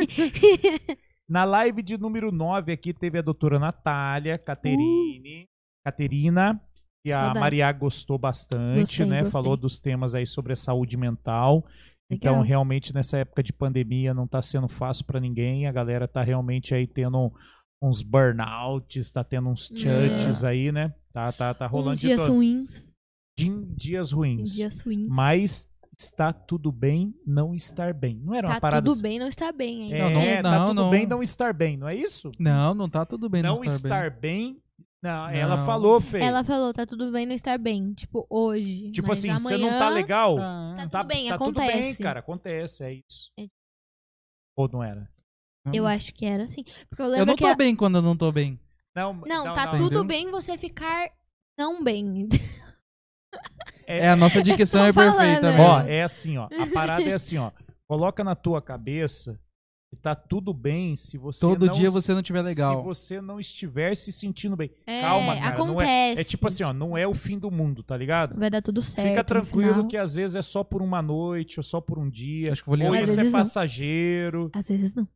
A: Na live de número 9 aqui teve a doutora Natália, Caterine, Caterina, que a
C: Uh. Saudades.
A: Maria gostou bastante,
C: Gostei,
A: né?
C: gostei.
A: Falou dos temas aí sobre a saúde mental. Então,
C: Legal.
A: realmente, nessa época de pandemia, não tá sendo fácil para ninguém. A galera tá realmente aí tendo uns burnouts, tá tendo uns chuts aí, né? Tá, tá, tá rolando
C: Uns
A: de
C: É. dias
A: todo.
C: ruins.
A: Din- dias
C: em
A: ruins.
C: Dias ruins.
A: Mas está tudo bem não estar bem. Não era uma
C: tá
A: parada assim,
C: tudo bem, não está bem ainda.
A: É,
B: Não, não,
C: né?
A: tá
B: não,
A: tudo
B: não.
A: bem não estar bem, não é isso?
B: Não, não tá tudo bem.
A: não,
B: estar bem.
A: estar bem. Não, ela
B: Não.
A: falou, Fê.
C: Ela falou, tá tudo bem não estar bem. Tipo, hoje.
A: tipo
C: mas
A: assim,
C: amanhã,
A: você não tá legal.
B: Ah,
C: Tá-
A: não
C: tudo bem,
A: tá tudo bem,
C: acontece.
A: cara, acontece, é isso.
C: É.
A: Ou não era?
C: Eu acho que era assim. Porque eu lembro
B: Eu não
C: que
B: tô
C: ela-
B: bem quando eu não tô bem.
A: Não,
C: Não, tá
B: não.
C: tudo
B: Entendeu?
C: bem você ficar não bem.
A: É,
B: É, a nossa dicção é
C: Tô falando,
B: perfeita
C: é.
B: mesmo.
A: Ó, é assim, ó. A parada é assim, ó. Coloca na tua cabeça que tá tudo bem se você
B: Todo
A: não
B: dia você não tiver legal.
A: Se você não estiver se sentindo bem.
C: É,
A: Calma, cara, não é-
C: acontece.
A: É tipo assim, ó, não é o fim do mundo, tá ligado?
C: Vai dar tudo certo.
A: Fica
C: no
A: tranquilo
C: final.
A: que às vezes é só por uma noite ou só por um dia.
B: Acho que eu vou
A: Ou
B: ligar.
C: Às
A: isso é
C: vezes não.
A: passageiro.
C: Às vezes não.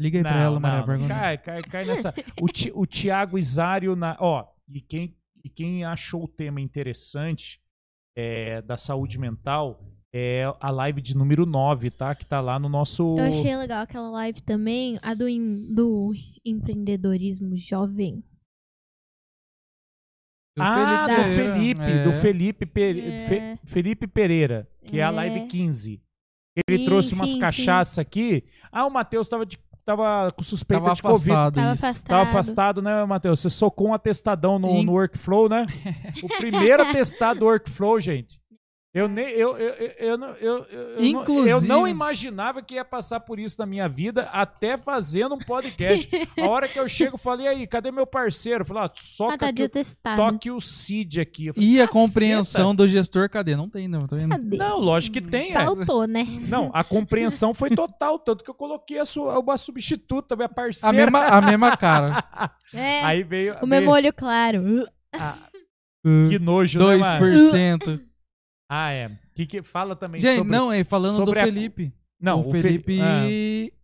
B: Liga aí pra
A: Não,
B: ela, Maria,
A: não,
B: pergunta.
A: Cai, cai, cai nessa. O, Ti, o Tiago Isário, na, ó, e quem, e quem achou o tema interessante é, da saúde mental é a live de número 9, tá? Que tá lá no nosso.
C: Eu achei legal aquela live também, a do, em- do empreendedorismo jovem.
B: Do
A: ah, do
B: Pereira.
A: Felipe,
B: É.
A: do Felipe, Pe-
C: É.
A: Fe- Felipe Pereira, que é, a live
C: É.
A: 15. Ele
C: Sim,
A: trouxe umas
C: sim,
A: cachaças aqui. Ah, o Matheus tava, de- tava com suspeita
B: Tava
A: de Covid.
B: afastado
C: Tava
B: isso.
C: afastado.
A: Tava afastado, né, Matheus? Você socou um atestadão no,
B: Em-
A: no workflow, né? O primeiro atestado do workflow, gente. Eu nem. Eu, eu, eu, eu, não- eu, eu, eu não- eu
B: Inclusive-
A: não imaginava que ia passar por isso na minha vida, até fazendo um podcast. A hora que eu chego, eu falei, "E aí, cadê meu parceiro? Eu falei, ah, soca
C: Ah, tá
A: aqui,
C: de
A: o-
C: testado.
A: toque o Cid aqui. Eu falei,
B: E a
A: "Caceta!"
B: compreensão do gestor, cadê? Não tem, não. Tá vendo?
C: Cadê?
A: Não, lógico que tem, é.
C: Faltou, né?
A: Não, a compreensão foi total, tanto que eu coloquei a sua, uma substituta, minha
B: A
A: parceira.
B: mesma, a mesma cara.
C: É,
A: Aí veio.
C: o meu
A: veio-
C: olho claro. Uh,
A: Que nojo, né, mano?
B: 2%.
A: Ah, é. Que que fala também
B: Gente,
A: sobre...
B: não, é falando do
A: sobre a-
B: Felipe.
A: Não,
B: o Felipe,
A: Ah,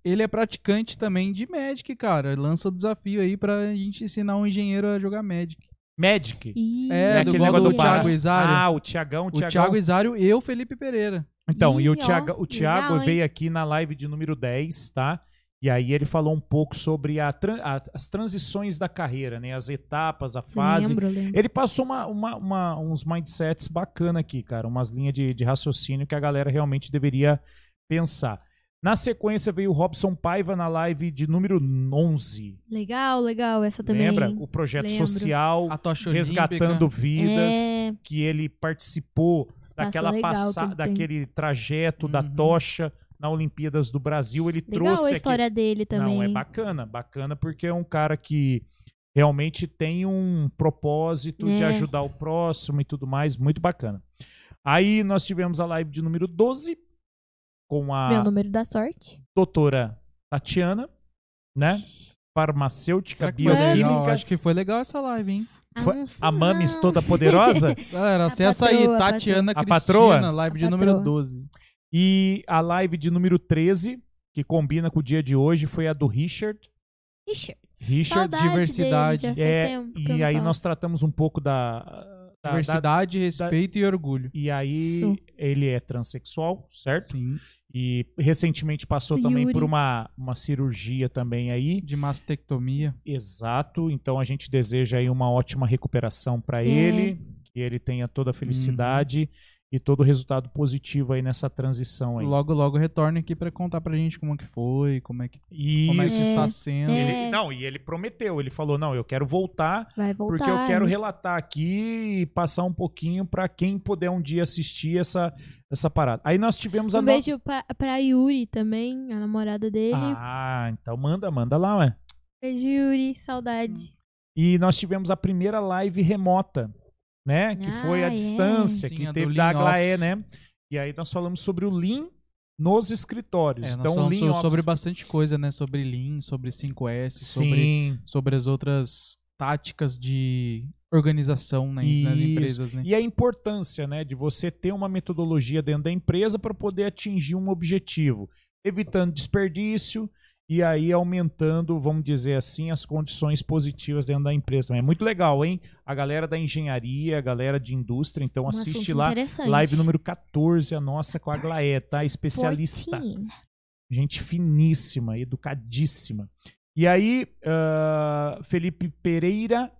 B: ele é praticante também de Magic, cara. Lança o desafio aí pra gente ensinar um engenheiro a jogar Magic.
A: Magic.
C: Ih,
B: É, do
A: aquele
B: igual
A: negócio
B: do
A: do Pará.
B: Thiago Isário.
A: Ah, o Tiagão.
B: o Thiago Isário e o Felipe Pereira.
A: Então, e o
C: Ih, ó,
A: Thiago, o Thiago
C: legal, hein?
A: veio aqui na live de número 10, tá? E aí ele falou um pouco sobre a tran- a- as transições da carreira, né? As etapas, a fase.
C: Lembro, lembro.
A: Ele passou uma- uma- uma- uns mindsets bacana aqui, cara. Umas linhas de, de raciocínio que a galera realmente deveria pensar. Na sequência veio o Robson Paiva na live de número 11.
C: Legal, legal, essa também.
A: Lembra? O projeto
C: Lembro.
A: social,
B: A tocha
A: resgatando
B: olímpica.
A: vidas,
C: É,
A: que ele participou
C: espaço
A: daquela
C: legal que
A: passada,
C: ele tem.
A: daquele trajeto da
B: Uhum.
A: tocha na Olimpíadas do Brasil, ele
C: Legal
A: trouxe
C: a história dele
A: aqui.
C: também.
A: Não, é bacana, bacana porque é um cara que realmente tem um propósito de
C: É.
A: ajudar o próximo e tudo mais, muito bacana. Aí nós tivemos a live de número 12 com
C: Meu
A: a
C: número da sorte.
A: doutora Tatiana, né? Farmacêutica,
B: Será que foi legal?
A: bioquímica,
B: Acho que foi legal essa live, hein?
A: Foi-
C: Ah, não sei
A: a mames
C: não.
A: toda poderosa.
B: Galera,
C: A
B: acessa
C: patroa,
B: aí,
C: a
B: Tatiana
A: patroa. A patroa?
B: Cristina, live
C: A
B: de número
C: patroa.
B: 12.
A: E a live de número 13, que combina com o dia de hoje, foi a do Richard.
C: Ixi,
A: Richard,
C: saudade
B: diversidade.
C: Dele, já faz
A: é,
C: tempo que eu
A: e
C: não
A: aí
C: falo.
A: nós tratamos um pouco da. da- da-
B: Diversidade, respeito e orgulho.
A: e aí
C: Isso.
A: ele é transexual, certo?
B: Sim.
A: E recentemente passou
C: O
A: também por
C: Yuri.
A: uma, uma cirurgia também aí.
B: De mastectomia.
A: Exato. Então a gente deseja aí uma ótima recuperação para
C: É.
A: ele, que ele tenha toda a felicidade e todo o resultado positivo aí nessa transição aí.
B: Logo, logo retorne aqui pra contar pra gente como é que foi, como é que, como é que
A: Isso.
B: está sendo.
C: É.
A: Ele- não, e ele prometeu, ele falou: não, eu quero voltar
C: Vai voltar.
A: Porque eu quero
C: né?
A: relatar aqui e passar um pouquinho pra quem puder um dia assistir essa, essa parada. Aí nós tivemos a
C: Um
A: no-
C: beijo pra, pra Yuri também, a namorada dele.
A: Ah, então manda, manda lá, ué.
C: Beijo, Yuri. Saudade.
A: Hum. E nós tivemos a primeira live remota, né? Que foi à
C: Ah, é.
A: distância,
B: Sim,
A: que
B: a do
A: teve
B: Lean
A: da Aglaé,
B: Office.
A: né? E aí nós falamos sobre o Lean nos escritórios.
B: É, nós
A: então, o
B: falamos
A: Lean
B: so-
A: Office-
B: sobre bastante coisa, né? Sobre Lean, sobre 5S, sobre,
A: Sim.
B: sobre as outras táticas de organização né, nas
A: Isso.
B: empresas, né?
A: E a importância, né, de você ter uma metodologia dentro da empresa para poder atingir um objetivo, evitando desperdício e aí aumentando, vamos dizer assim, as condições positivas dentro da empresa também. É muito legal, hein? A galera da engenharia, a galera de indústria, então
C: Um
A: assiste
C: assunto
A: lá.
C: interessante.
A: Live número 14, a nossa com a Glaé, tá? Especialista.
C: Fortinho.
A: Gente finíssima, educadíssima. E aí, ah, Felipe Pereira,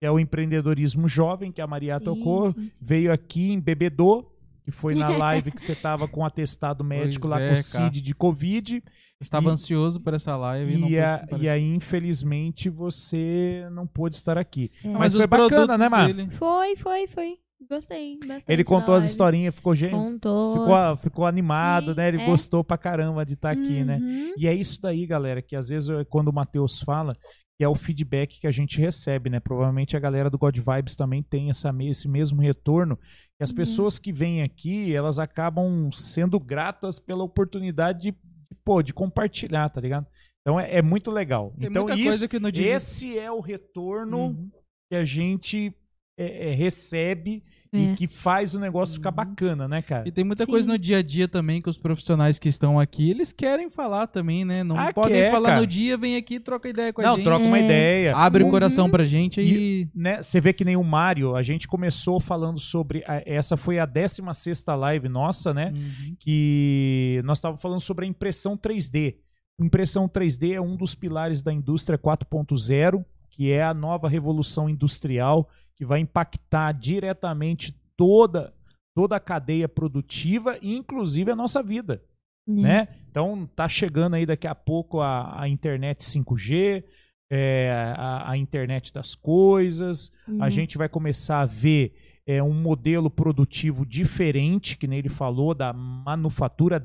A: que é o empreendedorismo jovem que a Maria tocou,
C: Sim, sim.
A: veio aqui em Bebedô, que foi na live que você estava com atestado médico lá
B: é,
A: com o
B: cara.
A: CID de Covid.
B: Estava
A: E-
B: ansioso por essa live e, não
A: E,
B: pude
A: a- e
B: comparecer.
A: aí, infelizmente, você não pôde estar aqui.
C: É.
A: Mas foi bacana,
B: produtos
A: né, Mar?
B: dele-
C: Foi, foi, foi. Gostei bastante.
A: Ele
C: da
A: contou as
C: live.
A: historinhas, ficou gente.
C: Contou.
A: Ficou, ficou animado,
C: Sim,
A: né? Ele
C: é.
A: gostou pra caramba de estar aqui, né?
C: Uhum.
A: E é isso daí, galera, que às vezes eu- quando o Matheus fala, que é o feedback que a gente recebe, né? Provavelmente a galera do God Vibes também tem essa, me- esse mesmo retorno. Que as
C: Uhum.
A: pessoas que vêm aqui, elas acabam sendo gratas pela oportunidade de, de, pô, de compartilhar, tá ligado? Então é, é muito legal.
B: Tem
A: então
B: muita
A: isso,
B: coisa que no dia.
A: esse é o retorno
B: Uhum.
A: que a gente é, é, recebe e
C: É.
A: que faz o negócio ficar
B: Uhum.
A: bacana, né, cara?
B: E tem muita
C: Sim.
B: coisa no dia a dia também que os profissionais que estão aqui, eles querem falar também, né? Não
A: Ah,
B: podem
A: quer,
B: falar
A: cara.
B: no dia, vem aqui, troca ideia com a
A: Não,
B: gente.
A: troca uma
C: É.
A: ideia.
B: Abre
C: Uhum.
B: o coração pra gente e,
A: né, você vê que nem o Mário, a gente começou falando sobre. a- essa foi a 16 live nossa, né?
B: Uhum.
A: Que nós estávamos falando sobre a impressão 3D. Impressão 3D é um dos pilares da indústria 4.0, que é a nova revolução industrial, que vai impactar diretamente toda, toda a cadeia produtiva e, inclusive, a nossa vida né? Então tá chegando aí daqui a pouco a, a internet 5G, é, a, a internet das coisas. A
C: Uhum.
A: gente vai começar a ver é, um modelo produtivo diferente, que nem ele falou, da manufatura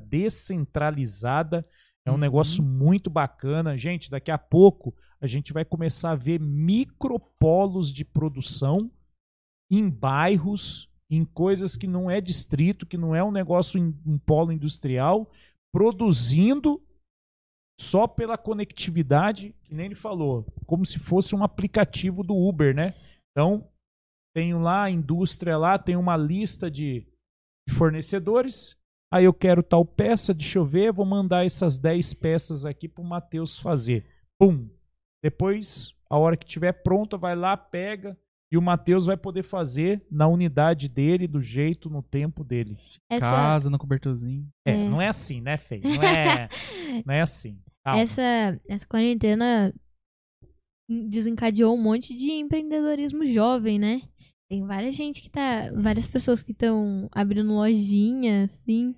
A: descentralizada. É um
B: Uhum.
A: negócio muito bacana. Gente, daqui a pouco a gente vai começar a ver micropolos de produção em bairros, em coisas que não é distrito, que não é um negócio em, um polo industrial, produzindo só pela conectividade, que nem ele falou, como se fosse um aplicativo do Uber, né? Então, tenho lá a indústria lá, tem uma lista de, de fornecedores. Aí Ah, eu quero tal peça, deixa eu ver, vou mandar essas 10 peças aqui pro Matheus fazer. Pum. Depois, a hora que tiver pronta, vai lá, pega e o Matheus vai poder fazer na unidade dele, do jeito, no tempo dele.
C: Essa,
B: casa, no cobertorzinho.
A: É,
C: É.
A: não é assim, né, Fê? Não é, não é assim. Calma.
C: essa, essa quarentena desencadeou um monte de empreendedorismo jovem, né? Tem várias gente que tá. Várias pessoas que estão abrindo lojinha, assim.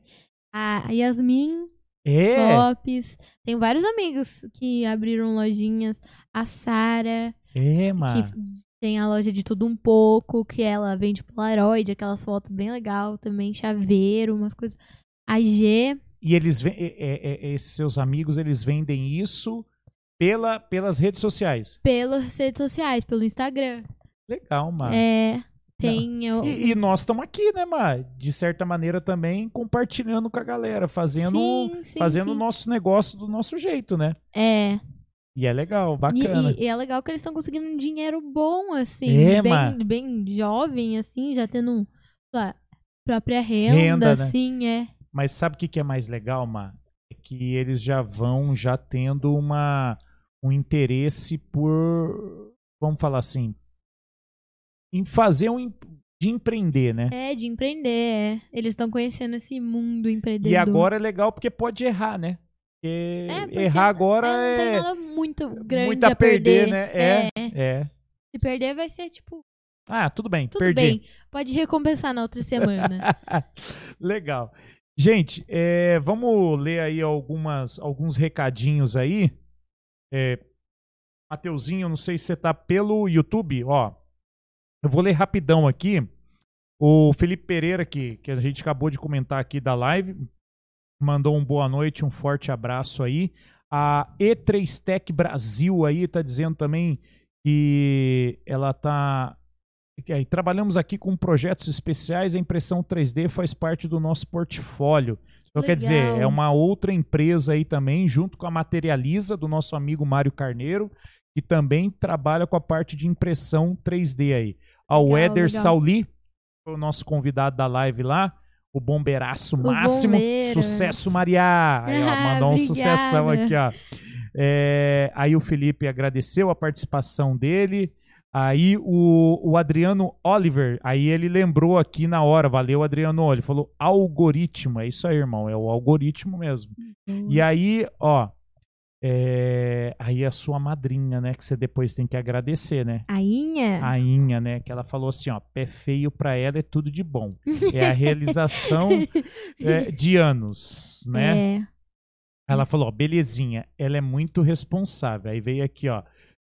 C: A Yasmin
A: É,
C: Lopes. Tem vários amigos que abriram lojinhas. A Sara,
A: é, mano.
C: que tem a loja de tudo um pouco, que ela vende Polaroid, aquelas fotos bem legal também, chaveiro, umas coisas. A G,
A: E eles ve- é- é- é- esses seus amigos, eles vendem isso pela, pelas redes sociais.
C: pelas redes sociais, pelo Instagram.
A: Legal, mano.
C: É. Tem o-
A: Ah. E, e nós estamos aqui, né, Mar? De certa maneira também compartilhando com a galera, fazendo um-
C: Sim, sim,
A: fazendo o
C: sim.
A: nosso negócio do nosso jeito, né?
C: É.
A: E é legal,
C: E,
A: bacana.
C: e- e é legal que eles estão conseguindo um dinheiro bom, assim.
A: É,
C: bem,
A: mano.
C: bem jovem, assim, já tendo sua própria renda,
A: Renda, né?
C: assim, é.
A: Mas sabe o que, que é mais legal, Mar? É que eles já vão já tendo uma, um interesse por, vamos falar assim, em fazer um em- de empreender, né?
C: É, de empreender, é. Eles estão conhecendo esse mundo empreendedor.
A: E agora é legal porque pode errar, né? Porque
C: É, porque
A: errar agora
C: É, não tem
A: é,
C: nada muito grande
A: muito a perder, né? É, é.
C: Se perder vai ser, tipo,
A: Ah, tudo bem,
C: tudo
A: perdi.
C: bem. Pode recompensar na outra semana.
A: Legal. Gente, é, vamos ler aí algumas, alguns recadinhos aí. É, Mateuzinho, não sei se você tá pelo YouTube, ó. Eu vou ler rapidão aqui. O Felipe Pereira, que, que a gente acabou de comentar aqui da live, mandou um boa noite, um forte abraço aí. A E3 Tech Brasil aí tá dizendo também que ela tá que aí, trabalhamos aqui com projetos especiais, a impressão 3D faz parte do nosso portfólio. Então, quer dizer,
C: legal.
A: é uma outra empresa aí também, junto com a Materializa, do nosso amigo Mário Carneiro, que também trabalha com a parte de impressão 3D aí. Ao
C: Legal,
A: Eder
C: legal.
A: Sauli, foi o nosso convidado da live lá, o bombeiraço
C: O
A: máximo.
C: bombeiro.
A: Sucesso, Maria! Aí, ó,
C: Ah,
A: mandou um
C: obrigada.
A: sucessão aqui, ó. É, aí o Felipe agradeceu a participação dele. Aí o, o Adriano Oliver, aí ele lembrou aqui na hora, valeu Adriano, ele falou algoritmo, é isso aí, irmão, é o algoritmo mesmo. E
C: Hum.
A: aí, ó, é, aí a sua madrinha, né, que você depois tem que agradecer, né?
C: Ainha?
A: A Inha, né, que ela falou assim, ó, pé feio pra ela é tudo de bom. É a realização é, de anos, né?
C: É.
A: Ela falou, ó, belezinha, ela é muito responsável. Aí veio aqui, ó,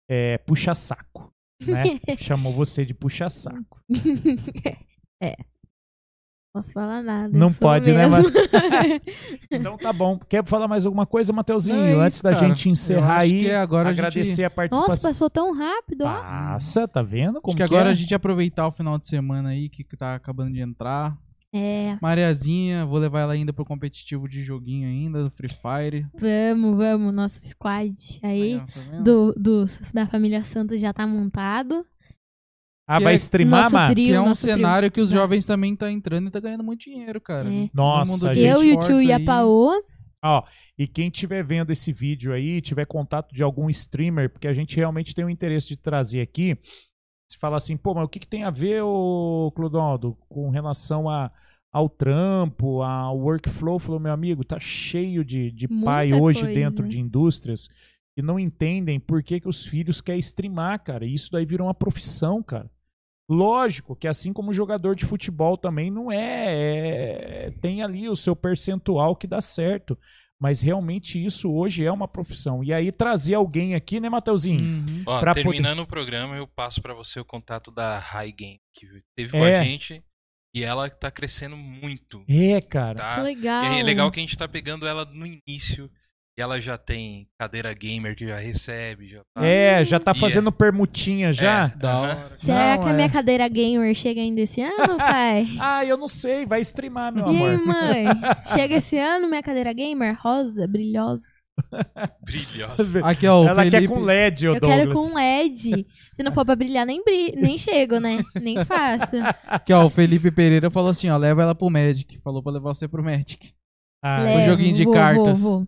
A: é, puxa-saco, né? Chamou você de puxa-saco.
C: Não posso falar nada.
A: Não
C: sou
A: pode, né,
C: mesmo.
A: Então tá bom. Quer falar mais alguma coisa, Mateuzinho?
B: Não, é isso,
A: Antes da
B: cara.
A: gente encerrar
B: acho
A: aí,
B: que é agora a gente-
A: agradecer a,
C: Nossa,
A: participação.
C: passou tão rápido, ó.
A: Passa, tá vendo como
B: Acho que agora
A: é?
B: a gente aproveitar o final de semana aí, que que tá acabando de entrar.
C: É,
B: Mariazinha, vou levar ela ainda pro competitivo de joguinho ainda, do Free Fire.
C: vamos, vamos, nosso squad aí.
B: ó, tá vendo?
C: do, do- da família Santos já tá montado.
A: Ah,
B: que
A: vai
B: é-
A: streamar,
C: nosso
A: mano?
C: tri-
B: Que é um
C: nosso trio.
B: cenário que os
C: Tá.
B: jovens também tá entrando e tá ganhando muito dinheiro, cara. Uhum.
C: É.
A: Nossa,
B: A
A: gente.
C: Eu e o
B: fortes
C: tio e a
B: aí.
C: Paoa.
A: E quem estiver vendo esse vídeo aí, tiver contato de algum streamer, porque a gente realmente tem o interesse de trazer aqui, se fala assim, pô, mas o que, que tem a ver, ô Clodaldo, com relação a, ao trampo, ao workflow? Falou, meu amigo, tá cheio de, de
C: Muita
A: pai hoje
C: coisa. né?"
A: dentro de indústrias que não entendem por que, que os filhos querem streamar, cara. E isso daí virou uma profissão, cara. Lógico que assim como jogador de futebol também não é, é- tem ali o seu percentual que dá certo, mas realmente isso hoje é uma profissão. E aí trazer alguém aqui, né,
D: Hum.
A: Mateuzinho?
B: Uhum.
D: Ó,
A: Pra
D: terminando o programa, eu passo pra você o contato da High Game, que teve com
A: É.
D: a gente. E ela tá crescendo muito,
A: É, cara.
D: tá?
C: que legal.
D: E aí é legal que a gente tá pegando ela no início. E ela já tem cadeira gamer que já recebe, já tá.
A: É, já tá
D: E é-
A: fazendo permutinha já.
D: É, aham.
C: Será
B: Não,
C: que a
B: é.
C: minha cadeira gamer chega ainda esse ano, pai?
D: um-
A: Ah, eu não sei, vai streamar, meu
C: e aí,
A: amor.
C: mãe? Chega esse ano minha cadeira gamer? Rosa, brilhosa.
D: Brilhosa.
B: Aqui, ó, o
A: Ela
B: Felipe...
A: quer com LED, ô
C: Eu
A: Douglas.
C: quero com LED. Se não for pra brilhar, nem, bri... nem chego, né? Nem faço.
B: Aqui, ó, o Felipe Pereira falou assim, ó, leva ela pro Magic. Falou pra levar você pro Magic.
A: Ah,
B: Leve.
C: Levo,
B: joguinho de
C: vou,
B: cartas.
C: Vou, vou.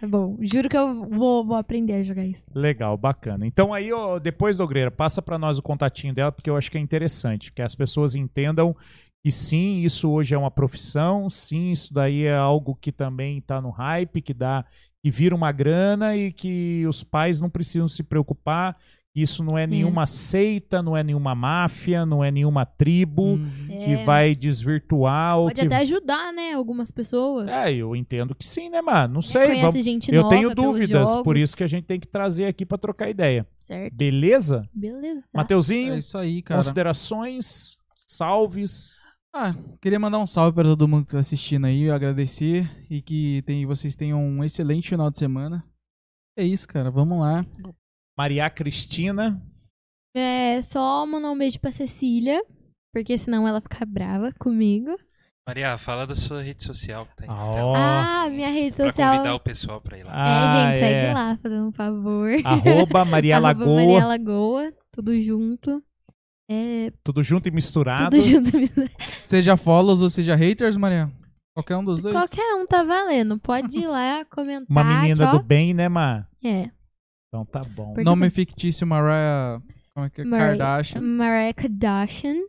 C: Tá bom. Juro que eu vou, vou aprender a jogar isso.
A: Legal, bacana. Então aí, ó, depois, Dogreira, passa pra nós o contatinho dela, porque eu acho que é interessante, que as pessoas entendam que sim, isso hoje é uma profissão, sim, isso daí é algo que também tá no hype, que dá, que vira uma grana e que os pais não precisam se preocupar, que isso não é nenhuma seita, não é nenhuma máfia, não é nenhuma tribo
B: Uhum.
A: que
C: É,
A: vai desvirtuar ou
C: Pode
A: que
C: até ajudar, né? Algumas pessoas.
A: É, eu entendo que sim, né, mano? Não
C: Né?
A: sei,
C: Conhece
A: vamos
C: gente
A: eu
C: nova
A: tenho
C: pelos
A: dúvidas,
C: jogos,
A: por isso que a gente tem que trazer aqui pra trocar ideia.
C: Certo. É,
A: Beleza?
C: Beleza.
A: Mateuzinho,
B: É isso aí, cara.
A: considerações, salves.
B: Ah, queria mandar um salve pra todo mundo que tá assistindo aí, agradecer e que tem, vocês tenham um excelente final de semana. É isso, cara, vamos lá.
A: Maria Cristina.
C: É, só mandar um beijo pra Cecília, porque senão ela fica brava comigo.
D: Maria, fala da sua rede social que tá aí. na
A: Ah,
D: tela,
A: ó.
C: Ah, minha rede
D: pra convidar
C: social.
D: o pessoal pra ir lá.
A: Ah,
C: é, gente, segue lá, fazendo um favor.
A: Arroba Maria
C: Arroba
A: Lagoa.
C: Maria Lagoa, tudo junto. É,
A: Tudo junto e misturado.
C: tudo junto.
B: Seja follows ou seja haters, Maria. Qualquer um dos dois.
C: Qualquer um tá valendo. Pode ir lá comentar.
A: Uma menina
C: que, ó,
A: do bem, né, Mar?
C: É.
A: Então tá bom.
C: tá, Super-
B: Nome fictício, Mariah. Como é que é?
C: Mariah.
B: Kardashian.
C: Mariah Kardashian,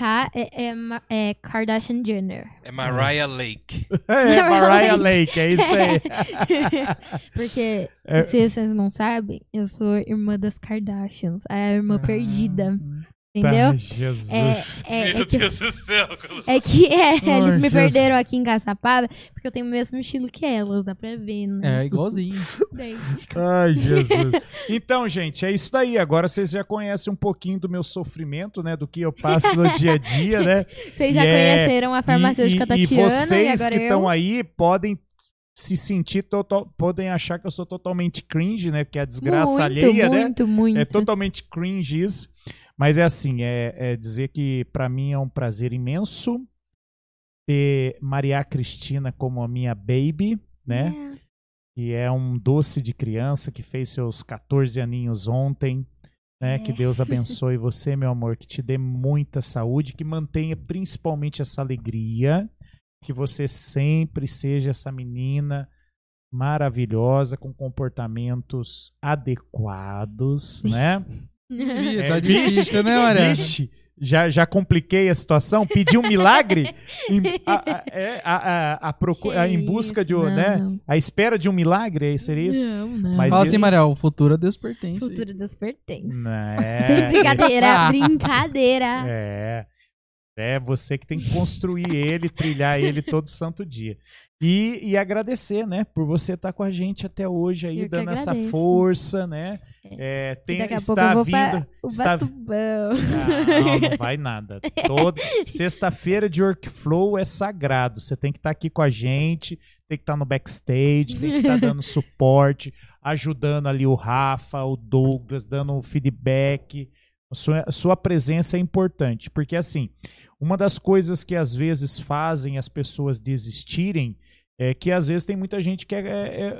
C: tá? É, é Ma- é Kardashian Jenner.
A: Ah.
D: É Mariah Lake.
C: Tá
A: É, Mariah
C: Mariah
A: Lake, é isso aí.
C: Porque,
A: É.
C: se vocês não sabem, eu sou irmã das Kardashians. É A irmã perdida.
A: Ah, Tá,
C: Entendeu?
A: Jesus.
C: É, é
D: Meu
C: que,
D: Deus do céu.
C: é que é, eles me
A: Jesus.
C: perderam aqui em Caçapava, porque eu tenho o mesmo estilo que elas, dá pra ver, né?
B: É, igualzinho.
C: Daí-
A: Ai, Jesus. Então, gente, é isso daí. Agora vocês já conhecem um pouquinho do meu sofrimento, né? Do que eu passo no dia a dia, né?
C: Vocês já
A: E é-
C: conheceram a farmacêutica
A: e,
C: Tatiana,
A: vocês
C: e agora
A: que
C: eu.
A: estão aí podem se sentir total, podem achar que eu sou totalmente cringe, né? Porque é a desgraça
C: muito,
A: alheia, né?
C: muito, muito.
A: É totalmente cringe isso. Mas é assim, é, é dizer que pra mim é um prazer imenso ter Maria Cristina como a minha baby, né? é que é um doce de criança que fez seus 14 aninhos ontem. né?
C: É.
A: Que Deus abençoe você, meu amor, que te dê muita saúde, que mantenha principalmente essa alegria, que você sempre seja essa menina maravilhosa com comportamentos adequados, né?
B: Ih,
A: É,
B: tá
A: vixe,
B: difícil, né, Maria?
A: Vixe, já, já compliquei a situação, pedi um milagre em, a, a- é, a- a- a procu- a- em busca de, um, né?
C: Não,
A: A espera de um milagre, seria isso?
C: não. não.
A: Mas
B: Fala
A: eu-
B: assim, Maria, o futuro a Deus pertence.
C: Futuro é das pertence. Sem
A: Né?
C: brincadeira, brincadeira.
A: É. É você que tem que construir ele, trilhar ele todo santo dia. E, e agradecer, né, por você estar com a gente até hoje aí,
C: Eu que
A: dando essa
C: agradeço.
A: força, né? É, tem,
C: E daqui a pouco
A: está
C: eu vou
A: vindo.
C: pra
A: está-
C: Ubatubão.
A: Não, não vai nada. Toda sexta-feira de workflow é sagrado. Você tem que estar aqui com a gente, tem que estar no backstage, tem que estar dando suporte, ajudando ali o Rafa, o Douglas, dando um feedback. Sua, sua presença é importante, porque assim, uma das coisas que às vezes fazem as pessoas desistirem é que às vezes tem muita gente que é,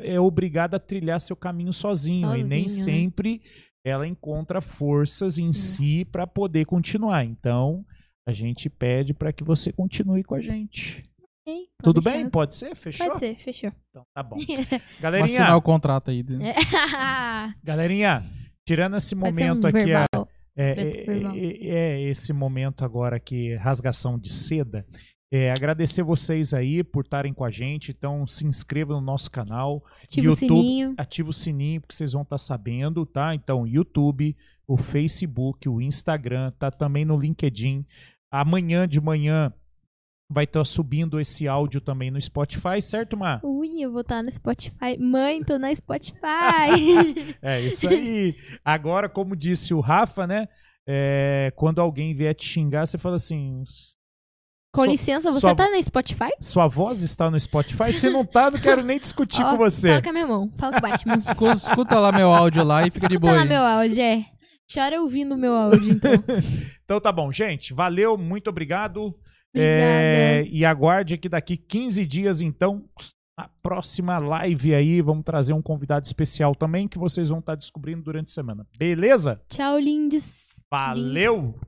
A: é- é obrigada a trilhar seu caminho sozinho, e
C: Sozinho,
A: nem
C: né?
A: sempre ela encontra forças em si para poder continuar. Então, a gente pede para que você continue com a gente.
C: Ok, pode
A: Tudo
C: deixar.
A: bem? Pode ser? Fechou?
C: Pode ser, fechou.
A: Então, tá bom.
B: Vou assinar
A: Galerinha,
B: o contrato aí. né?
A: galerinha, tirando esse
C: Pode ser um
A: momento aqui, a-
C: verbal.
A: é,
C: preto
A: é,
C: verbal.
A: é, é esse momento agora que rasgação de seda. É, agradecer vocês aí por estarem com a gente. Então, se inscreva no nosso canal.
C: Ativa o
A: YouTube.
C: sininho.
A: ativa o sininho porque vocês vão estar sabendo, tá? Então, YouTube, o Facebook, o Instagram, tá também no LinkedIn. Amanhã de manhã vai estar subindo esse áudio também no Spotify, certo, Mar?
C: Ui, eu vou estar no Spotify. Mãe, tô na Spotify.
A: É isso aí. Agora, como disse o Rafa, né? É, quando alguém vier te xingar, você fala assim.
C: Com
A: "Sua-
C: licença, você
A: sua-
C: tá na Spotify?
A: Sua voz está no Spotify? Se não tá, não quero nem discutir
C: Ó,
A: com você.
C: Fala com a minha mão. Fala com o Batman.
B: Escu- Escuta lá meu áudio lá e fica de
C: Escuta
B: boa.
C: lá
B: aí.
C: meu áudio, é. Chora ouvindo meu áudio, então.
A: Então tá bom, gente. Valeu, muito obrigado.
C: Obrigada.
A: É, e aguarde que daqui 15 dias, então, a próxima live aí, vamos trazer um convidado especial tá também que vocês vão estar descobrindo durante a semana. Beleza?
C: Tchau, lindes.
A: Valeu!